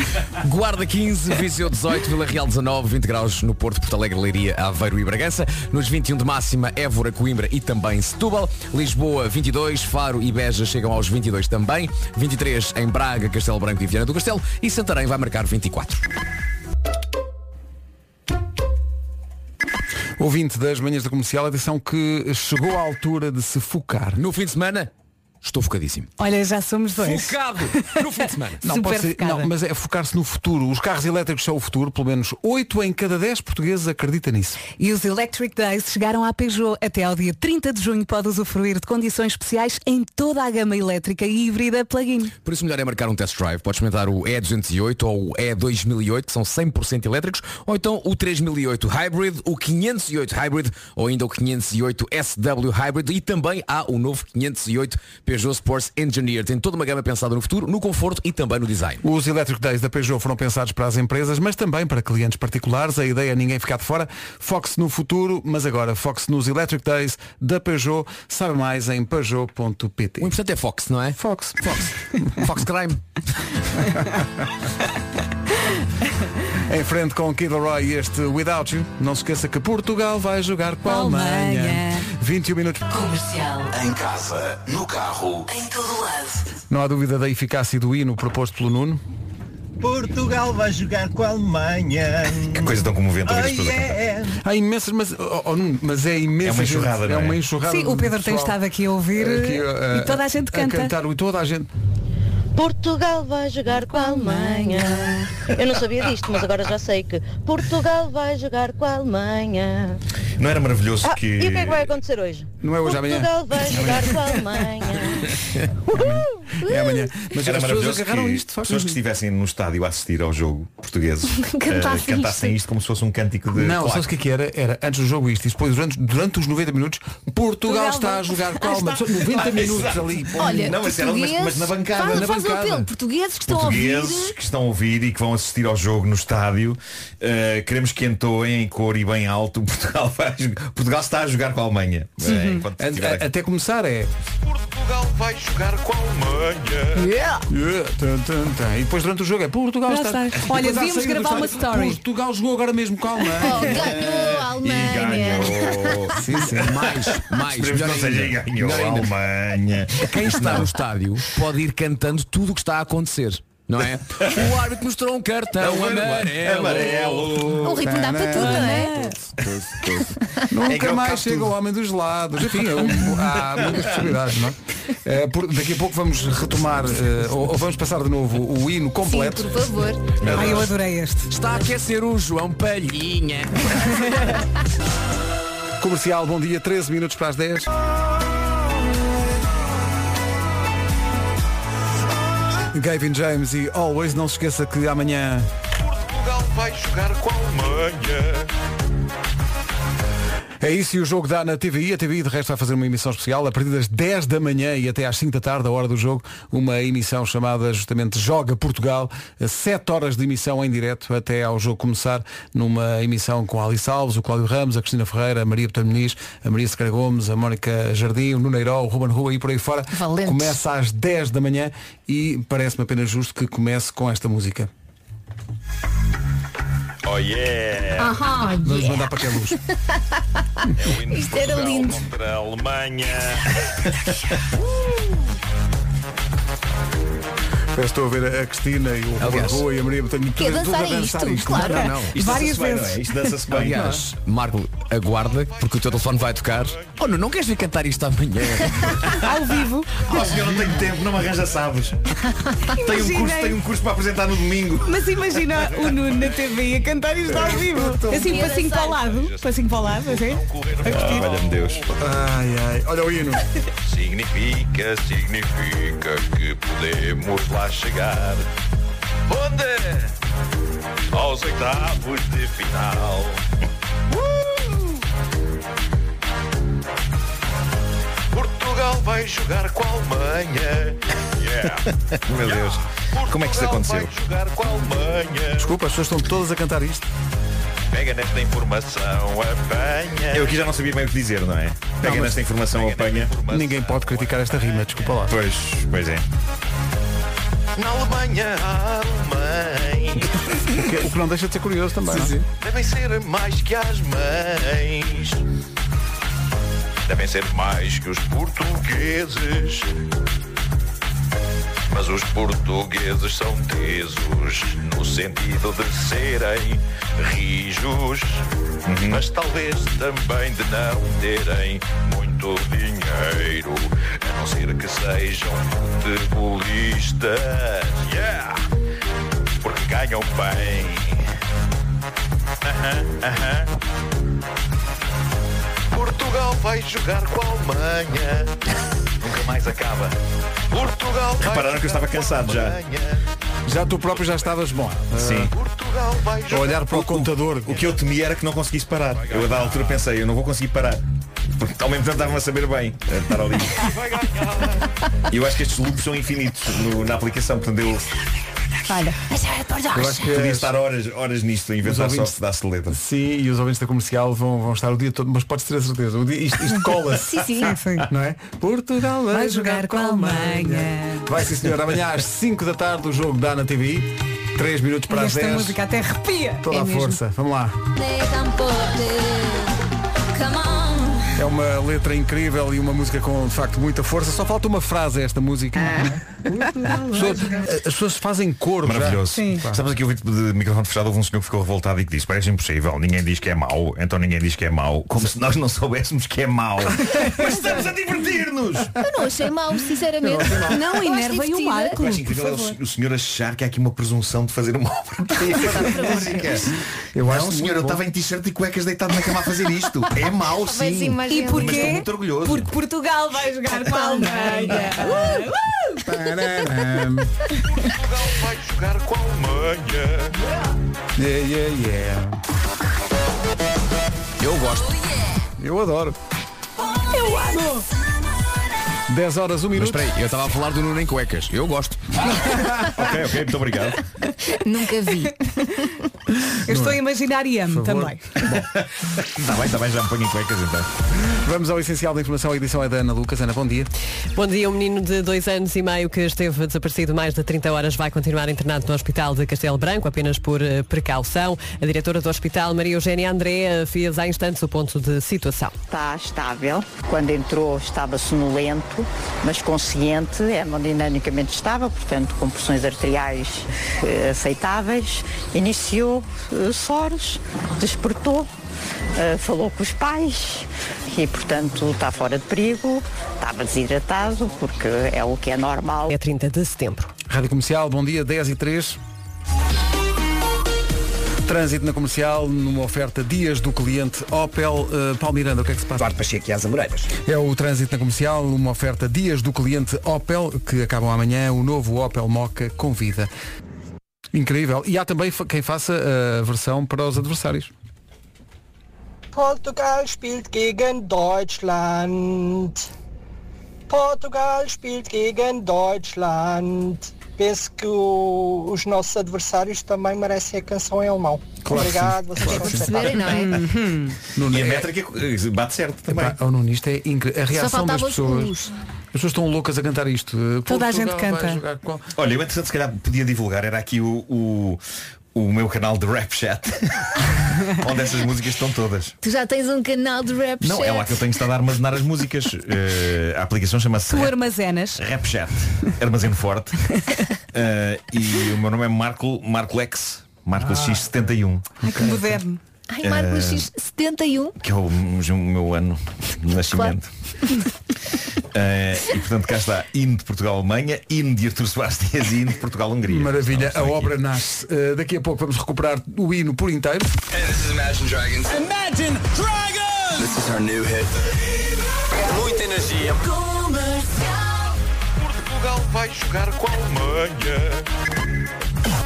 [SPEAKER 6] Guarda 15, Viseu 18, Vila Real 19, 20 graus no Porto, Porto Alegre, Leiria, Aveiro e Bragança. Nos 21 de máxima, Évora, Coimbra e também Setúbal. Lisboa 22, Faro e Beja chegam aos 22 também. 23 em Braga, Castelo Branco e Viana do Castelo. E Santarém vai marcar 24.
[SPEAKER 1] Ouvinte das manhãs da comercial, atenção que chegou a altura de se focar.
[SPEAKER 6] No fim de semana, estou focadíssimo.
[SPEAKER 3] Olha, já somos dois.
[SPEAKER 6] Focado no fim de semana.
[SPEAKER 1] Não, pode ser, não, mas é focar-se no futuro. Os carros elétricos são o futuro, pelo menos 8 em cada 10 portugueses acredita nisso.
[SPEAKER 3] E os Electric Days chegaram à Peugeot. Até ao dia 30 de junho pode usufruir de condições especiais em toda a gama elétrica e híbrida plug-in.
[SPEAKER 6] Por isso melhor é marcar um test drive. Podes experimentar o E208 ou o E2008, que são 100% elétricos, ou então o 3008 Hybrid, o 508 Hybrid ou ainda o 508 SW Hybrid e também há o novo 508 Peugeot Sports Engineer. Tem toda uma gama pensada no futuro, no conforto e também no design.
[SPEAKER 1] Os Electric Days da Peugeot foram pensados para as empresas, mas também para clientes particulares. A ideia é ninguém ficar de fora. Foque-se no futuro, mas agora foque-se nos Electric Days da Peugeot. Sabe mais em peugeot.pt. O
[SPEAKER 6] importante é Fox, não é?
[SPEAKER 1] Fox. [laughs]
[SPEAKER 6] Fox. Fox Crime.
[SPEAKER 1] Em frente com Kid Leroy e este Without You, não se esqueça que Portugal vai jogar com a Alemanha.
[SPEAKER 3] Alemanha.
[SPEAKER 1] 21 minutos.
[SPEAKER 8] Comercial.
[SPEAKER 1] Em casa, no carro.
[SPEAKER 8] Em todo lado.
[SPEAKER 1] Não há dúvida da eficácia do hino proposto pelo Nuno.
[SPEAKER 18] Portugal vai jogar com a Alemanha.
[SPEAKER 12] Que coisa tão comovente ouvir as
[SPEAKER 18] Oh,
[SPEAKER 12] pessoas
[SPEAKER 8] é.
[SPEAKER 12] a cantar.
[SPEAKER 18] yeah.
[SPEAKER 1] Há imensas, mas, oh, oh, Nuno, mas é imensa.
[SPEAKER 12] É uma
[SPEAKER 1] gente.
[SPEAKER 12] enxurrada, não é?
[SPEAKER 1] uma enxurrada
[SPEAKER 3] Sim, o
[SPEAKER 1] de
[SPEAKER 3] Pedro tem
[SPEAKER 1] pessoal
[SPEAKER 3] estado aqui a ouvir
[SPEAKER 1] aqui, eh,
[SPEAKER 3] e toda a gente canta.
[SPEAKER 1] A cantar, e toda a gente.
[SPEAKER 19] Portugal vai jogar com a Alemanha. Eu não sabia disto, mas agora já sei que Portugal vai jogar com a Alemanha.
[SPEAKER 12] Não era maravilhoso
[SPEAKER 19] Ah,
[SPEAKER 12] que.
[SPEAKER 19] E o que é que vai acontecer hoje?
[SPEAKER 1] Não é hoje amanhã.
[SPEAKER 19] Portugal vai jogar com a Alemanha.
[SPEAKER 1] É amanhã. Mas
[SPEAKER 12] era
[SPEAKER 1] as pessoas
[SPEAKER 12] maravilhoso
[SPEAKER 1] agarraram
[SPEAKER 12] que
[SPEAKER 1] isto. faz-
[SPEAKER 12] pessoas que estivessem no estádio a assistir ao jogo
[SPEAKER 1] [laughs]
[SPEAKER 12] portugueses
[SPEAKER 1] Cantassem
[SPEAKER 12] eh, cantassem
[SPEAKER 1] isto.
[SPEAKER 12] isto como se fosse um cântico de
[SPEAKER 1] Não,
[SPEAKER 12] claque.
[SPEAKER 1] sabes o que, é que era? Era antes do jogo isto. E depois, durante, durante os 90 minutos, Portugal está a jogar
[SPEAKER 3] Ah,
[SPEAKER 1] com a Alemanha. Só 90 minutos ali.
[SPEAKER 7] Olha,
[SPEAKER 12] Ah, Não, mas era- mas-
[SPEAKER 7] portugueses,
[SPEAKER 12] mas na bancada,
[SPEAKER 7] Faz,
[SPEAKER 12] na
[SPEAKER 7] faz
[SPEAKER 12] bancada.
[SPEAKER 7] o apelo, portugueses que estão a
[SPEAKER 12] portugueses
[SPEAKER 7] ouvir.
[SPEAKER 12] que estão a ouvir e que vão assistir ao jogo no estádio eh, queremos que entoem em cor e bem alto [laughs] Portugal, vai jo- Portugal está a jogar com a Alemanha Eh,
[SPEAKER 1] Uhum.
[SPEAKER 12] enquanto
[SPEAKER 1] A-
[SPEAKER 12] estiver
[SPEAKER 1] a-
[SPEAKER 12] aqui.
[SPEAKER 1] até começar é.
[SPEAKER 12] Portugal vai jogar com a Alemanha
[SPEAKER 1] Yeah, tan, tan, tan. E depois durante o jogo é Portugal
[SPEAKER 3] Já
[SPEAKER 1] está.
[SPEAKER 3] está.
[SPEAKER 1] E depois
[SPEAKER 3] Olha,
[SPEAKER 1] à
[SPEAKER 3] devíamos
[SPEAKER 1] saída do
[SPEAKER 3] gravar uma
[SPEAKER 1] estádio,
[SPEAKER 3] story.
[SPEAKER 1] Portugal jogou agora mesmo com a Alemanha.
[SPEAKER 7] Oh, ganhou a
[SPEAKER 12] E
[SPEAKER 7] Alemanha.
[SPEAKER 12] ganhou.
[SPEAKER 6] Oh, Sim,
[SPEAKER 3] [laughs]
[SPEAKER 6] sim, mais, mais.
[SPEAKER 12] Esperemos que
[SPEAKER 6] melhor
[SPEAKER 12] não seja
[SPEAKER 6] ainda,
[SPEAKER 12] ganhou
[SPEAKER 6] melhor
[SPEAKER 12] a
[SPEAKER 6] ainda.
[SPEAKER 12] Alemanha.
[SPEAKER 6] Quem está
[SPEAKER 12] Não.
[SPEAKER 6] no estádio pode ir cantando tudo o que está a acontecer. Não
[SPEAKER 12] [laughs]
[SPEAKER 6] é? O árbitro mostrou um
[SPEAKER 16] É
[SPEAKER 6] cartão
[SPEAKER 12] Não,
[SPEAKER 6] amarelo.
[SPEAKER 12] amarelo.
[SPEAKER 7] O ritmo dá para tudo, não é?
[SPEAKER 12] [laughs] É que
[SPEAKER 1] Nunca
[SPEAKER 12] eu
[SPEAKER 1] mais
[SPEAKER 12] capto
[SPEAKER 1] chega o homem dos lados. Enfim, é um- há muitas possibilidades, não é? Eh, por- daqui a pouco vamos retomar, eh, ou, ou vamos passar de novo o hino completo.
[SPEAKER 7] Por favor.
[SPEAKER 3] Ai, eu adorei este.
[SPEAKER 6] Está a aquecer o João Palhinha.
[SPEAKER 7] é?
[SPEAKER 1] Comercial, bom dia, 13 minutos para as 10. Gavin James e Always, não se esqueça que amanhã
[SPEAKER 8] Portugal vai jogar com a Alemanha.
[SPEAKER 1] é isso e o jogo dá na TVI. A TVI de resto vai fazer uma emissão especial a partir das 10 da manhã e até às 5 da tarde, a hora do jogo, uma emissão chamada justamente Joga Portugal. 7 horas de emissão em direto até ao jogo começar, numa emissão com a Alice Alves, o Cláudio Ramos, a Cristina Ferreira, a Maria Betão Muniz, a Maria Sequeira Gomes, a Mónica Jardim, o Nuneiró, o Ruben Rua e por aí fora.
[SPEAKER 7] Valentes.
[SPEAKER 1] Começa às 10 da manhã e parece-me apenas justo que comece com esta música.
[SPEAKER 8] Oh yeah!
[SPEAKER 7] Aham,
[SPEAKER 1] Vamos
[SPEAKER 7] yeah.
[SPEAKER 1] mandar para que é
[SPEAKER 7] [laughs]
[SPEAKER 1] luz.
[SPEAKER 7] Isto era lindo.
[SPEAKER 8] Contra a Alemanha.
[SPEAKER 7] Hum,
[SPEAKER 1] Eu estou a ver a Cristina e o Robert
[SPEAKER 6] Aliás,
[SPEAKER 1] Rua e a Maria Betânia.
[SPEAKER 7] Quer dançar isto? Claro.
[SPEAKER 6] Não, não.
[SPEAKER 12] Isto dança-se bem, não é? Isto dança-se bem.
[SPEAKER 6] Aliás, Marco, aguarda, porque o teu telefone vai tocar. Oh, não, não queres vir cantar isto [laughs] amanhã?
[SPEAKER 3] [laughs] Ao vivo.
[SPEAKER 12] Oh senhor, não tenho tempo, não me arranja sabes. Tenho um, curso,
[SPEAKER 3] Imaginei.
[SPEAKER 12] tenho um curso para apresentar no domingo.
[SPEAKER 3] Mas imagina
[SPEAKER 12] [laughs]
[SPEAKER 3] o Nuno na TV a cantar isto ao vivo. Assim, passinho para o lado. Passinho para o lado, assim. A
[SPEAKER 12] Ah,
[SPEAKER 3] curtir.
[SPEAKER 12] Valha-me Deus.
[SPEAKER 1] Ai, ai, olha o hino.
[SPEAKER 8] Significa, significa que podemos lá chegar. Onde? Aos oitavos de final. Portugal vai jogar com a Alemanha. Yeah.
[SPEAKER 12] [laughs] Meu Deus. Como é que isto aconteceu?
[SPEAKER 8] Vai jogar com a Alemanha.
[SPEAKER 1] Desculpa, as pessoas estão todas a cantar isto.
[SPEAKER 8] Pega nesta informação, apanha.
[SPEAKER 12] Eu aqui já não sabia bem o que dizer, não é? Pega nesta informação, apanha.
[SPEAKER 1] Ninguém pode criticar esta rima, desculpa lá.
[SPEAKER 12] Pois, pois é.
[SPEAKER 8] Na Alemanha, a Alemanha.
[SPEAKER 1] O que não deixa de ser curioso também. não é?
[SPEAKER 8] Devem ser mais que as mães. Devem ser mais que os portugueses. Mas os portugueses são tesos no sentido de serem rijos,
[SPEAKER 12] Uhum.
[SPEAKER 8] mas talvez também de não terem muito dinheiro, a não ser que sejam futebolistas. Yeah! Porque ganham bem. Aham, aham. Portugal vai jogar com a
[SPEAKER 12] [laughs]
[SPEAKER 8] Alemanha. Nunca mais acaba. Portugal vai
[SPEAKER 12] Repararam que eu estava cansado já.
[SPEAKER 1] Já tu próprio já estavas bom. Ah,
[SPEAKER 12] Sim.
[SPEAKER 8] Portugal vai
[SPEAKER 1] A olhar para o
[SPEAKER 12] O-
[SPEAKER 1] computador.
[SPEAKER 12] O que eu temia era que não conseguisse parar. Eu a dada altura pensei, eu não vou conseguir parar. Porque ao mesmo tempo estava-me a saber bem a estar ali. E eu acho que estes loops são infinitos no- na aplicação, portanto eu,
[SPEAKER 7] Olha.
[SPEAKER 1] Eu acho que
[SPEAKER 12] podia
[SPEAKER 1] é-
[SPEAKER 12] estar horas, horas nisto em vez
[SPEAKER 1] Os
[SPEAKER 12] de dar só
[SPEAKER 1] ouvintes-
[SPEAKER 12] se dá letra.
[SPEAKER 1] Sim, e os ouvintes da comercial vão, vão estar o dia todo, mas podes ter a certeza, o dia, isto, isto cola-se.
[SPEAKER 3] [laughs] Sim, sim. Sim, sim.
[SPEAKER 1] Não é? Portugal
[SPEAKER 3] Vai jogar com a Alemanha.
[SPEAKER 1] Vai sim senhor, amanhã às 5 da tarde o jogo dá na TV. 3 minutos para as
[SPEAKER 3] Esta
[SPEAKER 1] 10.
[SPEAKER 3] música é até arrepia.
[SPEAKER 1] Toda a força. Vamos lá.
[SPEAKER 20] Play campo, play. Come on.
[SPEAKER 1] É uma letra incrível e uma música com, de facto, muita força. Só falta uma frase a esta música.
[SPEAKER 3] Ah,
[SPEAKER 1] As pessoas, as pessoas fazem coro. já.
[SPEAKER 12] Maravilhoso.
[SPEAKER 1] Claro.
[SPEAKER 12] Sabes aqui o vídeo de microfone fechado, houve um senhor que ficou revoltado e que disse, parece impossível, ninguém diz que é mau, então ninguém diz que é mau, como se nós não [laughs] soubéssemos que é mau. [laughs] Mas estamos a divertir-nos!
[SPEAKER 7] Eu não achei mal, sinceramente.
[SPEAKER 3] Não,
[SPEAKER 7] Eu acho
[SPEAKER 3] enervem o
[SPEAKER 7] divertida.
[SPEAKER 3] Marco.
[SPEAKER 12] Eu acho incrível é o se- o senhor achar que há aqui uma presunção de fazer uma [laughs] obra
[SPEAKER 1] É
[SPEAKER 12] técnica. Eu acho não, senhor, eu estava em t-shirt e cuecas deitado na cama a fazer isto. É mau,
[SPEAKER 3] Talvez
[SPEAKER 12] sim.
[SPEAKER 3] imagine. E porquê?
[SPEAKER 12] Mas estou muito orgulhoso.
[SPEAKER 3] Porque Portugal vai jogar com a Alemanha.
[SPEAKER 21] vai jogar com a Alemanha.
[SPEAKER 1] Yeah, yeah, yeah.
[SPEAKER 6] Eu gosto.
[SPEAKER 1] Eu adoro.
[SPEAKER 3] Eu amo.
[SPEAKER 1] 10 horas, 1 minuto.
[SPEAKER 6] Mas peraí, eu estava a falar do Nuno em cuecas. Eu [laughs] gosto.
[SPEAKER 12] ok, ok, muito obrigado.
[SPEAKER 3] [laughs] Nunca vi. Eu estou a imaginar e amo também.
[SPEAKER 12] Está Tá bem, está bem, já me ponho em cuecas então.
[SPEAKER 1] Vamos ao essencial da informação. A edição é da Ana Lucas. Ana, bom dia.
[SPEAKER 10] Bom dia, um menino de dois anos e meio que esteve desaparecido mais de 30 horas vai continuar internado no Hospital de Castelo Branco, apenas por eh, precaução. A diretora do hospital, Maria Eugénia André, eh, fez há instantes o ponto de situação.
[SPEAKER 22] Está Tá estável. Quando entrou estava sonolento, mas consciente, hemodinamicamente estável, portanto com pressões arteriais eh, aceitáveis. Iniciou eh, SORs, despertou, eh, falou com os pais e, portanto, está fora de perigo. Estava desidratado, porque é o que é normal.
[SPEAKER 10] É 30 de setembro.
[SPEAKER 1] Rádio Comercial, bom dia, 10 e 3. Trânsito na comercial, numa oferta Dias do Cliente Opel. Uh, Paulo Miranda, o que é que se passa? Claro,
[SPEAKER 11] Pacheco e às Amoreiras.
[SPEAKER 1] É o trânsito na comercial, uma oferta Dias do Cliente Opel, que acabam amanhã. O novo Opel Moca convida. Incrível. E há também fa- quem faça eh, a versão para os adversários.
[SPEAKER 11] Portugal spielt gegen Deutschland. Portugal spielt gegen Deutschland. Penso que o- os nossos adversários também merecem a canção em alemão.
[SPEAKER 12] Claro que sim.
[SPEAKER 11] Obrigado, vocês
[SPEAKER 12] Claro
[SPEAKER 11] são
[SPEAKER 12] que sim.
[SPEAKER 11] espetaculares.
[SPEAKER 1] é,
[SPEAKER 12] e a métrica eh, bate certo também.
[SPEAKER 1] Pá, Uhum. É. oh, Nuno, isto é incrível. A
[SPEAKER 12] Só
[SPEAKER 1] reação das
[SPEAKER 12] faltava os
[SPEAKER 1] pessoas.
[SPEAKER 12] pulos.
[SPEAKER 1] As pessoas estão loucas a cantar isto. Eh,
[SPEAKER 3] Toda a gente
[SPEAKER 1] Portugal vai
[SPEAKER 3] canta.
[SPEAKER 1] jogar com-
[SPEAKER 12] Olha, eu entretanto se calhar podia divulgar, era aqui o, o, o meu canal de Rap Chat, [laughs] onde essas músicas estão todas.
[SPEAKER 7] Tu já tens um canal de rap
[SPEAKER 12] Não,
[SPEAKER 7] chat.
[SPEAKER 12] é lá que eu tenho estado a armazenar as músicas. Eh, a aplicação chama-se
[SPEAKER 3] Tu armazenas.
[SPEAKER 12] Rap Chat, Armazeno Forte. Eh, e o meu nome é Marco, Marco X, Marco X71,
[SPEAKER 3] Ai, que moderno.
[SPEAKER 7] Ai, Marco
[SPEAKER 12] É Eh,
[SPEAKER 7] X, 71.
[SPEAKER 12] que é o, o meu ano de nascimento. Eh, e portanto cá está, hino de Portugal-Alemanha, hino de Artur Sebastias e hino de Portugal-Hungria.
[SPEAKER 1] Maravilha, a obra nasce. Uh, daqui a pouco vamos recuperar o hino por inteiro.
[SPEAKER 21] Imagine Dragons.
[SPEAKER 11] Imagine Dragons!
[SPEAKER 21] This is our new hit. Muita energia. Portugal vai jogar com a Alemanha.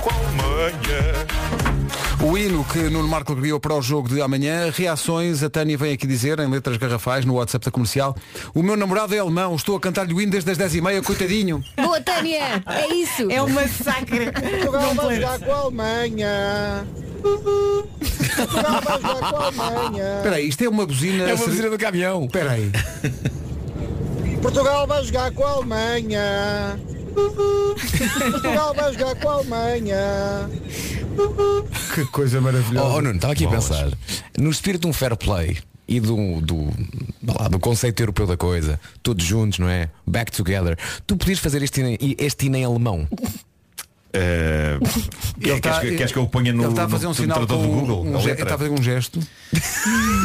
[SPEAKER 21] Com a Alemanha.
[SPEAKER 1] O hino que Nuno Marco criou para o jogo de amanhã. Reações, a Tânia vem aqui dizer, em letras garrafais, no WhatsApp da comercial. O meu namorado é alemão, estou a cantar-lhe o hino desde as 10h30,
[SPEAKER 12] [laughs]
[SPEAKER 1] coitadinho.
[SPEAKER 7] Boa, Tânia! É isso!
[SPEAKER 3] É um massacre!
[SPEAKER 11] Portugal vai jogar com a Alemanha. Portugal vai jogar com a Alemanha.
[SPEAKER 1] Espera aí, isto é uma buzina.
[SPEAKER 11] É uma buzina
[SPEAKER 1] do caminhão. Espera aí.
[SPEAKER 11] Portugal vai jogar com a Alemanha. Portugal vai jogar com a Alemanha.
[SPEAKER 1] Que coisa maravilhosa.
[SPEAKER 6] Oh, oh, Nuno, estava aqui a pensar. No espírito de um fair play e do, do, vá lá, do conceito europeu da coisa, todos juntos, não é? Back together. Tu podias fazer este hino em- este hino em alemão?
[SPEAKER 12] [laughs] Eh, queres,
[SPEAKER 1] tá-
[SPEAKER 12] que, queres que eu ponha no,
[SPEAKER 1] ele está a fazer um
[SPEAKER 12] no
[SPEAKER 1] sinal
[SPEAKER 12] tradutor
[SPEAKER 1] com
[SPEAKER 12] do Google?
[SPEAKER 1] um
[SPEAKER 12] a
[SPEAKER 1] ge-
[SPEAKER 12] letra?
[SPEAKER 1] está a fazer um gesto.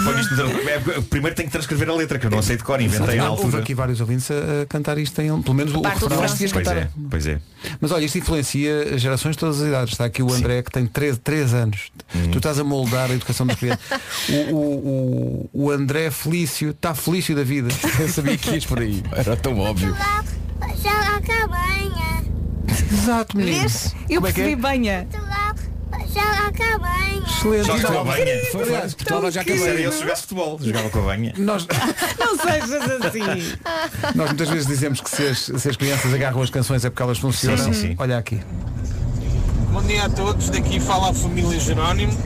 [SPEAKER 12] Põe isto no tradutor. É, porque Primeiro tenho que transcrever a letra, que eu não sei de cor, inventei na
[SPEAKER 1] Não, Houve
[SPEAKER 12] altura.
[SPEAKER 1] aqui vários ouvintes a, a cantar isto em pelo menos o, o
[SPEAKER 12] Parte do
[SPEAKER 1] refrão.
[SPEAKER 12] refrão, sim. Pois é, pois é.
[SPEAKER 1] Mas olha, isto influencia gerações de todas as idades. Está aqui o André que tem 13, 3 anos. Tu estás a moldar a educação das crianças. o, o, o, o André Felício está Felício da [laughs] vida.
[SPEAKER 6] Eu sabia que ias por aí. Era tão óbvio.
[SPEAKER 17] Já acabanha.
[SPEAKER 7] [laughs]
[SPEAKER 1] Exato, menino.
[SPEAKER 17] Vês?
[SPEAKER 3] Eu
[SPEAKER 1] Como é que é?
[SPEAKER 3] percebi banha.
[SPEAKER 17] Já acabanha.
[SPEAKER 1] Excelente.
[SPEAKER 12] Joga com a banha.
[SPEAKER 1] Foi, foi, foi.
[SPEAKER 12] Portugal vai jogar com a banha. Eu se jogasse futebol, jogava com a banha.
[SPEAKER 1] Nós,
[SPEAKER 3] Não sejas assim.
[SPEAKER 1] nós muitas vezes dizemos que se as, se as crianças agarram as canções é porque elas funcionam.
[SPEAKER 12] Sim, sim, sim.
[SPEAKER 1] Olha aqui.
[SPEAKER 23] Bom dia a todos, daqui fala a família Jerónimo.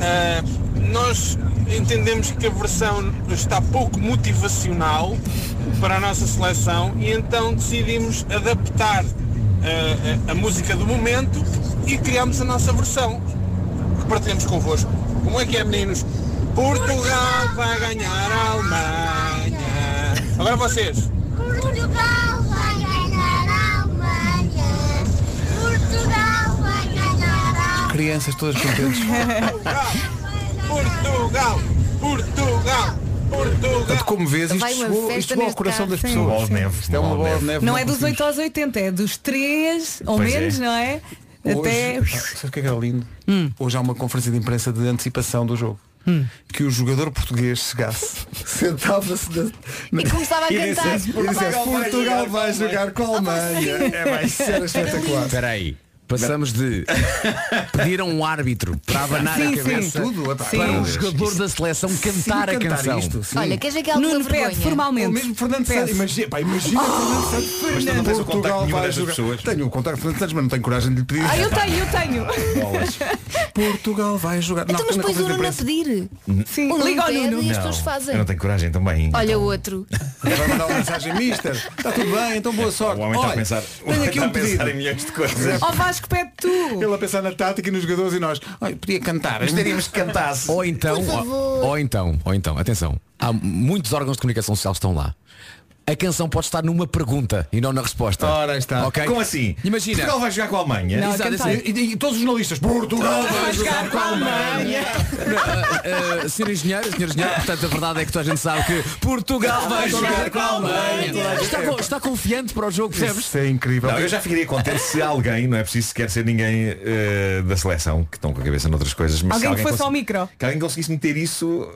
[SPEAKER 23] Ah, nós entendemos que a versão está pouco motivacional para a nossa seleção e então decidimos adaptar ah, a, a música do momento e criamos a nossa versão que partilhamos convosco. Como é que é, meninos? Portugal vai ganhar a Alemanha. Agora vocês.
[SPEAKER 21] Portugal vai ganhar a Alemanha. Portugal vai ganhar a
[SPEAKER 1] Crianças todas contentes. [laughs]
[SPEAKER 23] Portugal, Portugal, Portugal.
[SPEAKER 1] Portanto, como vês, isto
[SPEAKER 3] Vai uma
[SPEAKER 1] chegou, isto
[SPEAKER 3] festa
[SPEAKER 1] chegou ao
[SPEAKER 3] neste
[SPEAKER 1] coração
[SPEAKER 3] caso,
[SPEAKER 1] das
[SPEAKER 3] sim.
[SPEAKER 1] pessoas.
[SPEAKER 3] Bola de
[SPEAKER 12] neve,
[SPEAKER 1] isto é uma bola de neve.
[SPEAKER 3] Não é
[SPEAKER 1] nós
[SPEAKER 3] dos 8 aos 80, é dos 3 ou
[SPEAKER 1] Pois
[SPEAKER 3] menos,
[SPEAKER 1] é.
[SPEAKER 3] não é?
[SPEAKER 1] Hoje,
[SPEAKER 3] Até. Hum.
[SPEAKER 1] sabe o que é que era lindo? Hoje há uma conferência de imprensa de antecipação do jogo. Que o jogador português
[SPEAKER 3] [laughs]
[SPEAKER 1] chegasse, sentava-se na- na-
[SPEAKER 21] E começava a
[SPEAKER 1] e
[SPEAKER 21] cantar.
[SPEAKER 1] dissesse, e dissesse, Portugal vai jogar com a Alemanha. [laughs] É, vai ser espetacular.
[SPEAKER 6] Espera aí. Passamos de pedir a um árbitro para abanar
[SPEAKER 1] Sim,
[SPEAKER 6] a
[SPEAKER 1] sim.
[SPEAKER 6] cabeça
[SPEAKER 1] Tudo, epá,
[SPEAKER 6] para um
[SPEAKER 1] sim.
[SPEAKER 6] jogador da seleção cantar a
[SPEAKER 1] cantar
[SPEAKER 6] canção.
[SPEAKER 1] isto, sim.
[SPEAKER 7] Olha, queres ver que alguma
[SPEAKER 3] Nuno pede
[SPEAKER 7] vergonha?
[SPEAKER 3] formalmente.
[SPEAKER 1] Ou mesmo Fernando
[SPEAKER 3] Peço.
[SPEAKER 1] Santos. Imagina, pá, imagina Fernando Santos.
[SPEAKER 12] Mas tu não tens o contacto
[SPEAKER 1] Portugal
[SPEAKER 12] nenhum
[SPEAKER 1] vai
[SPEAKER 12] dessas
[SPEAKER 1] jogar.
[SPEAKER 12] pessoas.
[SPEAKER 1] Tenho o contacto de Fernando Santos, mas não tenho coragem de lhe pedir.
[SPEAKER 3] Ah, eu tenho, eu tenho. [laughs]
[SPEAKER 1] Bolas. Portugal vai jogar.
[SPEAKER 7] Então, mas
[SPEAKER 1] na
[SPEAKER 3] um
[SPEAKER 7] depois o
[SPEAKER 1] conferência de
[SPEAKER 7] Nuno a
[SPEAKER 1] imprensa.
[SPEAKER 7] pedir.
[SPEAKER 3] Sim,
[SPEAKER 7] O Nuno
[SPEAKER 3] liga ao
[SPEAKER 7] pede
[SPEAKER 3] Nuno.
[SPEAKER 7] e as pessoas fazem.
[SPEAKER 12] Eu não tenho coragem então, também.
[SPEAKER 7] Olha o outro.
[SPEAKER 1] Vai mandar uma mensagem, Mister. Está tudo bem, então boa sorte.
[SPEAKER 12] O homem está a
[SPEAKER 1] Olha,
[SPEAKER 12] pensar, o
[SPEAKER 1] tenho
[SPEAKER 12] homem
[SPEAKER 1] aqui
[SPEAKER 12] está
[SPEAKER 1] um
[SPEAKER 12] a pensar
[SPEAKER 1] pedido.
[SPEAKER 12] em milhões de coisas.
[SPEAKER 3] Ó Vasco, pede tu.
[SPEAKER 1] Ele a pensar na tática e nos jogadores e nós. Olha, podia cantar.
[SPEAKER 6] Mas teríamos
[SPEAKER 1] que cantar.
[SPEAKER 6] [laughs] Ou então,
[SPEAKER 1] Por favor.
[SPEAKER 6] ou, ou então, ou então, atenção, há muitos órgãos de comunicação social que estão lá. A canção pode estar numa pergunta e não na resposta.
[SPEAKER 1] Ora está.
[SPEAKER 6] Ok?
[SPEAKER 12] Como assim?
[SPEAKER 6] Imagina.
[SPEAKER 12] Portugal vai jogar com a Alemanha.
[SPEAKER 6] Não, Exato, cantar. assim.
[SPEAKER 1] E, e- e todos os jornalistas. Portugal é- vai jogar com a Alemanha.
[SPEAKER 6] Uh, uh, senhor engenheiro, senhor engenheiro, portanto a verdade é que toda a gente sabe que Portugal vai jogar com a Alemanha. Está, co- está confiante para o jogo, percebes?
[SPEAKER 1] Isso é incrível.
[SPEAKER 12] Não, eu já ficaria contente se alguém, não é preciso sequer ser ninguém eh, da seleção, que estão com a cabeça noutras coisas, mas se
[SPEAKER 3] Alguém que fosse
[SPEAKER 12] consi-
[SPEAKER 3] ao micro.
[SPEAKER 12] que alguém conseguisse meter isso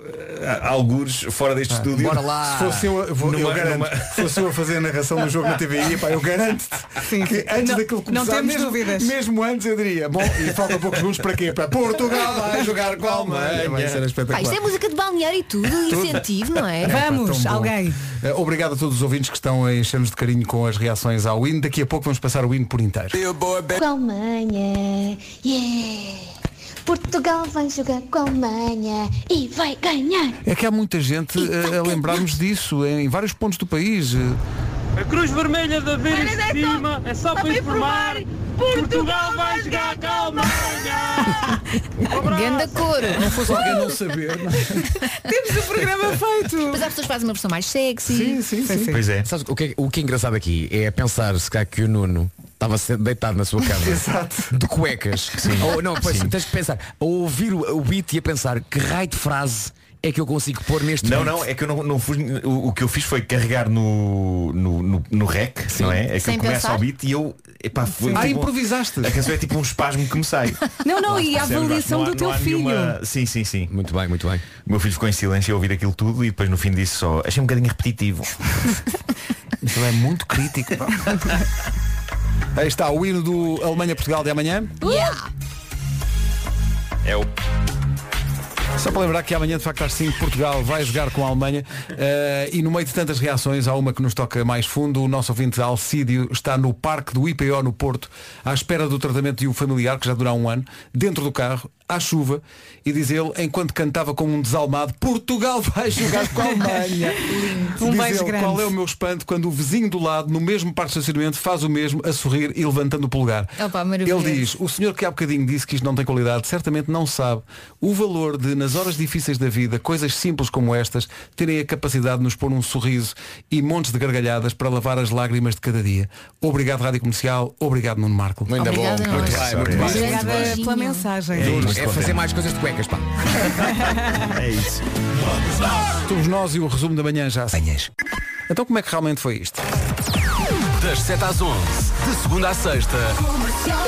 [SPEAKER 12] eh, a algures fora
[SPEAKER 1] Ah,
[SPEAKER 12] deste estúdio.
[SPEAKER 6] bora lá.
[SPEAKER 1] Se fosse eu, a- vou, eu
[SPEAKER 12] Numa-
[SPEAKER 1] garanto,
[SPEAKER 12] numa-
[SPEAKER 1] se fosse eu a fazer a narração do jogo na TVI, pá, eu garanto-te que antes
[SPEAKER 3] Não-
[SPEAKER 1] daquilo
[SPEAKER 3] não
[SPEAKER 1] começar,
[SPEAKER 3] temos
[SPEAKER 1] mesmo,
[SPEAKER 3] dúvidas.
[SPEAKER 1] mesmo antes eu diria, bom, e faltam poucos segundos para quê? Para Portugal vai jogar com a Alemanha. Vai ser
[SPEAKER 7] Ah,
[SPEAKER 1] espetacular.
[SPEAKER 7] isto é música de balneário e tudo,
[SPEAKER 1] Tudo.
[SPEAKER 7] incentivo, não é?
[SPEAKER 1] É, pá, tão bom. Eh, Obrigado a todos os ouvintes que estão a encher-nos de carinho com as reações ao hino. Daqui a pouco vamos passar o hino por inteiro.
[SPEAKER 9] Com a Alemanha, yeah! Portugal vai jogar com a Alemanha e vai ganhar!
[SPEAKER 1] É que há muita gente
[SPEAKER 7] Então,
[SPEAKER 1] eh, a lembrar-nos disso em vários pontos do país. Eh,
[SPEAKER 11] A Cruz Vermelha da Beira de Cima é só para informar. Portugal vai jogar com a
[SPEAKER 7] [laughs]
[SPEAKER 11] Um
[SPEAKER 7] Ganda cor.
[SPEAKER 1] Não fosse alguém não saber.
[SPEAKER 7] Temos o programa feito. Mas as pessoas fazem uma versão mais sexy. Sim, sim,
[SPEAKER 6] Pois é. Sabes, o, que é, o que é engraçado aqui é pensar se cá que o Nuno estava se- deitado na sua cama de cuecas. Ou, não, pois, tens que pensar, a ouvir o, o beat e a pensar que raio de frase é que eu consigo pôr neste
[SPEAKER 12] [laughs] Não,
[SPEAKER 6] beat?
[SPEAKER 12] não, é que eu não, não fui. O, o que eu fiz foi carregar no, no, no, no rec, não é? É que
[SPEAKER 3] Sem
[SPEAKER 12] eu começo
[SPEAKER 3] pensar.
[SPEAKER 12] ao beat e eu. Epá, foi
[SPEAKER 3] Sim. Ah,
[SPEAKER 12] tipo-
[SPEAKER 3] improvisaste.
[SPEAKER 12] A canção é tipo um espasmo que me
[SPEAKER 3] [laughs]
[SPEAKER 12] sai.
[SPEAKER 3] [laughs] Não, não,
[SPEAKER 12] Lá,
[SPEAKER 3] Oh, e a
[SPEAKER 12] percebes?
[SPEAKER 3] avaliação
[SPEAKER 12] Não há-
[SPEAKER 3] do
[SPEAKER 12] não
[SPEAKER 3] teu
[SPEAKER 12] há
[SPEAKER 3] filho.
[SPEAKER 12] nenhuma- Sim, sim, sim.
[SPEAKER 6] Muito bem, muito bem.
[SPEAKER 12] O meu filho ficou em silêncio a ouvir aquilo tudo e depois no fim disse só. Achei um bocadinho repetitivo.
[SPEAKER 1] Ele é muito
[SPEAKER 12] [laughs]
[SPEAKER 1] crítico. pá. Aí está o hino do Alemanha-Portugal de amanhã.
[SPEAKER 12] É o.
[SPEAKER 1] Só para lembrar que amanhã, de facto, às 5, Portugal vai jogar com a Alemanha eh, e no meio de tantas reações, há uma que nos toca mais fundo. O nosso ouvinte Alcídio está no parque do IPO no Porto, à espera do tratamento de um familiar, que já dura um ano, dentro do carro, à chuva, e diz ele, enquanto cantava como um desalmado, Portugal vai jogar
[SPEAKER 3] [laughs]
[SPEAKER 1] com a Alemanha.
[SPEAKER 3] Um
[SPEAKER 1] Diz
[SPEAKER 3] beijo
[SPEAKER 1] ele,
[SPEAKER 3] grande.
[SPEAKER 1] Qual é o meu espanto quando o vizinho do lado, no mesmo parque de estacionamento, faz o mesmo, a sorrir e levantando o polegar.
[SPEAKER 3] É
[SPEAKER 7] Opa,
[SPEAKER 1] Ele
[SPEAKER 7] maravilhoso.
[SPEAKER 1] diz, o senhor que há bocadinho disse que isto não tem qualidade, certamente não sabe o valor de, nas horas difíceis da vida, coisas simples como estas, terem a capacidade de nos pôr um sorriso e montes de gargalhadas para lavar as lágrimas de cada dia. Obrigado, Rádio Comercial. Obrigado, Nuno Marco.
[SPEAKER 6] Ainda bom. Obrigada, Muito nós. bem, muito bem.
[SPEAKER 3] Obrigada
[SPEAKER 6] Beijinho.
[SPEAKER 3] pela mensagem.
[SPEAKER 6] É, fazer mais coisas de cuecas, pá.
[SPEAKER 12] É isso.
[SPEAKER 1] Somos nós e o resumo da manhã já. Manhãs. Então como é que realmente foi isto?
[SPEAKER 24] Das 7 às 11, de segunda à sexta,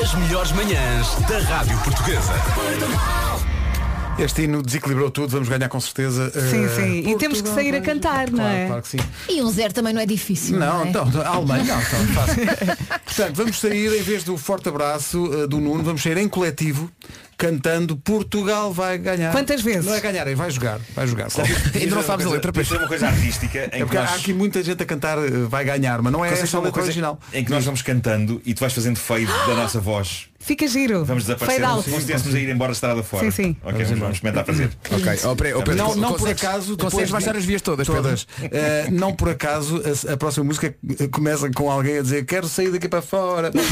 [SPEAKER 24] as melhores manhãs da Rádio Portuguesa.
[SPEAKER 1] Este hino desequilibrou tudo, vamos ganhar com certeza.
[SPEAKER 3] Sim,
[SPEAKER 1] eh,
[SPEAKER 3] sim. E temos que sair a cantar, não é?
[SPEAKER 1] Claro que sim.
[SPEAKER 7] E um zero também não é difícil. Não,
[SPEAKER 1] Não,
[SPEAKER 7] é?
[SPEAKER 1] então, a Alemanha,
[SPEAKER 15] [laughs]
[SPEAKER 1] não, então, fácil. Portanto, vamos sair, em vez do forte abraço eh, do Nuno, vamos sair em coletivo, cantando Portugal vai ganhar.
[SPEAKER 3] Quantas vezes?
[SPEAKER 1] Não é ganhar, é vai jogar, vai jogar.
[SPEAKER 6] Ainda não sabes a letra, pois.
[SPEAKER 12] Isto é uma coisa artística
[SPEAKER 1] É
[SPEAKER 12] em que
[SPEAKER 1] porque há
[SPEAKER 12] nós.
[SPEAKER 1] aqui muita gente a cantar eh, vai ganhar, mas não é
[SPEAKER 12] Vocês
[SPEAKER 1] essa a
[SPEAKER 12] são uma
[SPEAKER 1] letra
[SPEAKER 12] coisa
[SPEAKER 1] original.
[SPEAKER 12] em que nós vamos cantando e tu vais fazendo fade da nossa voz.
[SPEAKER 3] [laughs] Fica giro.
[SPEAKER 12] Vamos desaparecer
[SPEAKER 3] Fade
[SPEAKER 1] um
[SPEAKER 12] como
[SPEAKER 3] out.
[SPEAKER 12] se estivéssemos a ir embora de estrada fora.
[SPEAKER 3] Sim, sim.
[SPEAKER 12] Ok, vamos, vamos experimentar fazer.
[SPEAKER 6] Ok, ó, peraí, ó, peraí.
[SPEAKER 1] não, não por
[SPEAKER 6] Consegues-
[SPEAKER 1] acaso
[SPEAKER 6] consegues baixar as vias todas, Pedro?
[SPEAKER 1] todas. Eh, não por acaso a, a próxima música eh, começa com alguém a dizer quero sair daqui para fora mas-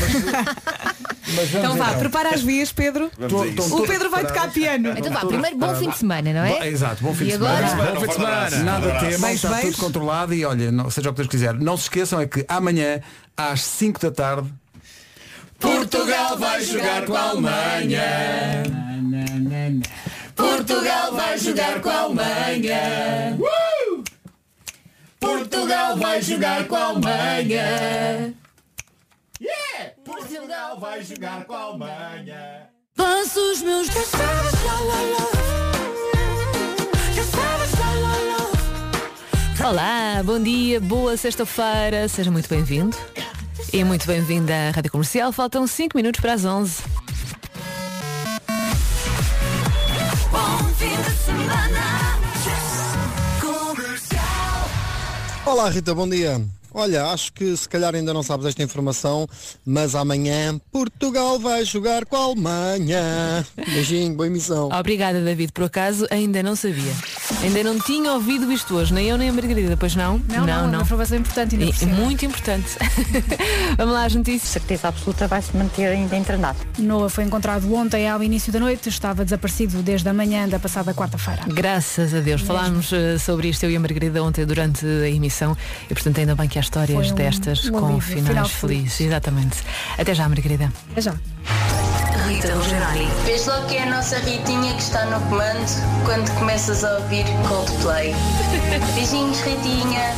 [SPEAKER 1] Mas vamos
[SPEAKER 3] então vá,
[SPEAKER 1] então.
[SPEAKER 3] prepara as vias, Pedro.
[SPEAKER 1] Vamos a isso.
[SPEAKER 3] o Pedro vai tocar piano.
[SPEAKER 15] Então vá, primeiro bom fim de semana, não
[SPEAKER 1] Bom,
[SPEAKER 15] é?
[SPEAKER 1] Exato, bom fim
[SPEAKER 15] E
[SPEAKER 1] de
[SPEAKER 15] agora?
[SPEAKER 1] semana. Bom fim de semana.
[SPEAKER 15] Um
[SPEAKER 1] Nada
[SPEAKER 15] abraço.
[SPEAKER 1] tema,
[SPEAKER 15] Beijos,
[SPEAKER 1] está tudo
[SPEAKER 15] beijos.
[SPEAKER 1] controlado e olha, não, seja o que Deus quiser. Não se esqueçam é que amanhã, às 5 da tarde,
[SPEAKER 8] Portugal vai jogar com a Alemanha. Portugal vai jogar com a Alemanha. Uh! Portugal vai jogar com a Alemanha. Yeah! Portugal vai jogar com a Alemanha.
[SPEAKER 14] Danço os meus
[SPEAKER 15] Olá, bom dia, boa sexta-feira, seja muito bem-vindo e muito bem-vinda à Rádio Comercial. Faltam 5 minutos para as 11.
[SPEAKER 25] Olá Rita, bom dia. Olha, acho que se calhar ainda não sabes esta informação, mas amanhã Portugal vai jogar com a Alemanha. Beijinho, boa emissão.
[SPEAKER 7] Oh.
[SPEAKER 15] Obrigada, David, por acaso ainda não sabia. Ainda não tinha ouvido isto hoje, nem eu nem a Margarida, pois não?
[SPEAKER 7] Não, não, é uma informação importante ainda
[SPEAKER 15] E-
[SPEAKER 7] por cima.
[SPEAKER 15] Muito importante. Vamos lá às notícias.
[SPEAKER 7] Certeza absoluta vai se manter ainda internado. Noah foi encontrado ontem ao início da noite, estava desaparecido desde a manhã da passada quarta-feira.
[SPEAKER 15] Graças a Deus.
[SPEAKER 7] Mesmo.
[SPEAKER 15] Falámos eh, sobre isto eu e a Margarida ontem durante a emissão e portanto ainda bem que há histórias
[SPEAKER 7] Foi um-
[SPEAKER 15] destas
[SPEAKER 7] um
[SPEAKER 15] com
[SPEAKER 7] alívio,
[SPEAKER 15] finais
[SPEAKER 7] final feliz.
[SPEAKER 15] felizes. Exatamente. Até já, Margarida.
[SPEAKER 7] Até já.
[SPEAKER 9] Rita Rogeroni. Vês logo que é a nossa Ritinha que está no comando quando começas a ouvir Coldplay. [laughs] Beijinhos, Ritinha.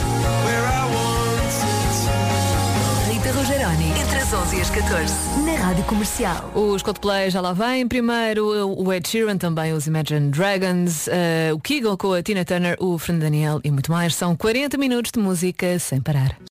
[SPEAKER 15] Rita Rogeroni. Entre as 11 e as 14. Na Rádio Comercial. Os Coldplay já lá vêm. Primeiro o Ed Sheeran, também os Imagine Dragons, eh, o Kigo com a Tina Turner, o Fernando Daniel e muito mais. São 40 minutos de música sem parar.